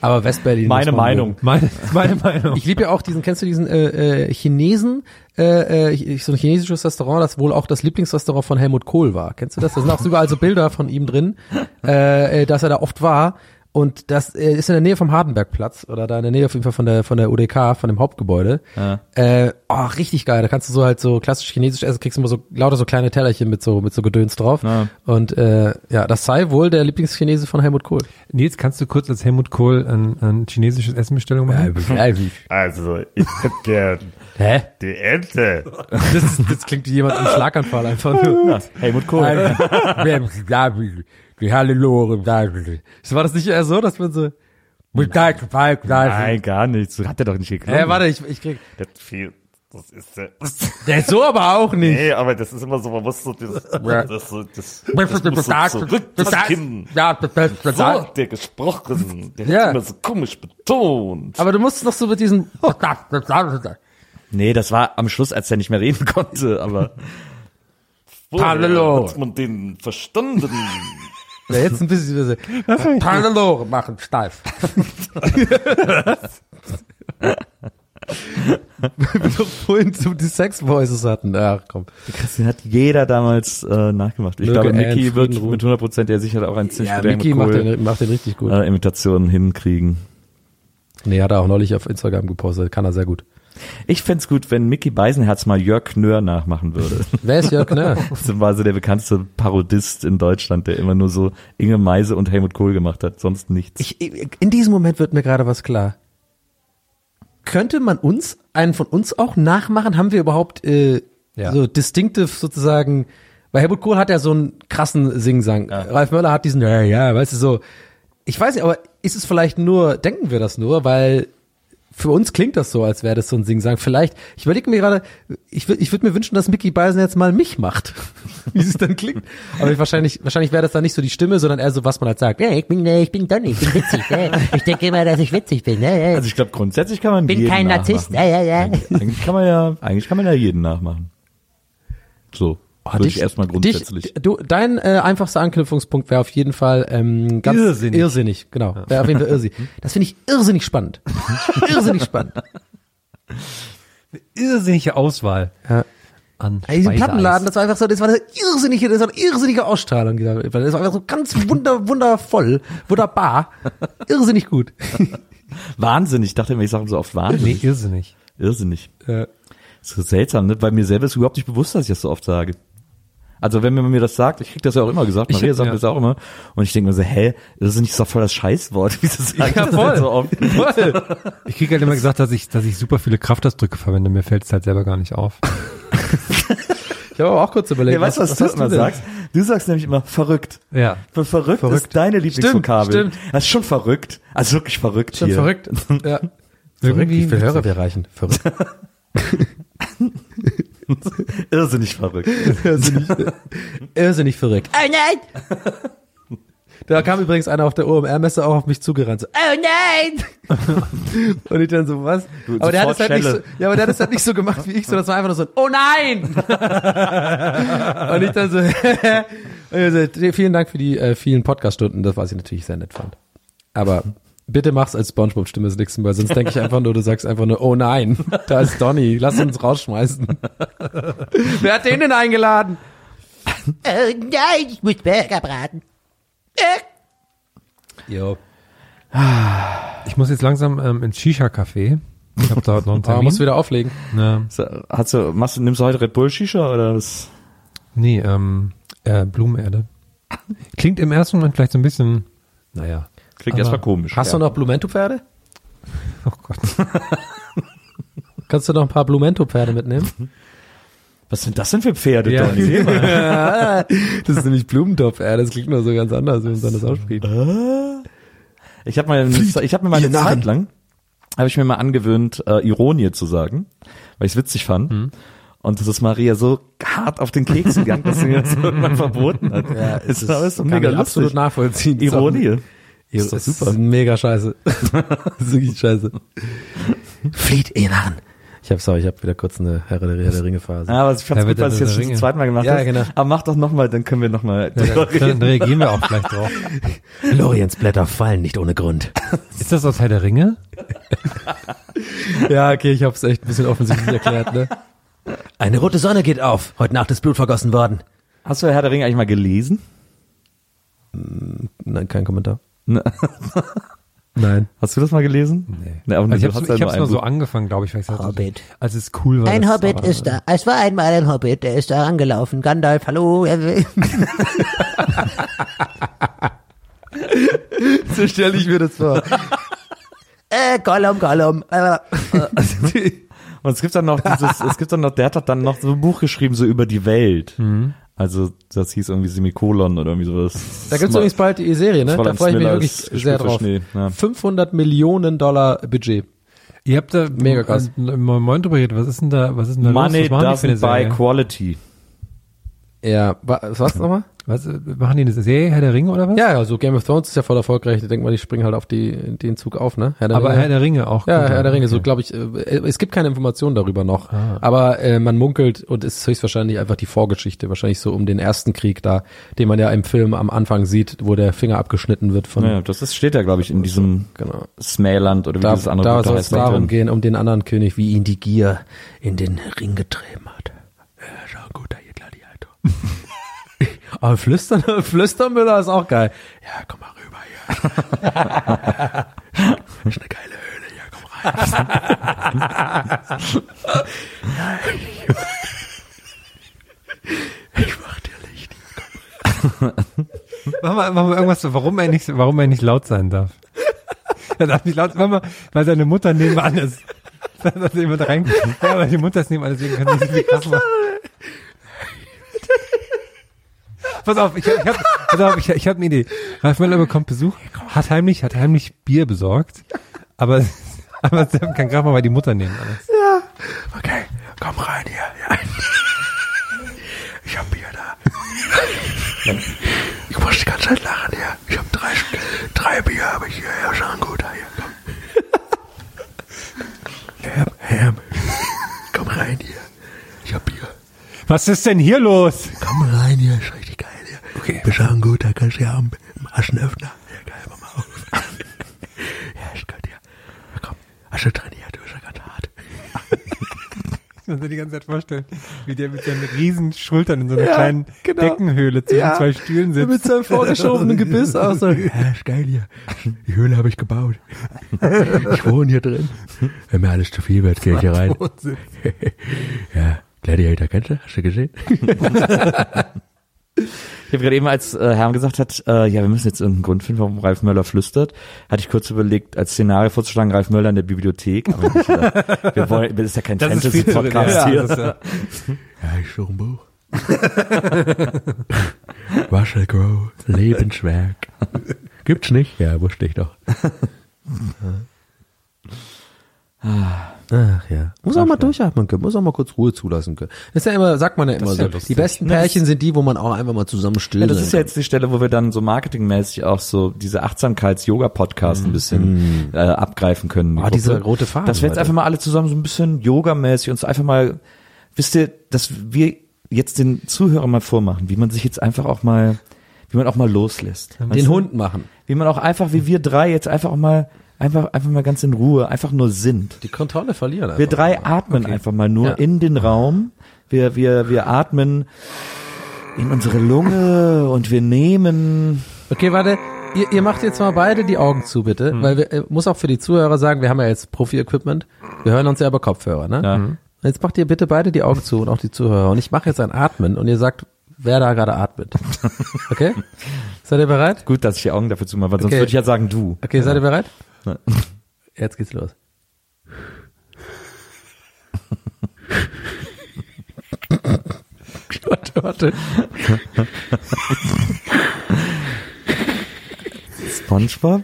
Speaker 1: Aber Westberlin.
Speaker 2: Meine
Speaker 1: muss man
Speaker 2: Meinung.
Speaker 1: mögen.
Speaker 3: Meine, meine Meinung.
Speaker 1: Ich liebe ja auch diesen, kennst du diesen äh, äh, Chinesen, äh, äh, ich- so ein chinesisches Restaurant, das wohl auch das Lieblingsrestaurant von Helmut Kohl war. Kennst du das? Da sind auch überall so Bilder von ihm drin, äh, äh, dass er da oft war. Und das äh, ist in der Nähe vom Hardenbergplatz oder da in der Nähe auf jeden Fall von der von der UDK, von dem Hauptgebäude. Äh, oh, richtig geil. Da kannst du so halt so klassisch chinesisch essen, kriegst immer so lauter so kleine Tellerchen mit so mit so Gedöns drauf. Und äh, ja, das sei wohl der Lieblingschinese von Helmut Kohl.
Speaker 3: Nils, kannst du kurz als Helmut Kohl ein, ein chinesisches Essenbestellung machen?
Speaker 6: Also, ich hätte gern
Speaker 1: Hä?
Speaker 6: die Ente.
Speaker 1: Das, das klingt wie jemand im Schlaganfall einfach nur.
Speaker 2: Helmut Kohl.
Speaker 1: War das nicht eher so, dass man so. Nein.
Speaker 2: Nein, gar nichts. Hat er doch nicht geklappt.
Speaker 1: Äh, warte, ich, ich krieg.
Speaker 6: Das viel. Das ist äh,
Speaker 1: Der ist so aber auch nicht.
Speaker 6: Nee, aber das ist immer so, man muss so dieses, das, so, das, das muss so zurück das Kind. So
Speaker 1: Aber
Speaker 6: hat der gesprochen. Der
Speaker 1: Ja.
Speaker 6: hat immer so komisch betont.
Speaker 1: du musst noch so mit diesem.
Speaker 2: Nee, das war am Schluss, als er nicht mehr reden konnte, aber
Speaker 6: Vorher
Speaker 1: Hallo.
Speaker 6: Hat man den verstanden?
Speaker 1: Ja, jetzt ein bisschen diese Pannelore machen, steif. Wir doch vorhin zu die Sex Voices hatten. Ach komm.
Speaker 2: Christian hat jeder damals äh, nachgemacht. Ich
Speaker 1: Möge
Speaker 2: glaube,
Speaker 1: er in
Speaker 2: Mickey
Speaker 1: Frieden
Speaker 2: wird
Speaker 1: ruhen.
Speaker 2: mit 100% der Sicherheit auch einen ziemlich
Speaker 1: Ja,
Speaker 2: modernen
Speaker 1: Mickey macht
Speaker 2: Kohl-
Speaker 1: den, macht den richtig gut.
Speaker 2: äh, Imitationen hinkriegen.
Speaker 1: Nee, hat er auch neulich auf Instagram gepostet. Kann er sehr gut.
Speaker 2: Ich fänd's gut, wenn Mickey Beisenherz mal Jörg Knör nachmachen würde.
Speaker 1: Wer ist Jörg Knör?
Speaker 2: Das war so der bekannteste Parodist in Deutschland, der immer nur so Inge Meise und Helmut Kohl gemacht hat, sonst nichts.
Speaker 1: Ich, in diesem Moment wird mir gerade was klar. Könnte man uns, einen von uns auch nachmachen? Haben wir überhaupt äh,
Speaker 3: Ja.
Speaker 1: so distinctive sozusagen, weil Helmut Kohl hat ja so einen krassen Singsang. Ralf Möller hat diesen, ja, ja, weißt du, so. Ich weiß nicht, aber ist es vielleicht nur, denken wir das nur, weil für uns klingt das so, als wäre das so ein Singsang. Vielleicht, ich überlege mir gerade, ich, wür- ich würde mir wünschen, dass Mickey Beisen jetzt mal mich macht, wie es dann klingt. Aber ich, wahrscheinlich, wahrscheinlich wäre das dann nicht so die Stimme, sondern eher so, was man halt sagt.
Speaker 7: Ja, ich bin, äh, ich bin Donny, ich bin witzig. ne? Ich denke immer, dass ich witzig bin. ne?
Speaker 2: Also ich glaube, grundsätzlich kann man
Speaker 7: bin
Speaker 2: jeden
Speaker 7: kein
Speaker 2: nachmachen.
Speaker 7: Narzisst, ja, ja, ja.
Speaker 2: Eigentlich- Eigentlich kann man ja, eigentlich kann man ja jeden nachmachen. So. Würde ich
Speaker 1: Ah, Dich-
Speaker 2: erstmal grundsätzlich.
Speaker 1: Dich, du, dein äh, einfachster Anknüpfungspunkt wäre auf jeden Fall ähm, ganz
Speaker 3: Irrsinnig.
Speaker 1: irrsinnig genau. Wäre auf jeden Fall irrsinnig.
Speaker 2: Mhm.
Speaker 1: Das finde ich irrsinnig spannend. irrsinnig spannend.
Speaker 3: Äh, Irrsinnige Auswahl an
Speaker 1: Ey, diesen
Speaker 3: Speiseeis.
Speaker 1: Plattenladen, das war einfach so, das war eine irrsinnige, das war eine irrsinnige Ausstrahlung. dieser- Das war einfach so ganz wunder, wundervoll, wunderbar, irrsinnig gut.
Speaker 2: Wahnsinnig. Ich dachte immer, ich sage so oft
Speaker 3: Nee,
Speaker 2: wahnsinnig.
Speaker 3: irrsinnig.
Speaker 2: Irrsinnig.
Speaker 3: Äh,
Speaker 2: So seltsam, ne? Weil mir selber ist überhaupt nicht bewusst, dass ich das so oft sage. Also wenn man mir das sagt, ich krieg das ja auch immer gesagt,
Speaker 3: Ich
Speaker 2: Maria
Speaker 3: hab-
Speaker 2: sagt
Speaker 3: ja.
Speaker 2: das auch immer. Und ich denke mir so, hä, irrsinnig ist doch voll das Scheißwort. Wieso sag ich
Speaker 3: Ja,
Speaker 2: das denn
Speaker 3: voll.
Speaker 2: so oft?
Speaker 3: Ich krieg halt immer gesagt, dass ich, dass ich super viele Kraftausdrücke verwende. Mir fällt es halt selber gar nicht auf.
Speaker 1: Ich habe aber auch kurz überlegt.
Speaker 2: Ja, weißt du, was, du immer
Speaker 1: denn?
Speaker 2: sagst? Du sagst nämlich immer verrückt.
Speaker 3: Ja.
Speaker 2: Ver- Verrückt,
Speaker 3: Verrückt.
Speaker 2: ist deine Lieblingsvokabel.
Speaker 1: Stimmt,
Speaker 2: Das ist schon verrückt. Also wirklich verrückt
Speaker 1: Schon
Speaker 2: hier.
Speaker 1: verrückt. Ja. Verrückt, wie viele Hörer wir erreichen. Verrückt.
Speaker 2: Irrsinnig verrückt.
Speaker 1: irrsinnig, irrsinnig verrückt.
Speaker 7: Oh nein,
Speaker 1: Da kam übrigens einer auf der OMR-Messe auch auf mich zugerannt. So,
Speaker 7: oh nein.
Speaker 1: Und ich dann so, was?
Speaker 2: Du,
Speaker 1: aber der hat es
Speaker 2: sofort
Speaker 1: halt nicht so,
Speaker 2: Schelle.
Speaker 1: ja, aber der hat es halt nicht so gemacht wie ich, sondern es war einfach nur so ein, oh nein! und ich dann so, und ich so, vielen Dank für die äh, vielen Podcast-Stunden, das was ich natürlich sehr nett fand. Aber bitte mach's als Spongebob-Stimme das nächste Mal, sonst denke ich einfach nur, du sagst einfach nur, oh nein, da ist Donny, lass uns rausschmeißen. Wer hat den denn eingeladen?
Speaker 7: Oh nein, ich muss Burger braten.
Speaker 1: Jo.
Speaker 3: Ich muss jetzt langsam ähm, ins Shisha-Café. Ich habe da heute noch einen
Speaker 1: Aber
Speaker 3: Termin.
Speaker 1: musst du wieder auflegen.
Speaker 3: Ne,
Speaker 2: So, Hast du, machst, du- nimmst du heute Red Bull Shisha oder was?
Speaker 3: nee, ähm, äh, Blumenerde. Klingt im ersten Moment vielleicht so ein bisschen, naja.
Speaker 2: Klingt erstmal komisch.
Speaker 1: Hast
Speaker 2: ja.
Speaker 1: du noch Blumento-Pferde?
Speaker 3: Oh Gott.
Speaker 1: Kannst du noch ein paar Blumento-Pferde mitnehmen?
Speaker 2: was sind das denn für Pferde,
Speaker 3: Ja.
Speaker 2: Donny? Seh mal.
Speaker 1: Das ist nämlich Blumentopf, ey. Das klingt nur so ganz anders, wenn man das ausspricht.
Speaker 2: Ich habe mal, ich habe mir mal eine Zeit lang, habe ich mir mal angewöhnt, äh, Ironie zu sagen, weil ich es witzig fand.
Speaker 3: Mhm.
Speaker 2: Und das ist Maria so hart auf den Keks gegangen, dass sie mir das irgendwann verboten hat. Ja, es ist, aber es ist so mega lustig.
Speaker 1: absolut nachvollziehen.
Speaker 2: Ironie.
Speaker 1: Ist doch super. Ist mega scheiße. das ist wirklich scheiße. Flieht ihr Narren. Ich hab's auch, ich hab wieder kurz eine Herr der, Herr der Ringe Phase.
Speaker 2: Ja, aber ich fand's gut,
Speaker 3: Da wird
Speaker 2: weil du es jetzt
Speaker 3: dann so
Speaker 2: schon zum
Speaker 3: Ringe.
Speaker 2: zweiten Mal gemacht
Speaker 1: Ja,
Speaker 2: hast.
Speaker 1: genau.
Speaker 2: Aber mach doch nochmal, dann können wir nochmal.
Speaker 3: Dann, dann reagieren wir auch vielleicht drauf.
Speaker 1: Loriens Blätter fallen nicht ohne Grund.
Speaker 3: Ist das aus Herr der Ringe?
Speaker 1: ja, okay, ich hab's echt ein bisschen offensichtlich erklärt, ne? Eine rote Sonne geht auf. Heute Nacht ist Blut vergossen worden.
Speaker 2: Hast du Herr der Ring eigentlich mal gelesen?
Speaker 1: Nein, kein Kommentar. Nein.
Speaker 2: Ne? Hast du das mal gelesen? Nee. aber
Speaker 3: Also ich
Speaker 2: du hast
Speaker 3: hab's,
Speaker 2: ja
Speaker 3: ich hab's
Speaker 2: ein
Speaker 3: nur so
Speaker 2: Buch.
Speaker 3: angefangen, glaube ich, weil ich sagte,
Speaker 7: Hobbit.
Speaker 3: als es cool war.
Speaker 7: Ein
Speaker 3: das
Speaker 7: Hobbit
Speaker 3: war-
Speaker 7: ist da. Es war einmal ein Hobbit, der ist da angelaufen. Gandalf, hallo.
Speaker 1: So stelle ich mir das vor.
Speaker 7: Äh, Gollum, Gollum. Äh,
Speaker 2: Und es gibt dann noch dieses, es gibt dann noch, der hat doch dann noch so ein Buch geschrieben, so über die Welt. Also, das hieß irgendwie Semikolon oder irgendwie sowas.
Speaker 1: Da gibt's
Speaker 2: Mal-
Speaker 1: übrigens bald die Serie, ne?
Speaker 2: Fräulein
Speaker 1: Da freue ich mich
Speaker 2: Smiller
Speaker 1: wirklich
Speaker 2: ist Spuk
Speaker 1: sehr
Speaker 2: für
Speaker 1: drauf.
Speaker 2: Schnee, ja.
Speaker 1: 500 Millionen Dollar Budget.
Speaker 3: Ihr habt da
Speaker 1: Mega krass.
Speaker 3: äh, im Moment drüber geredet. Was ist denn da, was ist denn da
Speaker 2: Money
Speaker 3: los? Was machen die für eine
Speaker 2: doesn't buy
Speaker 3: Serie?
Speaker 2: quality.
Speaker 1: Ja, wa- was war's nochmal?
Speaker 3: Was, äh, machen die eine Serie, Herr der Ringe oder was?
Speaker 1: Ja, ja, so Game of Thrones ist ja voll erfolgreich. Ich denke mal, die springen halt auf die, den Zug auf, ne? Herr der
Speaker 3: Aber
Speaker 1: Ringe.
Speaker 3: Herr der Ringe auch.
Speaker 1: ja,
Speaker 3: gut,
Speaker 1: Herr der Ringe, so
Speaker 3: okay.
Speaker 1: glaube ich, äh, es gibt keine Informationen darüber noch.
Speaker 3: Ah.
Speaker 1: Aber äh, man munkelt und es ist höchstwahrscheinlich einfach die Vorgeschichte, wahrscheinlich so um den ersten Krieg da, den man ja im Film am Anfang sieht, wo der Finger abgeschnitten wird von
Speaker 2: Ja, das ist, steht ja, glaube ich, in diesem
Speaker 1: genau.
Speaker 2: Smäland oder wie
Speaker 1: Da,
Speaker 2: dieses andere
Speaker 1: da
Speaker 2: Wort
Speaker 1: soll es
Speaker 2: heißt, da
Speaker 1: darum
Speaker 2: drin.
Speaker 1: gehen, um den anderen König, wie ihn die Gier in den Ring getrieben hat. Er ist Äh, ein guter Gladiator. Aber Flüstern, Flüstermüller ist auch geil. Ja, komm mal rüber hier. ist eine geile Höhle, ja, komm rein. ich mach dir Licht.
Speaker 3: Mach mal, mach mal irgendwas, warum er nicht, warum er nicht laut sein darf. Er darf nicht laut sein, mach mal, weil seine Mutter nebenan ist. Dass jemand reinkommt. Ja, weil die Mutter ist nebenan, deswegen kann ich nicht so viel krass machen. Pass auf, ich, ich hab, pass auf, ich, ich hab eine Idee. Ralf Möller bekommt Besuch, hat heimlich, hat heimlich Bier besorgt, aber, aber Sam kann gerade mal bei die Mutter nebenan ist.
Speaker 1: Okay, komm rein hier. Ja. Ich hab Bier da. Ich muss die ganze Zeit lachen hier. Ich hab drei, drei Bier habe ich hier. Ja, schon gut. Hier, komm. Ham, Ham. Komm rein hier. Ich hab Bier.
Speaker 3: Was ist denn hier los?
Speaker 1: Komm rein hier. Ist richtig geil hier. Okay. Bist schon gut. Da kannst du ja am im Aschenöffner. Ja, geil. Mach mal auf. ja, ist gut hier. Ja, komm. Asche trainiert. Du bist ja ganz hart.
Speaker 3: Ich muss mir die ganze Zeit vorstellen, wie der mit seinen riesen Schultern in so einer kleinen
Speaker 1: genau.
Speaker 3: Deckenhöhle zwischen zwei Stühlen sitzt.
Speaker 1: Mit seinem vorgeschobenen Gebiss aus. So, ja, ist geil hier. Die Höhle habe ich gebaut. Ich wohne hier drin. Wenn mir alles zu viel wird, gehe ich hier rein. Ja, Gladiator, kennst du? Hast du gesehen?
Speaker 2: Ich habe gerade eben, als äh, Herm gesagt hat, äh, ja, wir müssen jetzt irgendeinen Grund finden, warum Ralf Möller flüstert, hatte ich kurz überlegt, als Szenario vorzuschlagen, Ralf Möller in der Bibliothek. Aber hab ich gedacht, wir wollen, das ist ja kein Fantasy-Podcast hier.
Speaker 3: das ist ja-
Speaker 1: Ja, ich suche ein Buch. Russell Crowe, Lebenswerk. Gibt's nicht? Ja, wusste ich doch. Ach Ah, ja. Muss auch mal durchatmen können, muss auch mal kurz Ruhe zulassen können. Ist ja immer, sagt man ja immer
Speaker 3: ist ja
Speaker 1: so. die
Speaker 3: lustig.
Speaker 1: besten Pärchen sind die, wo man auch einfach mal zusammen still
Speaker 2: Ja, das
Speaker 1: sein
Speaker 2: ist ja jetzt die Stelle, wo wir dann so marketingmäßig auch so diese Achtsamkeits-Yoga-Podcast ein bisschen äh, abgreifen können.
Speaker 1: Mhm. Ah, dieser rote Faden
Speaker 2: Dass wir jetzt
Speaker 1: heute.
Speaker 2: einfach mal alle zusammen so ein bisschen yogamäßig uns einfach mal, wisst ihr, dass wir jetzt den Zuhörern mal vormachen, wie man sich jetzt einfach auch mal, wie man auch mal loslässt.
Speaker 1: kann. Den Hund machen.
Speaker 2: Wie man auch einfach, wie wir drei jetzt einfach auch mal, einfach, einfach mal ganz in Ruhe, einfach nur sind.
Speaker 1: Die Kontrolle verlieren.
Speaker 2: Wir
Speaker 1: einfach.
Speaker 2: drei atmen einfach mal nur
Speaker 1: Ja.
Speaker 2: in den Raum. Wir, wir, wir atmen in unsere Lunge und wir nehmen
Speaker 1: Okay, warte. Ihr, ihr macht jetzt mal beide die Augen zu, bitte.
Speaker 3: Hm.
Speaker 1: Weil wir, äh, muss auch für die Zuhörer sagen, wir haben ja jetzt Profi-Equipment. Wir hören uns ja über Kopfhörer, ne?
Speaker 2: Ja.
Speaker 1: Mhm. Jetzt macht ihr bitte beide die Augen zu und auch die Zuhörer. Und ich mache jetzt ein Atmen und ihr sagt, wer da gerade atmet. Okay? Seid ihr bereit?
Speaker 2: Gut, dass ich die Augen dafür zumache, weil sonst
Speaker 1: Okay.
Speaker 2: würde ich ja sagen, du.
Speaker 1: Okay, seid ihr bereit?
Speaker 2: Nein.
Speaker 1: Jetzt geht's los. warte, warte.
Speaker 2: SpongeBob?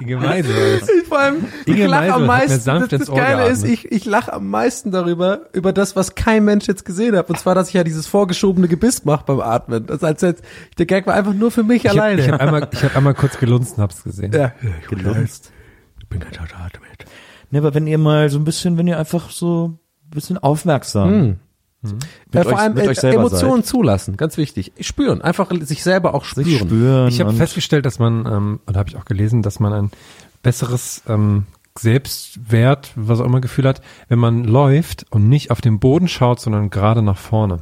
Speaker 3: Inge Meisel war das.
Speaker 1: Vor allem, ich
Speaker 3: Inge
Speaker 1: lache am
Speaker 3: Meisel hat mir
Speaker 1: meisten.
Speaker 3: sanft
Speaker 1: das
Speaker 3: ins
Speaker 1: das
Speaker 3: Ohr
Speaker 1: Geile ist,
Speaker 3: geatmet.
Speaker 1: ich, ich lache am meisten darüber, über das, was kein Mensch jetzt gesehen hat. Und zwar, dass ich ja dieses vorgeschobene Gebiss mache beim Atmen. Das als jetzt, der Gag war einfach nur für mich
Speaker 3: Ich habe
Speaker 1: alleine.
Speaker 3: ich hab einmal, ich hab einmal kurz gelunzt und hab's gesehen.
Speaker 1: ja.
Speaker 2: Gelunzt.
Speaker 1: Ich bin ganz hart atmet.
Speaker 2: Ne, aber wenn ihr mal so ein bisschen, wenn ihr einfach so ein bisschen aufmerksam mit,
Speaker 1: Hm. Ja,
Speaker 2: euch,
Speaker 1: vor allem
Speaker 2: mit
Speaker 1: äh,
Speaker 2: euch selber
Speaker 1: Emotionen
Speaker 2: seid.
Speaker 1: zulassen, ganz wichtig. Spüren, einfach sich selber auch spüren.
Speaker 2: Sich spüren.
Speaker 3: Ich habe
Speaker 2: und-
Speaker 3: festgestellt, dass man, ähm, oder habe ich auch gelesen, dass man ein besseres ähm, Selbstwert, was auch immer Gefühl hat, wenn man läuft und nicht auf den Boden schaut, sondern gerade nach vorne.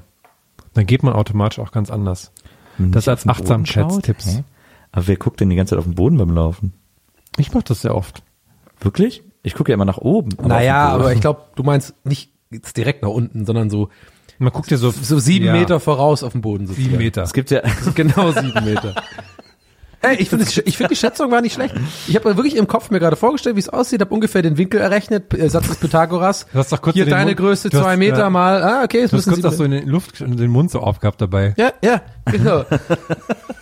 Speaker 3: Dann geht man automatisch auch ganz anders. das als
Speaker 2: auf den Boden
Speaker 3: Achtsamkeitstipps.
Speaker 2: schaut. Hä? Aber wer guckt denn die ganze Zeit auf den Boden beim Laufen?
Speaker 3: Ich mache das sehr oft.
Speaker 2: Wirklich? Ich gucke ja immer nach oben. aber
Speaker 1: Naja,
Speaker 2: auf den Boden.
Speaker 1: aber ich glaube, du meinst nicht jetzt direkt nach unten, sondern so,
Speaker 3: Man guckt ja so,
Speaker 1: so sieben
Speaker 3: ja,
Speaker 1: Meter voraus auf dem Boden. Sozusagen.
Speaker 3: Sieben Meter.
Speaker 2: Es gibt ja,
Speaker 1: Genau sieben Meter. Ey, ich finde ich find die Schätzung war nicht schlecht. Ich habe wirklich im Kopf mir gerade vorgestellt, wie es aussieht, habe ungefähr den Winkel errechnet, äh, Satz des Pythagoras.
Speaker 3: Du hast doch kurz
Speaker 1: Hier
Speaker 3: in den
Speaker 1: deine
Speaker 3: Mund-
Speaker 1: Größe,
Speaker 3: du hast, äh,
Speaker 1: zwei Meter
Speaker 3: ja.
Speaker 1: mal. Ah, okay, es
Speaker 3: Du hast
Speaker 1: müssen
Speaker 3: kurz
Speaker 1: sie.
Speaker 3: auch so in den Luft und den Mund so aufgehabt dabei.
Speaker 1: ja, ja, genau.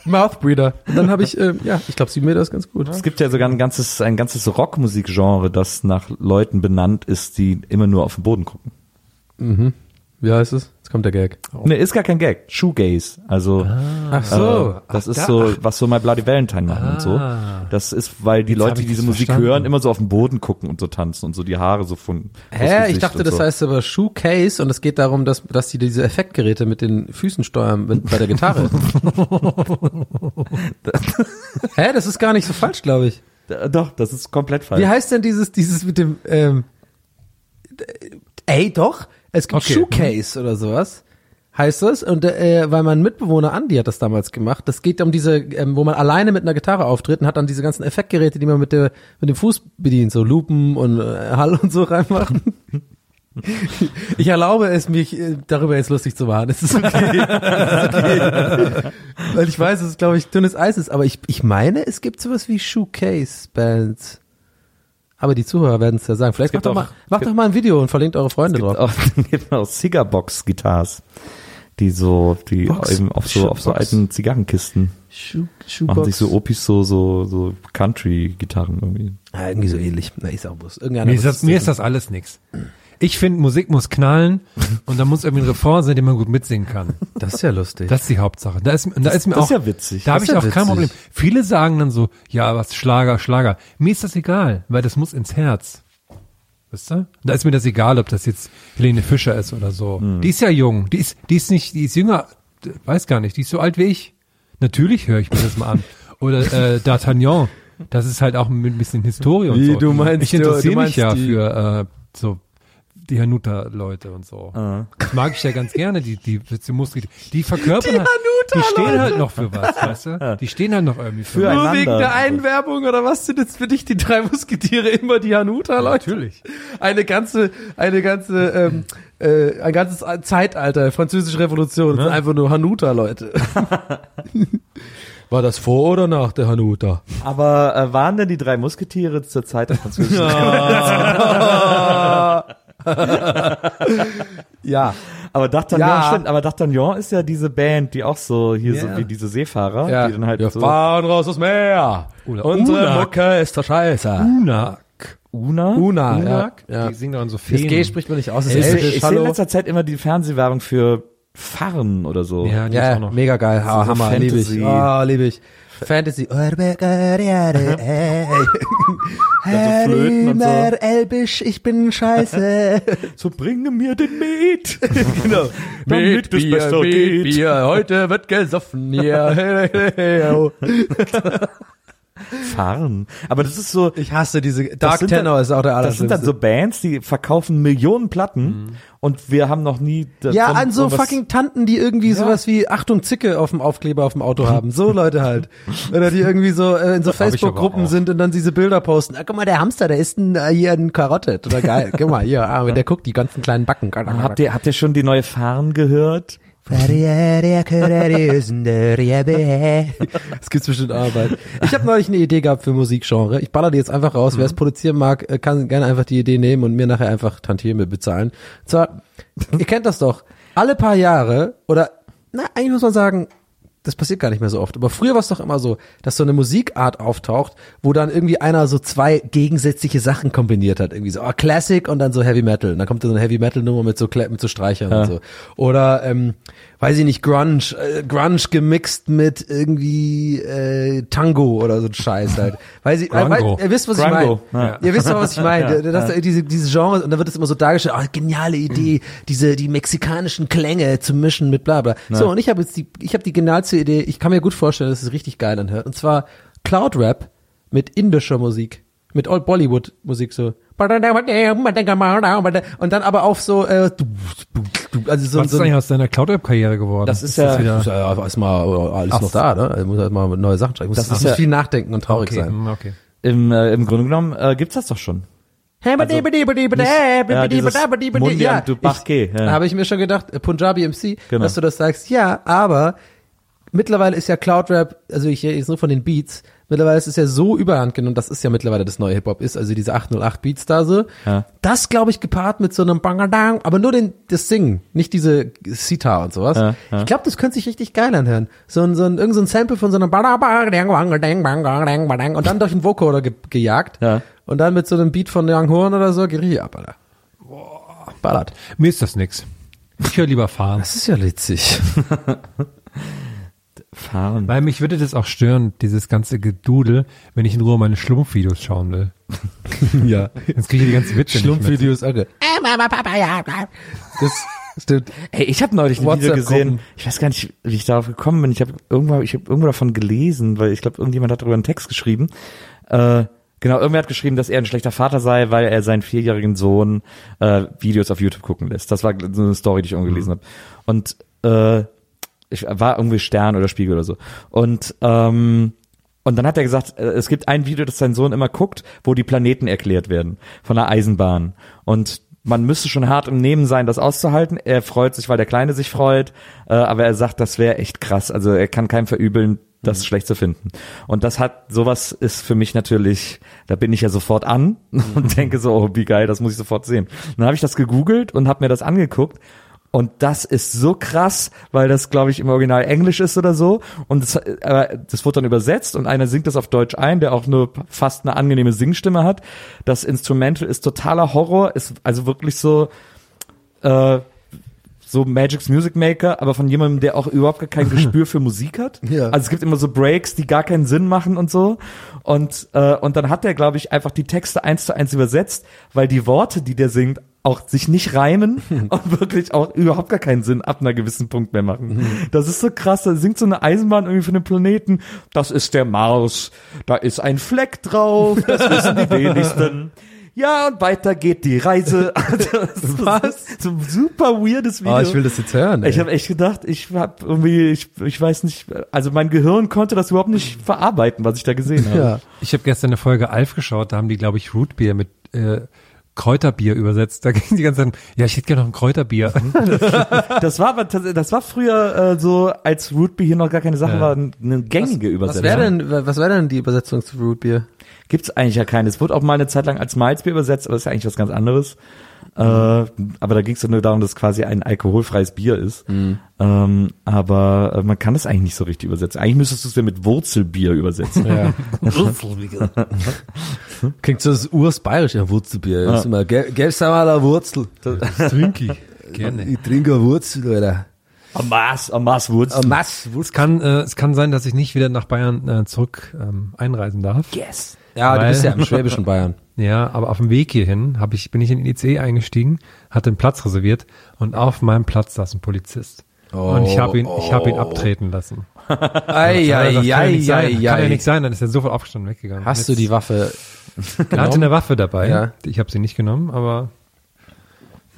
Speaker 1: Mouthbreather. Und dann habe ich, ähm, ja, ich glaube, sieben Meter ist ganz gut.
Speaker 2: es gibt ja sogar ein ganzes, ein ganzes Rockmusikgenre, das nach Leuten benannt ist, die immer nur auf den Boden gucken.
Speaker 1: Wie heißt es? Jetzt kommt der Gag.
Speaker 2: Ne, ist gar kein Gag. Shoegaze. Also,
Speaker 1: Oh. Ah. Ach Ah. so.
Speaker 2: äh, das ist so, was so My Bloody Valentine machen und so. Das ist, weil die
Speaker 3: hab
Speaker 2: Leute,
Speaker 3: ich
Speaker 2: die diese
Speaker 3: das
Speaker 2: Musik
Speaker 3: verstanden.
Speaker 2: hören, immer so auf den Boden gucken und so tanzen und so die Haare so von. vors
Speaker 1: Hä? Ich
Speaker 2: Gesicht
Speaker 1: dachte,
Speaker 2: und
Speaker 1: das
Speaker 2: so.
Speaker 1: heißt aber Shoecase und es geht darum, dass, dass die diese Effektgeräte mit den Füßen steuern wenn- bei der Gitarre. Hä? Das ist gar nicht so falsch, glaube ich.
Speaker 2: D- Äh, Doch, das ist komplett falsch.
Speaker 1: Wie heißt denn dieses, dieses mit dem, ähm, ey, doch, es gibt
Speaker 3: Okay.
Speaker 1: Shoecase oder sowas. Heißt das? Und äh, weil mein Mitbewohner Andi hat das damals gemacht. Das geht um diese, ähm, wo man alleine mit einer Gitarre auftritt und hat dann diese ganzen Effektgeräte, die man mit, der, mit dem Fuß bedient, so Lupen und äh, Hall und so reinmacht. Ich erlaube es, mich äh, darüber jetzt lustig zu machen. Es ist okay. Es ist okay. Weil ich weiß, dass es, glaube ich, dünnes Eis ist. Aber ich, ich meine, es gibt sowas wie Shoecase-Bands. Aber die Zuhörer werden es ja sagen. Vielleicht macht
Speaker 2: gibt
Speaker 1: doch,
Speaker 2: auch-
Speaker 1: mal,
Speaker 2: es
Speaker 1: macht
Speaker 2: gibt-
Speaker 1: doch mal ein Video und verlinkt eure Freunde
Speaker 2: gibt
Speaker 1: drauf.
Speaker 2: auch, gibt auch Cigarbox-Gitars, die so, die
Speaker 1: Box.
Speaker 2: eben auf so, auf so
Speaker 1: Box.
Speaker 2: alten Zigarrenkisten
Speaker 1: Shoe,
Speaker 2: machen sich so Opis so, so, so Country-Gitarren irgendwie.
Speaker 1: ja, Ah, irgendwie so ähnlich. Na, ich sag bloß. Irgendeiner
Speaker 3: Mir ist,
Speaker 1: wird
Speaker 3: das,
Speaker 1: es
Speaker 3: mir ist
Speaker 1: wissen.
Speaker 3: das alles nix. Ich finde, Musik muss knallen und da muss irgendwie ein Refrain sein, den man gut mitsingen kann.
Speaker 1: das ist ja lustig.
Speaker 3: Das ist die Hauptsache. Da ist, da ist mir
Speaker 2: das
Speaker 3: auch,
Speaker 2: ist ja witzig.
Speaker 3: Da
Speaker 1: Das
Speaker 3: habe
Speaker 1: ist
Speaker 3: ich
Speaker 1: ja
Speaker 3: auch kein
Speaker 1: witzig.
Speaker 3: Problem. Viele sagen dann so, ja, was Schlager, Schlager. Mir ist das egal, weil das muss ins Herz. Wisst ihr? Da ist mir das egal, ob das jetzt Helene Fischer ist oder so.
Speaker 1: Hm.
Speaker 3: Die ist ja jung. Die ist, die ist nicht, die ist jünger, d- weiß gar nicht, die ist so alt wie ich. Natürlich höre ich mir das mal an. Oder äh, D'Artagnan. Das ist halt auch mit ein bisschen Historie und
Speaker 1: Wie,
Speaker 3: so.
Speaker 1: du meinst,
Speaker 3: ich
Speaker 1: du- du
Speaker 3: interessiere
Speaker 1: meinst
Speaker 3: mich ja
Speaker 1: die-
Speaker 3: für äh, so die Hanuta-Leute und so.
Speaker 1: Ah.
Speaker 3: Das mag ich ja ganz gerne, die, die, die Musik. Die verkörpern, die, halt, die stehen halt noch für was, weißt du? Die stehen halt noch irgendwie für, was.
Speaker 2: Füreinander.
Speaker 1: Einwerbung oder was sind jetzt für dich die drei Musketiere immer die Hanuta, Leute?
Speaker 3: Natürlich.
Speaker 1: Eine ganze, eine ganze, ähm, äh, ein ganzes Zeitalter, französische Revolution, das sind einfach nur Hanuta, Leute. War das vor oder nach der Hanuta?
Speaker 2: Aber äh, waren denn die drei Musketiere zur Zeit der französischen
Speaker 1: Ja.
Speaker 2: Aber D'Artagnan,
Speaker 1: Ja.
Speaker 2: stimmt, aber D'Artagnan ist ja diese Band, die auch so hier
Speaker 1: Ja.
Speaker 2: so wie diese Seefahrer,
Speaker 1: ja.
Speaker 2: die dann halt
Speaker 1: Wir
Speaker 2: so
Speaker 1: fahren raus aus Meer.
Speaker 3: Oder
Speaker 1: Unsere
Speaker 3: Unak.
Speaker 1: Mucke ist der Scheiße.
Speaker 3: Unak.
Speaker 2: Una.
Speaker 1: Una,
Speaker 2: Unak.
Speaker 1: ja.
Speaker 3: Die singen doch an so
Speaker 1: Das
Speaker 3: Feen.
Speaker 1: G spricht man nicht aus, das
Speaker 2: Ich,
Speaker 1: ist
Speaker 2: seh-
Speaker 1: Elbisch,
Speaker 2: ich sehe in
Speaker 1: hallo.
Speaker 2: letzter Zeit immer die Fernsehwerbung für Farren oder so.
Speaker 3: ja, die ist auch noch.
Speaker 1: mega geil, ha,
Speaker 2: so
Speaker 1: Hammer, liebe ich.
Speaker 2: Fantasy.
Speaker 1: Ah, liebe ich. Fantasy.
Speaker 2: so Flöten und so.
Speaker 1: Herr Elbisch, ich bin scheiße.
Speaker 2: So bringe mir den Met.
Speaker 1: genau.
Speaker 2: Damit es besser geht.
Speaker 1: Bier, heute wird gesoffen hier.
Speaker 2: Farren. Aber das ist so
Speaker 1: ich hasse diese, Dark
Speaker 2: sind dann-
Speaker 1: Tenor ist auch der
Speaker 2: das sind dann so
Speaker 1: allerschlimmste. Mhm.
Speaker 2: Bands, die verkaufen Millionen Platten und wir haben noch nie davon
Speaker 1: Ja, an so
Speaker 2: irgendwas-
Speaker 1: fucking Tanten, die irgendwie sowas wie Achtung Zicke auf dem Aufkleber auf dem Auto haben. So Leute halt. Oder die irgendwie so äh, in so
Speaker 3: hab ich aber
Speaker 1: Facebook-Gruppen
Speaker 3: auch.
Speaker 1: sind und dann diese Bilder posten. Ah, guck mal, der Hamster, der isst ein, äh, hier ein Karottet. Oder geil. guck mal, hier, ah, der guckt die ganzen kleinen Backen.
Speaker 2: Habt ihr habt ihr schon die neue Farren gehört?
Speaker 1: Das gibt's bestimmt Arbeit. Ich habe neulich eine Idee gehabt für Musikgenre. Ich baller die jetzt einfach raus. Wer es produzieren mag, äh, kann gerne einfach die Idee nehmen und mir nachher einfach Tantieme bezahlen. Und zwar, ihr kennt das doch. Alle paar Jahre oder na, eigentlich muss man sagen, das passiert gar nicht mehr so oft. Aber früher war es doch immer so, dass so eine Musikart auftaucht, wo dann irgendwie einer so zwei gegensätzliche Sachen kombiniert hat. Irgendwie so oh, Classic und dann so Heavy Metal. Und dann kommt so eine Heavy Metal Nummer mit so, Kle- mit so Streichern und so. Oder, ähm, weiß ich nicht, Grunge. Äh, Grunge gemixt mit irgendwie äh, Tango oder so ein Scheiß halt. Weiß ich,
Speaker 3: Grungo.
Speaker 1: weil, weil, ihr wisst, was
Speaker 2: Grungo,
Speaker 1: ich meine. Ihr wisst doch, was ich meine. Das, diese, diese Genres, und dann wird es immer so dargestellt, ah, geniale Idee, diese, die mexikanischen Klänge zu mischen mit bla bla. So, und ich habe jetzt die, ich habe die genialste Idee, ich kann mir gut vorstellen, dass es richtig geil anhört. Und zwar Cloud Rap mit indischer Musik. Mit Old Bollywood Musik so. Und dann aber auf so, äh, also so,
Speaker 3: Was ist
Speaker 1: so
Speaker 3: eigentlich aus deiner Cloud-App-Karriere geworden?
Speaker 2: Das ist ja-
Speaker 3: wieder-
Speaker 1: ist ja erstmal alles noch da, ne? Ich muss erstmal neue Sachen schreiben. Ich muss,
Speaker 2: Das ist
Speaker 1: ich muss
Speaker 2: ja-
Speaker 1: viel nachdenken und traurig
Speaker 3: okay,
Speaker 1: sein.
Speaker 3: mm, okay.
Speaker 2: Im, äh, im Grunde genommen äh, gibt's das doch schon. ja, dieses Mundian
Speaker 1: Ja,
Speaker 2: du Bachke,
Speaker 1: ich-
Speaker 2: ja.
Speaker 1: habe ich mir schon gedacht, äh, Punjabi MC,
Speaker 2: Genau.
Speaker 1: dass du das sagst. Ja, aber mittlerweile ist ja Cloud Rap, also ich rede jetzt nur von den Beats, mittlerweile ist es ja so überhand genommen, das ist ja mittlerweile das neue Hip-Hop ist, also diese 808 Beats da so.
Speaker 2: Ja.
Speaker 1: Das, glaube ich, gepaart mit so einem Bangadang, aber nur den, das Singen, nicht diese Sitar und sowas.
Speaker 2: Ja, ja.
Speaker 1: Ich glaube, das könnte sich richtig geil anhören. So ein, so ein, irgend so ein Sample von so einem Badabadang, Bangadang, Bangadang, Badang und dann durch einen Vocoder ge gejagt.
Speaker 2: Ja.
Speaker 1: Und dann mit so einem Beat von Young Horn oder so, geht richtig ab, Alter. Ballert.
Speaker 3: Mir ist das nix. Ich höre lieber fahren.
Speaker 1: Das ist ja witzig.
Speaker 2: Fahren.
Speaker 3: Weil mich würde das auch stören, dieses ganze Gedudel, wenn ich in Ruhe meine Schlumpfvideos schauen will.
Speaker 1: ja.
Speaker 3: Jetzt kriege ich die ganzen Witze nicht
Speaker 1: Schlumpfvideos, okay. Äh, Mama, Papa, ja. Das stimmt.
Speaker 2: Ey, ich habe neulich ein Video
Speaker 1: WhatsApp-Gruppen.
Speaker 2: gesehen. Ich weiß gar nicht, wie ich darauf gekommen bin. Ich habe irgendwo, ich habe irgendwo davon gelesen, weil ich glaube, irgendjemand hat darüber einen Text geschrieben. Äh, genau, irgendwer hat geschrieben, dass er ein schlechter Vater sei, weil er seinen vierjährigen Sohn äh, Videos auf YouTube gucken lässt. Das war so eine Story, die ich irgendwo gelesen habe. Und äh, ich war irgendwie Stern oder Spiegel oder so. Und ähm, und dann hat er gesagt, äh, es gibt ein Video, das sein Sohn immer guckt, wo die Planeten erklärt werden von der Eisenbahn. Und man müsste schon hart im Nehmen sein, das auszuhalten. Er freut sich, weil der Kleine sich freut, äh, aber er sagt, das wäre echt krass. Also er kann keinem verübeln, das schlecht zu finden. Und das hat, sowas ist für mich natürlich, da bin ich ja sofort an und denke so, oh, wie geil, das muss ich sofort sehen. Und dann habe ich das gegoogelt und habe mir das angeguckt und das ist so krass, weil das, glaube ich, im Original Englisch ist oder so. Und das, aber das wurde dann übersetzt und einer singt das auf Deutsch ein, der auch nur fast eine angenehme Singstimme hat. Das Instrumental ist totaler Horror, ist also wirklich so, äh, so Magic's Music Maker, aber von jemandem, der auch überhaupt gar kein Gespür für Musik hat.
Speaker 1: Ja.
Speaker 2: Also es gibt immer so Breaks, die gar keinen Sinn machen und so. Und, äh, und dann hat der, glaube ich, einfach die Texte eins zu eins übersetzt, weil die Worte, die der singt, auch sich nicht reimen und wirklich auch überhaupt gar keinen Sinn ab einer gewissen Punkt mehr machen.
Speaker 1: Mhm.
Speaker 2: Das ist so krass, da singt so eine Eisenbahn irgendwie von einem Planeten, das ist der Mars, da ist ein Fleck drauf, das wissen die wenigsten. Ja, und weiter geht die Reise. Was? So ein super weirdes Video.
Speaker 1: Ah, ich will das jetzt hören. ey.
Speaker 2: Ich habe echt gedacht, ich hab irgendwie, ich, ich weiß nicht, also mein Gehirn konnte das überhaupt nicht verarbeiten, was ich da gesehen habe.
Speaker 1: ja.
Speaker 3: Ich habe gestern eine Folge Alf geschaut, da haben die, glaube ich, Rootbier mit äh, Kräuterbier übersetzt. Da ging die ganze Zeit, um, ja, ich hätte gerne noch ein Kräuterbier.
Speaker 1: Mhm,
Speaker 2: Das war aber tats- das war früher äh, so, als Rootbeer hier noch gar keine Sache war, n- eine gängige
Speaker 1: Was
Speaker 2: Übersetzung.
Speaker 1: wäre denn, was wäre denn die Übersetzung zu Root Beer?
Speaker 2: Gibt's eigentlich ja keine. Es wurde auch mal eine Zeit lang als Malzbier übersetzt, aber das ist ja eigentlich was ganz anderes. Äh, aber da ging es nur darum, dass es quasi ein alkoholfreies Bier ist.
Speaker 1: Mhm.
Speaker 2: Ähm, aber äh, man kann das eigentlich nicht so richtig übersetzen. Eigentlich müsstest du es ja mit Wurzelbier übersetzen.
Speaker 1: Ja. Klingt so das ursbayerische Wurzelbier. Das ist immer, gä- gäb's einmal eine Wurzel.
Speaker 3: Trinki. Gerne.
Speaker 1: Ich trinke eine Wurzel, Alter.
Speaker 2: Am Maß, am Maß Wurzel.
Speaker 1: Ein Mass,
Speaker 3: Es kann, äh, es kann sein, dass ich nicht wieder nach Bayern äh, zurück ähm, einreisen darf.
Speaker 2: Yes.
Speaker 1: Ja, du
Speaker 3: Weil-
Speaker 1: bist ja im schwäbischen Bayern.
Speaker 3: Ja, aber auf dem Weg hierhin hab ich, bin ich in den ICE eingestiegen, hatte einen Platz reserviert und auf meinem Platz saß ein Polizist. und ich habe ihn, ich habe ihn abtreten lassen.
Speaker 1: Oh. Ei,
Speaker 3: Ja,
Speaker 1: ei,
Speaker 3: das kann ja
Speaker 1: ei,
Speaker 3: nicht sein. Das
Speaker 1: ei,
Speaker 3: kann ja
Speaker 1: ei.
Speaker 3: nicht sein, dann ist er sofort aufgestanden und weggegangen.
Speaker 1: Hast du die Waffe?
Speaker 3: Er hatte eine Waffe dabei.
Speaker 1: Ja.
Speaker 3: Ich habe sie nicht genommen, aber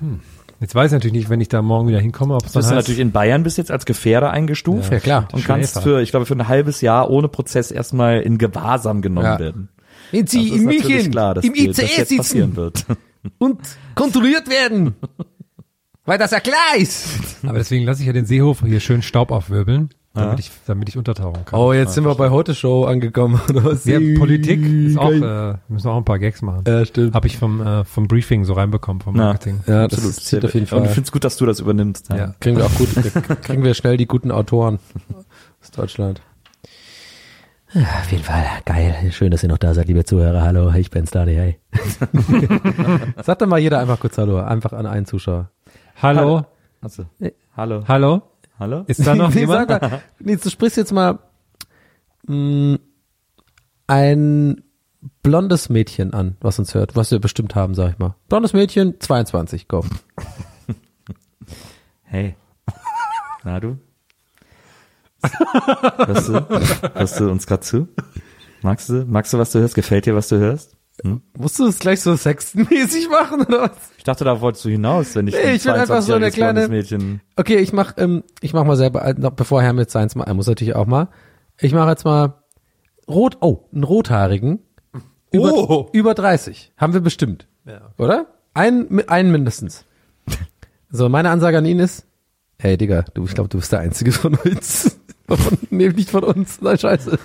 Speaker 3: hm. jetzt weiß ich natürlich nicht, wenn ich da morgen wieder hinkomme, ob es dann
Speaker 2: Bist du
Speaker 3: heißt,
Speaker 2: natürlich in Bayern bist jetzt als Gefährder eingestuft.
Speaker 1: Ja, klar.
Speaker 2: Und kannst
Speaker 3: Schläfer.
Speaker 2: für, ich glaube, für ein halbes Jahr ohne Prozess erstmal in Gewahrsam genommen
Speaker 1: Ja.
Speaker 2: werden.
Speaker 1: Wenn
Speaker 2: Das
Speaker 1: Sie
Speaker 2: ist
Speaker 1: in
Speaker 2: natürlich
Speaker 1: München
Speaker 2: klar, dass
Speaker 1: im
Speaker 2: dir
Speaker 1: ICE
Speaker 2: das jetzt passieren
Speaker 1: sitzen
Speaker 2: wird.
Speaker 1: und kontrolliert werden, weil das ja klar ist.
Speaker 3: aber deswegen lasse ich ja den Seehof hier schön Staub aufwirbeln, damit, ich, damit ich untertauchen kann.
Speaker 1: Oh, jetzt sind wir bei Heute Show angekommen. Oder was?
Speaker 3: Ja, Politik ist auch, äh, wir müssen auch ein paar Gags machen.
Speaker 1: Ja, stimmt.
Speaker 3: Habe ich vom, äh, vom Briefing so reinbekommen, vom
Speaker 2: Na.
Speaker 3: Marketing.
Speaker 1: Ja, das Absolut. zieht auf jeden
Speaker 2: Und ich
Speaker 1: Fall.
Speaker 2: finde es gut, dass du das übernimmst. Ja.
Speaker 1: Kriegen wir auch gut, kriegen wir schnell die guten Autoren aus Deutschland.
Speaker 7: Auf jeden Fall, geil. Schön, dass ihr noch da seid, liebe Zuhörer. Hallo, ich bin's, Dani. Hey.
Speaker 1: Sag doch mal jeder einfach kurz Hallo, einfach an einen Zuschauer.
Speaker 3: Hallo,
Speaker 2: Also, hallo.
Speaker 3: hallo,
Speaker 2: Hallo?
Speaker 3: ist da noch
Speaker 1: Nee,
Speaker 3: jemand?
Speaker 1: sag mal, nee, du sprichst jetzt mal mh, ein blondes Mädchen an, was uns hört, was wir bestimmt haben, sag ich mal. Blondes Mädchen, 22, go.
Speaker 2: Hey. Na du? Hörst du, hörst du uns gerade zu? Magst du, magst du, was du hörst? Gefällt dir, was du hörst?
Speaker 1: Musst du das gleich so sextenmäßig machen, oder was?
Speaker 2: Ich dachte, da wolltest du hinaus, wenn ich,
Speaker 1: Nee,
Speaker 2: ein
Speaker 1: ich bin einfach so eine
Speaker 2: 22-jähriges
Speaker 1: kleine-
Speaker 2: blondes Mädchen.
Speaker 1: Okay, ich mach, ähm, ich mach mal selber, äh, noch bevor Herr mit seins mal, er muss natürlich auch mal. Ich mache jetzt mal rot, oh, einen rothaarigen. Über,
Speaker 3: Oh.
Speaker 1: über 30. Haben wir bestimmt. Oder? Einen, einen mindestens. So, meine Ansage an ihn ist, hey Digga, du, ich glaube, du bist der Einzige von uns. Von, nee, nicht von uns. Nein, scheiße.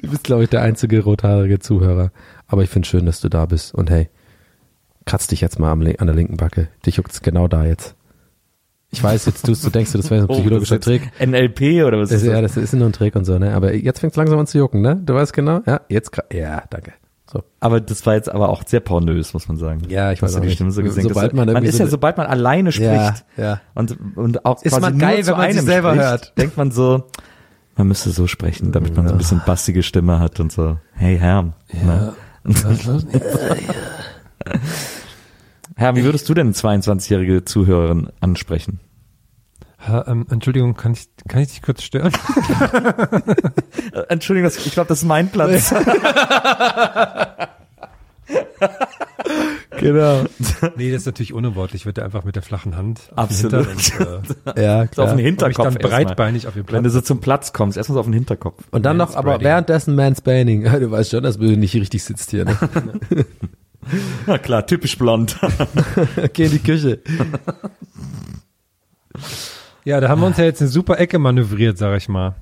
Speaker 1: du bist, glaube ich, der einzige rothaarige Zuhörer. Aber ich finde schön, dass du da bist. Und hey, kratz dich jetzt mal am, lin- an der linken Backe. Dich juckt's genau da jetzt. Ich weiß, jetzt tust du, denkst du, das wäre so ein
Speaker 2: Oh,
Speaker 1: psychologischer
Speaker 2: das ist
Speaker 1: Trick.
Speaker 2: jetzt NLP oder was
Speaker 1: Das,
Speaker 2: ist
Speaker 1: ist- ja,
Speaker 2: das?
Speaker 1: das ist nur ein Trick und so, ne? Aber jetzt fängt's langsam an zu jucken, ne? Du weißt genau? Ja, jetzt gra- Ja, danke. So.
Speaker 2: Aber das war jetzt aber auch sehr pornös, muss man sagen.
Speaker 1: Ja, ich
Speaker 2: Hast
Speaker 1: weiß
Speaker 2: du
Speaker 1: auch
Speaker 2: die
Speaker 1: nicht.
Speaker 2: Stimme so gesenkt?
Speaker 1: Sobald
Speaker 2: Das-
Speaker 1: man irgendwie
Speaker 2: ist
Speaker 1: so
Speaker 2: ja,
Speaker 1: eine-
Speaker 2: sobald man alleine spricht
Speaker 1: Ja, ja.
Speaker 2: und und auch
Speaker 1: Ist
Speaker 2: quasi
Speaker 1: man
Speaker 2: nur
Speaker 1: geil,
Speaker 2: zu
Speaker 1: wenn man sich
Speaker 2: einem
Speaker 1: selber
Speaker 2: spricht,
Speaker 1: hört.
Speaker 2: Denkt man so, man müsste so sprechen, damit man so ein bisschen bassige Stimme hat und so. Hey Herm. ne? Herm, wie würdest du denn eine 22-jährige Zuhörerin ansprechen?
Speaker 3: Ha, ähm, Entschuldigung, kann ich, kann ich dich kurz stören?
Speaker 2: Äh, Entschuldigung, das- ich glaube, das ist mein Platz. genau.
Speaker 3: nee, das ist natürlich unumwortlich. Ich würde einfach mit der flachen Hand auf den
Speaker 2: Absolut.
Speaker 3: Hintern und, äh,
Speaker 1: Ja,
Speaker 2: So auf den
Speaker 3: mich
Speaker 2: Hinterkopf.
Speaker 3: dann
Speaker 2: erstmal.
Speaker 3: breitbeinig auf den Platz.
Speaker 2: Wenn du so zum Platz kommst, erstmal so auf den Hinterkopf.
Speaker 1: Und dann noch, aber
Speaker 3: Manspreading.
Speaker 1: währenddessen Mansplaining. Du weißt schon, dass du nicht richtig sitzt hier. Ne?
Speaker 2: Na klar, typisch blond.
Speaker 1: Geh in die Küche.
Speaker 3: Ja, da haben wir uns ja jetzt eine super Ecke manövriert, sag ich mal.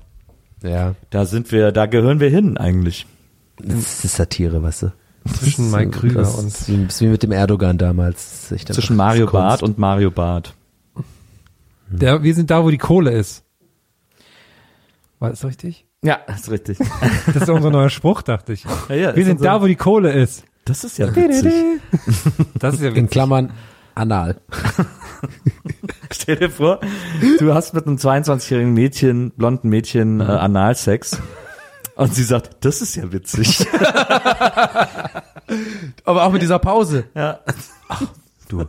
Speaker 1: Ja.
Speaker 2: Da sind wir, da gehören wir hin eigentlich.
Speaker 7: Das ist Satire, weißt du.
Speaker 3: Zwischen Mike Krüger
Speaker 7: Das
Speaker 3: und
Speaker 7: ist wie, ist wie mit dem Erdogan damals.
Speaker 2: Zwischen Mario Barth und Mario Barth.
Speaker 3: der, wir sind da, wo die Kohle ist. War das richtig?
Speaker 2: Ja, ist richtig.
Speaker 3: Das ist unser neuer Spruch, dachte ich.
Speaker 2: ja,
Speaker 3: wir
Speaker 2: ist
Speaker 3: sind
Speaker 2: unser-
Speaker 3: da, wo die Kohle ist.
Speaker 2: Das ist ja witzig.
Speaker 3: Das ist ja
Speaker 1: In Klammern anal.
Speaker 2: Stell dir vor, du hast mit einem 22-jährigen Mädchen, blonden Mädchen, äh, Analsex. Und sie sagt, das ist ja witzig.
Speaker 1: Aber auch mit dieser Pause.
Speaker 2: Ja.
Speaker 1: du.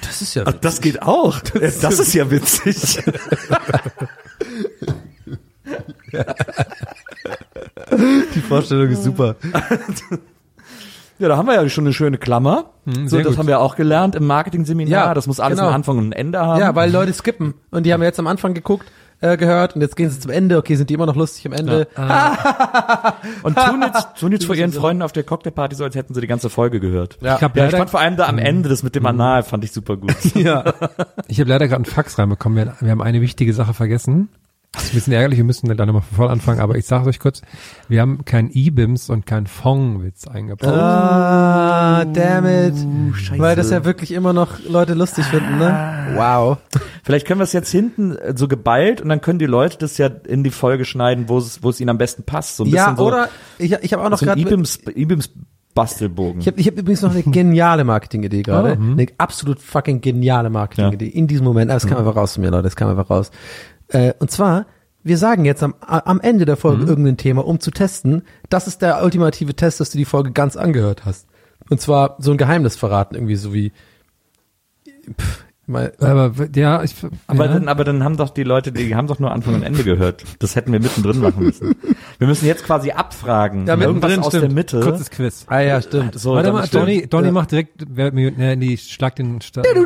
Speaker 1: Das ist ja.
Speaker 2: Ach, das geht auch. Das, ist ja witzig.
Speaker 1: Die Vorstellung ist super.
Speaker 2: Ja, da haben wir ja schon eine schöne Klammer. so,
Speaker 3: sehr
Speaker 2: das
Speaker 3: gut.
Speaker 2: haben wir auch gelernt im Marketing-Seminar.
Speaker 1: Ja,
Speaker 2: das muss alles
Speaker 1: genau.
Speaker 2: einen Anfang und ein Ende haben.
Speaker 1: Ja, weil Leute skippen. Und die haben jetzt am Anfang geguckt, äh, gehört und jetzt gehen sie zum Ende. Okay, sind die immer noch lustig am Ende?
Speaker 2: und tun jetzt, tun jetzt vor ihren Freunden auf der Cocktailparty so, als hätten sie die ganze Folge gehört.
Speaker 1: Ja. Mhm.
Speaker 3: Ich habe
Speaker 2: Ja, ich
Speaker 3: leider,
Speaker 2: fand vor allem da am Ende das mit dem Anal fand ich super gut.
Speaker 3: ich hab leider gerade einen Fax reinbekommen. Wir, wir haben eine wichtige Sache vergessen. Das ist ein bisschen ärgerlich, wir müssen dann nochmal von vorne anfangen, aber ich sage euch kurz, wir haben keinen E-Bims und keinen Fong-Witz eingebaut.
Speaker 1: Ah, damn it.
Speaker 7: Uh,
Speaker 1: Weil das ja wirklich immer noch Leute lustig finden,
Speaker 7: Ah,
Speaker 1: ne? Wow.
Speaker 2: Vielleicht können wir es jetzt hinten äh, so geballt und dann können die Leute das ja in die Folge schneiden, wo es, wo es ihnen am besten passt. So ein
Speaker 1: Ja,
Speaker 2: bisschen so,
Speaker 1: oder ich, ich habe auch noch
Speaker 2: so ein
Speaker 1: gerade
Speaker 2: Ibims, Ibims Bastelbogen.
Speaker 1: Ich habe ich hab übrigens noch eine geniale Marketingidee gerade. eine absolut fucking geniale Marketingidee in diesem Moment. Aber es kam einfach raus von mir, Leute. Es kam einfach raus. Äh, und zwar, wir sagen jetzt am, am Ende der Folge irgendein Thema, um zu testen. Das ist der ultimative Test, dass du die Folge ganz angehört hast. Und zwar so ein Geheimnis verraten, irgendwie so wie. Pff, mal,
Speaker 3: aber w- ja, ich,
Speaker 2: aber,
Speaker 3: ja.
Speaker 2: dann, aber dann haben doch die Leute, die haben doch nur Anfang und Ende gehört. Das hätten wir mittendrin machen müssen. Wir müssen jetzt quasi abfragen.
Speaker 1: Ja, mittendrin,
Speaker 2: irgendwas aus der Mitte.
Speaker 3: Kurzes Quiz.
Speaker 1: ah ja, stimmt.
Speaker 2: So,
Speaker 3: Warte
Speaker 2: dann
Speaker 3: mal,
Speaker 2: stimmt.
Speaker 3: Donny, Donny macht direkt, wer hat Millionen- nee, nee, schlag den Start.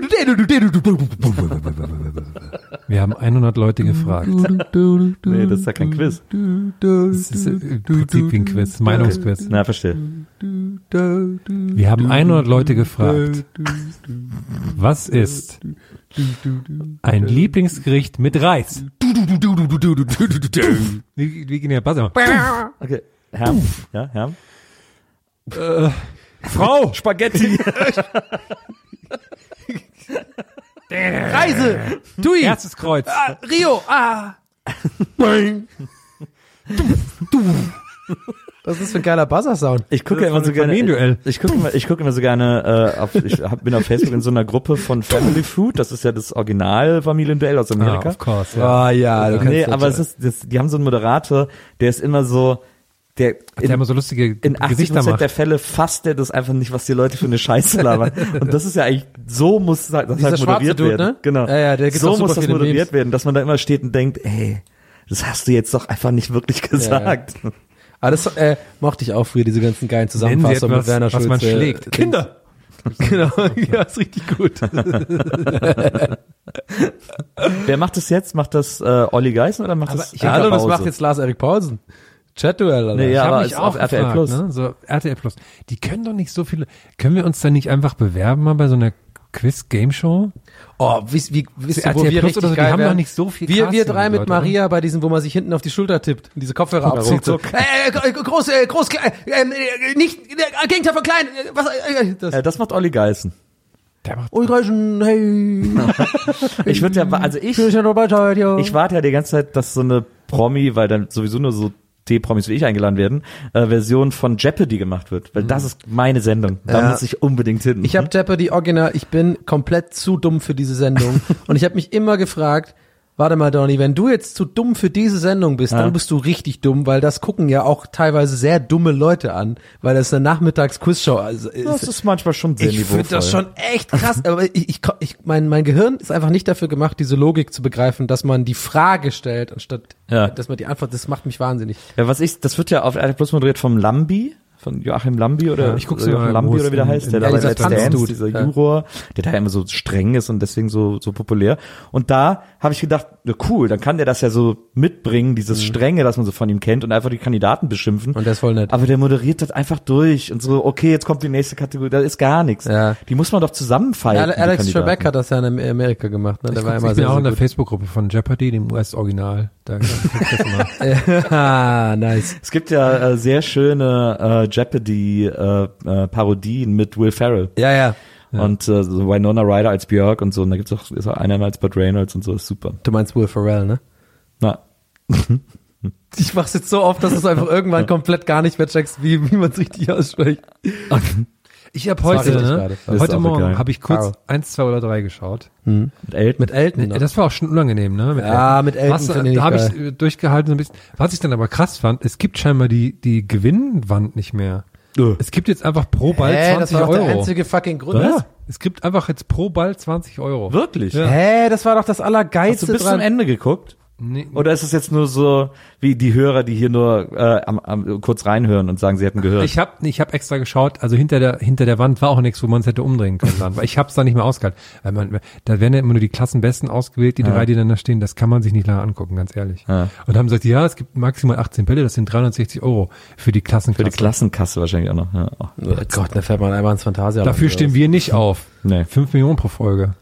Speaker 3: Wir haben 100 Leute gefragt.
Speaker 2: Nee, das ist ja kein Quiz.
Speaker 3: Das ist äh, im Prinzip wie ein Quiz, Meinungsquiz.
Speaker 2: Na, verstehe.
Speaker 3: Wir haben 100 Leute gefragt. Was ist ein Lieblingsgericht mit Reis? Wie wie gehen ja, pass mal.
Speaker 2: Okay. Herr, ja, Herr.
Speaker 3: Frau!
Speaker 2: Spaghetti.
Speaker 1: Reise! Tui!
Speaker 3: Erstes Kreuz.
Speaker 1: Ah, Rio! Ah! Was ist für ein geiler Buzzer-Sound?
Speaker 2: Ich gucke ja immer so gerne.
Speaker 3: Familienduell.
Speaker 2: Ich gucke immer, ich gucke immer so gerne. Äh, auf, ich hab, bin auf Facebook in so einer Gruppe von Family Food. Das ist ja das Original Familienduell aus
Speaker 3: Ah,
Speaker 2: Amerika. Äh,
Speaker 3: of course, ja.
Speaker 1: Ah ja, du kannst
Speaker 2: nee,
Speaker 1: das-
Speaker 2: aber es ist, das, die haben so einen Moderator, der ist immer so, der
Speaker 3: Der
Speaker 2: in,
Speaker 3: immer so lustige
Speaker 2: in 80
Speaker 3: Gesichter macht.
Speaker 2: der Fälle fasst der das einfach nicht, was die Leute für eine Scheiße labern. Und das ist ja eigentlich so muss das halt
Speaker 1: Dieser schwarze
Speaker 2: moderiert
Speaker 1: Dude,
Speaker 2: werden.
Speaker 1: ne?
Speaker 2: Genau.
Speaker 1: Ja, ja, der gibt auch
Speaker 2: so
Speaker 1: super
Speaker 2: muss das
Speaker 1: viele
Speaker 2: moderiert
Speaker 1: Memes.
Speaker 2: werden, dass man da immer steht und denkt, ey, das hast du jetzt doch einfach nicht wirklich gesagt.
Speaker 1: Ah, das äh, mochte ich auch früher, diese ganzen geilen
Speaker 3: Nennen Sie
Speaker 1: Zusammenfassungen mit Werner
Speaker 3: etwas, was
Speaker 1: Schulze.
Speaker 3: man schlägt. Kinder!
Speaker 1: Genau, ja, ist richtig gut.
Speaker 2: Wer macht das jetzt? Macht das äh, Olli Geißen oder macht das Hinter
Speaker 1: Hallo, das
Speaker 2: Pause?
Speaker 1: macht jetzt Lars-Erik Paulsen. Chat-Duell, Alter.
Speaker 2: Nee,
Speaker 3: Ich
Speaker 2: ja,
Speaker 3: habe
Speaker 2: aber
Speaker 3: mich
Speaker 2: ist
Speaker 3: auch
Speaker 2: auf RTL
Speaker 3: gefragt,
Speaker 2: Plus.
Speaker 3: Ne? So RTL Plus. Die können doch nicht so viele. Können wir uns dann nicht einfach bewerben mal bei so einer Quiz-Game-Show?
Speaker 1: Oh, wisst wie, wisst ihr, wo
Speaker 3: RTL
Speaker 1: wir
Speaker 3: Plus
Speaker 1: richtig
Speaker 3: oder so, die
Speaker 1: geil
Speaker 3: haben doch
Speaker 1: wären?
Speaker 3: nicht so viel
Speaker 1: Wir, wir
Speaker 3: Casting,
Speaker 1: drei mit
Speaker 3: Leute,
Speaker 1: Maria bei diesem, wo man sich hinten auf die Schulter tippt und diese Kopfhörer abzieht. So, äh, äh, groß, äh, groß, äh, äh, nicht, äh, Gegenteil von klein. Äh, was, äh, äh, das.
Speaker 2: Äh, das macht Olli Geißen.
Speaker 3: Der macht
Speaker 1: Ulreichen, hey.
Speaker 2: Ich würde ja, also ich,
Speaker 1: Schön, dass ihr dabei seid, ja.
Speaker 2: ich warte ja die ganze Zeit, dass so eine Promi, weil dann sowieso nur so T-Promis wie ich eingeladen werden, äh, Version von Jeopardy gemacht wird. Weil das ist meine Sendung. Da muss ich unbedingt hin.
Speaker 1: Mhm.
Speaker 2: Mhm.
Speaker 1: Ich habe Jeopardy Original, ich bin komplett zu dumm für diese Sendung. und ich habe mich immer gefragt, warte mal, Donny, wenn du jetzt zu dumm für diese Sendung bist, dann bist du richtig dumm, weil das gucken ja auch teilweise sehr dumme Leute an, weil das eine Nachmittags-Quizshow also ist.
Speaker 2: das ist manchmal schon sehr
Speaker 1: Ich finde das
Speaker 2: niveauvoll.
Speaker 1: schon echt krass, aber ich, ich, ko- ich mein, mein Gehirn ist einfach nicht dafür gemacht, diese Logik zu begreifen, dass man die Frage stellt, anstatt
Speaker 2: Ja.
Speaker 1: dass man die Antwort, das macht mich wahnsinnig.
Speaker 2: Ja, was ich, das wird ja auf RTL Plus moderiert vom Lambi, von Joachim Lambi oder
Speaker 3: ich guck's
Speaker 2: oder
Speaker 3: mir
Speaker 2: Joachim
Speaker 3: mal
Speaker 2: Lambi
Speaker 3: an, wo
Speaker 2: oder wie der
Speaker 3: es in-
Speaker 2: heißt, der
Speaker 3: in-
Speaker 2: da
Speaker 1: Ja,
Speaker 2: bei
Speaker 1: dieser
Speaker 2: Let's Dance,
Speaker 1: Tanzdude,
Speaker 2: dieser
Speaker 1: ja.
Speaker 2: Juror, der da immer so streng ist und deswegen so so populär. Und da habe ich gedacht, na cool, dann kann der das ja so mitbringen,
Speaker 3: Mhm.
Speaker 2: dieses Strenge, das man so von ihm kennt und einfach die Kandidaten beschimpfen.
Speaker 1: Und der ist voll nett.
Speaker 2: Aber der moderiert das einfach durch und so, okay, jetzt kommt die nächste Kategorie, da ist gar nichts.
Speaker 1: Ja.
Speaker 2: Die muss man doch zusammenfalten.
Speaker 1: Ale-
Speaker 2: die
Speaker 1: Alex
Speaker 2: Kandidaten.
Speaker 1: Trebek hat das ja in Amerika gemacht, ne? Der war
Speaker 3: Ich
Speaker 1: immer
Speaker 3: bin
Speaker 1: sehr,
Speaker 3: auch
Speaker 1: sehr
Speaker 3: in der
Speaker 1: gut.
Speaker 3: Facebook-Gruppe von Jeopardy, dem US-Original. Da guck ich das mal.
Speaker 1: ah, nice.
Speaker 2: Es gibt ja äh, sehr schöne äh, Jeopardy äh, äh, Parodien mit Will Ferrell.
Speaker 1: Ja, ja.
Speaker 2: Und äh, so Winona Ryder als Björk und so. Und da gibt's auch, ist auch einer als Bud Reynolds und so. Ist super.
Speaker 1: Du meinst Will Ferrell, ne?
Speaker 2: Na,
Speaker 1: Ich mach's jetzt so oft, dass du es einfach irgendwann komplett gar nicht mehr checkst, wie, wie man es richtig ausspricht.
Speaker 3: Ich habe
Speaker 1: Sorry,
Speaker 3: heute,
Speaker 1: dass ich gerade-
Speaker 3: ne,
Speaker 1: Das
Speaker 2: ist
Speaker 3: heute
Speaker 2: auch egal.
Speaker 3: Morgen habe ich kurz
Speaker 1: Wow.
Speaker 3: eins, zwei oder drei geschaut.
Speaker 2: mit Elton.
Speaker 1: Mit Elton. ne?
Speaker 3: Das war auch schon unangenehm, ne? Mit
Speaker 1: Ja, mit Elton
Speaker 3: Was,
Speaker 1: finde ich
Speaker 3: da habe
Speaker 1: geil.
Speaker 3: ich äh, durchgehalten so ein bisschen. Was ich dann aber krass fand, es gibt scheinbar die, die Gewinnwand nicht mehr.
Speaker 2: Äh.
Speaker 3: Es gibt jetzt einfach pro Ball
Speaker 1: Hä,
Speaker 3: 20
Speaker 1: das war doch
Speaker 3: Euro.
Speaker 1: der einzige fucking Grund.
Speaker 3: ja. Es gibt einfach jetzt pro Ball 20 Euro.
Speaker 2: Wirklich?
Speaker 3: Ja.
Speaker 1: Hä, das war doch das Allergeilste
Speaker 2: Hast du bis zum Ende geguckt?
Speaker 3: Nee.
Speaker 2: Oder ist es jetzt nur so, wie die Hörer, die hier nur äh, am, am, kurz reinhören und sagen, sie hätten gehört?
Speaker 3: Ich habe ich hab extra geschaut, also hinter der, hinter der Wand war auch nichts, wo man es hätte umdrehen können. Dann, weil ich habe es da nicht mehr ausgehalten. Weil man, da werden ja immer nur die Klassenbesten ausgewählt, die drei, die dann da stehen. Das kann man sich nicht lange angucken, ganz ehrlich.
Speaker 2: Ja.
Speaker 3: Und haben gesagt, ja, es gibt maximal 18 Bälle, das sind 360 Euro für die
Speaker 2: Für die
Speaker 3: Klassenklasse.
Speaker 2: Klassenkasse wahrscheinlich auch noch. Ja. Oh.
Speaker 1: Oh Gott, da fährt man einmal ins Fantasia.
Speaker 3: Dafür stehen wir nicht auf.
Speaker 2: Nee.
Speaker 3: 5 Millionen pro Folge.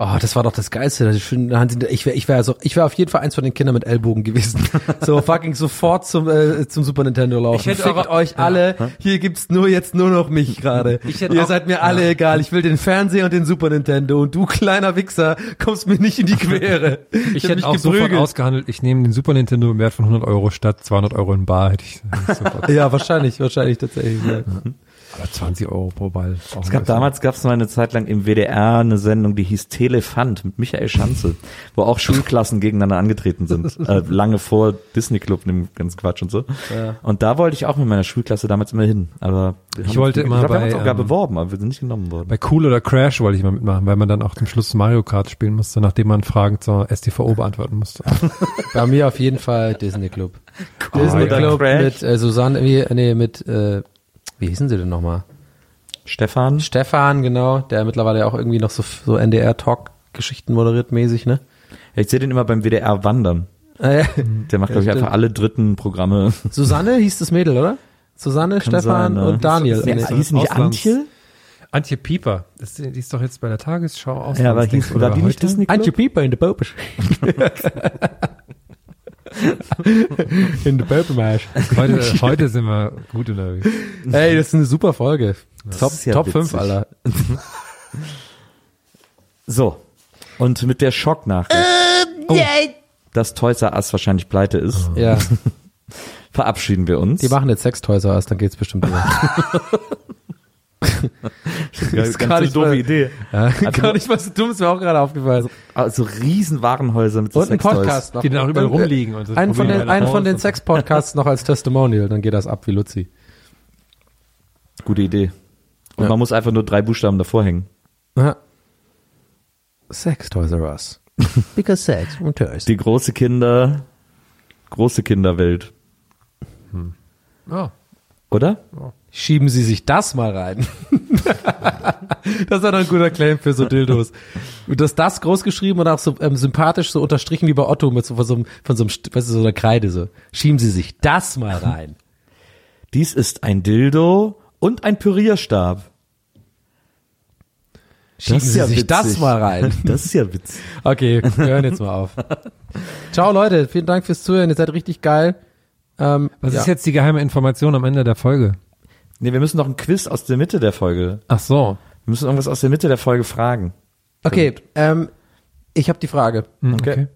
Speaker 1: Oh, das war doch das Geilste. Das ist schön- Ich wäre ich wär so, ich wär auf jeden Fall eins von den Kindern mit Ellbogen gewesen. So fucking sofort zum, äh, zum Super Nintendo laufen.
Speaker 3: Ich hätte
Speaker 1: Fickt
Speaker 3: auch-
Speaker 1: euch alle. Hier gibt's nur jetzt nur noch mich gerade. Ihr seid mir alle egal. Ich will den Fernseher und den Super Nintendo. Und du kleiner Wichser kommst mir nicht in die Quere.
Speaker 3: Ich
Speaker 1: hätte
Speaker 3: hätte
Speaker 1: mich
Speaker 3: auch sofort
Speaker 1: geprügelt.
Speaker 3: ausgehandelt, ich nehme den Super Nintendo im Wert von 100 Euro statt 200 Euro in Bar, hätte ich sofort.
Speaker 1: Ja, wahrscheinlich, wahrscheinlich tatsächlich. Ja.
Speaker 3: Aber 20 Euro pro Ball.
Speaker 2: Es gab damals gab es mal eine Zeit lang im WDR eine Sendung, die hieß Telefant mit Michael Schanze, wo auch Schulklassen gegeneinander angetreten sind, äh, lange vor Disney Club und dem ganzen Quatsch und so. Und da wollte ich auch mit meiner Schulklasse damals immer hin, aber wir haben
Speaker 3: wollte
Speaker 2: uns,
Speaker 3: immer
Speaker 2: ich glaub, wir haben
Speaker 3: bei,
Speaker 2: uns auch gar
Speaker 3: ähm,
Speaker 2: beworben, aber wir sind nicht genommen worden.
Speaker 3: Bei Cool oder Crash wollte ich mal mitmachen, weil man dann auch zum Schluss Mario Kart spielen musste, nachdem man Fragen zur STVO beantworten musste.
Speaker 1: Bei mir auf jeden Fall Disney Club.
Speaker 2: Disney
Speaker 1: Disney
Speaker 2: Club
Speaker 1: Club
Speaker 2: Crash.
Speaker 1: mit äh, Susanne, wie, nee, mit, äh, wie hießen sie denn nochmal?
Speaker 2: Stefan,
Speaker 1: Stefan, genau, der mittlerweile auch irgendwie noch so, so NDR-Talk-Geschichten moderiert mäßig, ne?
Speaker 2: ich sehe den immer beim WDR wandern.
Speaker 1: Äh,
Speaker 2: Der macht glaube ich
Speaker 1: stimmt.
Speaker 2: einfach alle dritten Programme.
Speaker 1: Susanne hieß das Mädel, oder? Susanne, Stefan
Speaker 2: sein, ne?
Speaker 1: und Daniel.
Speaker 2: Nee,
Speaker 1: Nee.
Speaker 2: hieß nicht
Speaker 3: Auslands-
Speaker 2: Antje?
Speaker 3: Antje Pieper, das, die ist doch jetzt bei der Tagesschau aus.
Speaker 2: Ja, aber hieß oder die nicht Disney Club?
Speaker 1: Aren't you people in the Pope? in the Pope Marsch.
Speaker 3: Heute, heute sind wir gut unterwegs.
Speaker 1: Ey, das ist eine super Folge. Top,
Speaker 2: ist ja
Speaker 1: Top
Speaker 2: witzig.
Speaker 1: 5, Alter.
Speaker 2: So. Und mit der Schocknachricht,
Speaker 1: Oh,
Speaker 2: dass Toys R Us wahrscheinlich pleite ist,
Speaker 1: ja,
Speaker 2: verabschieden wir uns.
Speaker 1: Oh. die machen jetzt Sextoys aus, dann geht's bestimmt wieder.
Speaker 2: das
Speaker 1: ist gar nicht mal-
Speaker 2: Idee.
Speaker 1: Gar nicht was dumm, ist mir auch gerade aufgefallen.
Speaker 2: Also riesen Warenhäuser mit so
Speaker 1: Und ein
Speaker 2: Sextoys.
Speaker 1: Podcast noch.
Speaker 3: Die dann auch überall rumliegen und so
Speaker 1: äh, Einen von
Speaker 3: probieren
Speaker 1: den,
Speaker 3: alle
Speaker 1: einen
Speaker 3: aus
Speaker 1: von den
Speaker 3: und-
Speaker 1: Sex-Podcasts noch als Testimonial, dann geht das ab wie Luzi.
Speaker 2: Gute Idee. Und man muss einfach nur drei Buchstaben davor hängen.
Speaker 1: Ja. Sex Toys R Us.
Speaker 7: Because sex und Toys.
Speaker 2: Die große Kinder, große Kinderwelt.
Speaker 8: Ah.
Speaker 3: Ja.
Speaker 2: Oder?
Speaker 1: Schieben Sie sich das mal rein. das ist ja doch ein guter Claim für so Dildos. Und das das groß geschrieben und auch so ähm, sympathisch so unterstrichen wie bei Otto mit so von so einem, von so einem, St- weißt du, so einer Kreide so. Schieben Sie sich das mal rein.
Speaker 2: Dies ist ein Dildo und ein Pürierstab.
Speaker 1: Schieben
Speaker 2: ist
Speaker 1: Sie
Speaker 2: ja
Speaker 1: sich
Speaker 2: witzig.
Speaker 1: das mal rein.
Speaker 2: Das ist ja witzig.
Speaker 1: Okay, wir hören jetzt mal auf. Ciao Leute, vielen Dank fürs Zuhören, ihr seid richtig geil. Ähm,
Speaker 3: Was
Speaker 1: ja.
Speaker 3: ist jetzt die geheime Information am Ende der Folge?
Speaker 2: Nee, wir müssen noch ein Quiz aus der Mitte der Folge.
Speaker 3: Ach so.
Speaker 2: Wir müssen irgendwas aus der Mitte der Folge fragen.
Speaker 3: Hm.
Speaker 1: Okay, ähm, ich habe die Frage.
Speaker 3: Okay.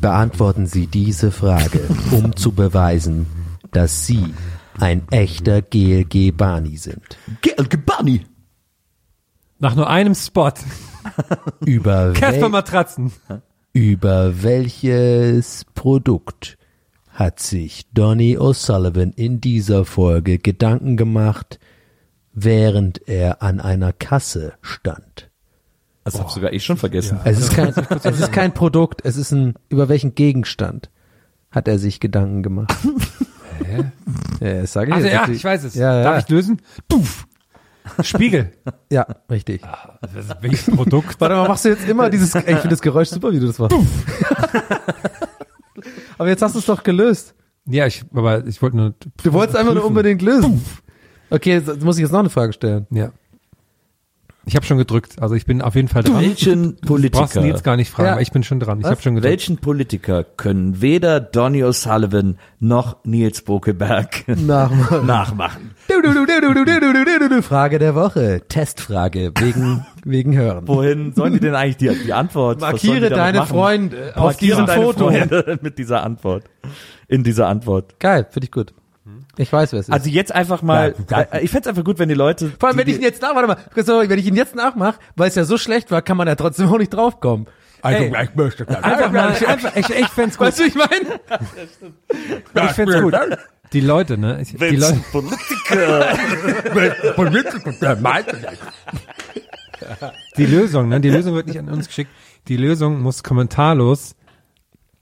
Speaker 1: Beantworten Sie diese Frage, um zu beweisen, dass Sie ein echter GLG Barney sind.
Speaker 2: GLG Barney.
Speaker 8: Nach nur einem Spot.
Speaker 1: Über,
Speaker 8: Casper
Speaker 1: wel
Speaker 8: Matratzen.
Speaker 1: über welches Produkt hat sich Donny O'Sullivan in dieser Folge Gedanken gemacht, während er an einer Kasse stand?
Speaker 2: Das hab sogar ich schon vergessen.
Speaker 9: Also
Speaker 1: Es ist kein, es ist kein Produkt, es ist ein, über welchen Gegenstand hat er sich Gedanken gemacht? Hä? Ja, das sage ich
Speaker 8: Also
Speaker 1: jetzt
Speaker 8: ja,
Speaker 1: natürlich.
Speaker 8: ich weiß es.
Speaker 1: Ja,
Speaker 8: Darf
Speaker 1: ja.
Speaker 8: ich lösen? Puff. Spiegel.
Speaker 1: Ja, richtig.
Speaker 8: Das ist welches Produkt?
Speaker 9: Warte mal, machst du jetzt immer dieses. Ey, ich finde das Geräusch super, wie du das machst. Aber jetzt hast du es doch gelöst.
Speaker 8: Ja, ich, aber ich wollte nur.
Speaker 9: Du wolltest einfach nur unbedingt lösen. Okay, jetzt muss ich jetzt noch eine Frage stellen.
Speaker 8: Ja. Ich habe schon gedrückt. Also ich bin auf jeden Fall dran.
Speaker 2: Welchen
Speaker 8: Du brauchst ihn
Speaker 2: Politiker,
Speaker 8: jetzt gar nicht fragen,
Speaker 9: Ja.
Speaker 8: weil ich bin schon dran. Ich habe schon gedrückt.
Speaker 2: welchen Politiker können weder Donny O'Sullivan noch Nils Bokeberg
Speaker 1: Nachmachen.
Speaker 2: nachmachen?
Speaker 1: Du, du, du, du, du, du, du, du, du, du. Frage der Woche. Testfrage wegen, wegen Hören.
Speaker 2: Wohin sollen die denn eigentlich die, die Antwort? was sollen die
Speaker 9: Markiere
Speaker 2: damit
Speaker 9: deine
Speaker 2: machen?
Speaker 9: Freunde auf
Speaker 2: Markiere
Speaker 9: diesem
Speaker 2: deine
Speaker 9: Foto.
Speaker 2: Freunde mit dieser Antwort. In dieser Antwort.
Speaker 9: Geil, finde ich gut. Ich weiß, wer es ist.
Speaker 2: Also jetzt einfach mal, äh, ich fänd's einfach gut, wenn die Leute.
Speaker 9: Vor allem, wenn ich ihn jetzt nach, warte mal, kurz noch, wenn ich ihn jetzt nachmache, weil es ja so schlecht war, kann man ja trotzdem auch nicht draufkommen. Also, Ey,
Speaker 8: Einfach mal, ich, einfach, ich, ich fänd's gut.
Speaker 9: weißt du, wie ich meine?
Speaker 8: Ich fänd's gut. Die Leute, ne? Ich, die Leute.
Speaker 6: Welchen Politiker?
Speaker 8: Die Lösung, ne? Die Lösung wird nicht an uns geschickt. Die Lösung muss kommentarlos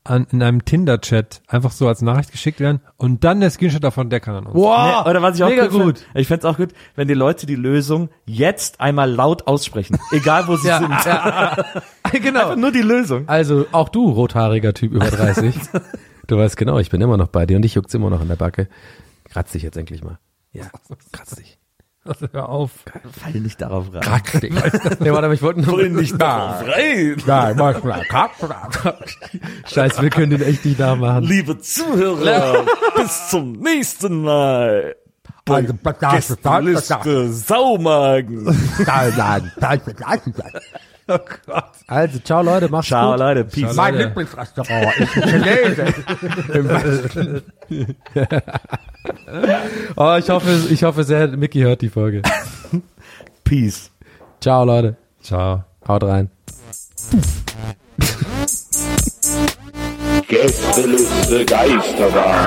Speaker 8: an, in einem Tinder-Chat einfach so als Nachricht geschickt werden und dann der Screenshot davon, der kann an uns.
Speaker 9: Wow,
Speaker 2: Ne, oder was ich auch
Speaker 9: mega
Speaker 2: gut,
Speaker 9: gut.
Speaker 2: Find, ich fänd's auch gut, wenn die Leute die Lösung jetzt einmal laut aussprechen. Egal wo sie
Speaker 9: Ja,
Speaker 2: sind.
Speaker 9: genau.
Speaker 2: Nur die Lösung.
Speaker 1: Also auch du, rothaariger Typ über 30. du weißt genau, ich bin immer noch bei dir und ich juckt's immer noch an der Backe. Kratz dich jetzt endlich mal. Ja, kratz dich.
Speaker 8: Also, hör auf.
Speaker 2: Fall nicht darauf rein.
Speaker 1: Kratz dich.
Speaker 9: Nee, warte mal, ich wollte nur.
Speaker 6: nicht darauf rein.
Speaker 1: Scheiße, wir können den echt nicht nachmachen.
Speaker 6: Liebe Zuhörer, bis zum nächsten Mal. Gästeliste Saumagen.
Speaker 9: Oh
Speaker 1: Also, ciao Leute, macht's
Speaker 2: Ciao
Speaker 1: gut.
Speaker 2: Leute, peace.
Speaker 8: Mein
Speaker 1: Lieblingsrestaurant.
Speaker 9: Oh, ich hoffe, ich hoffe sehr, Mickey hört die Folge.
Speaker 2: Peace.
Speaker 1: Ciao Leute,
Speaker 8: Ciao.
Speaker 1: haut rein.
Speaker 10: Gästeliste Geisterbahn.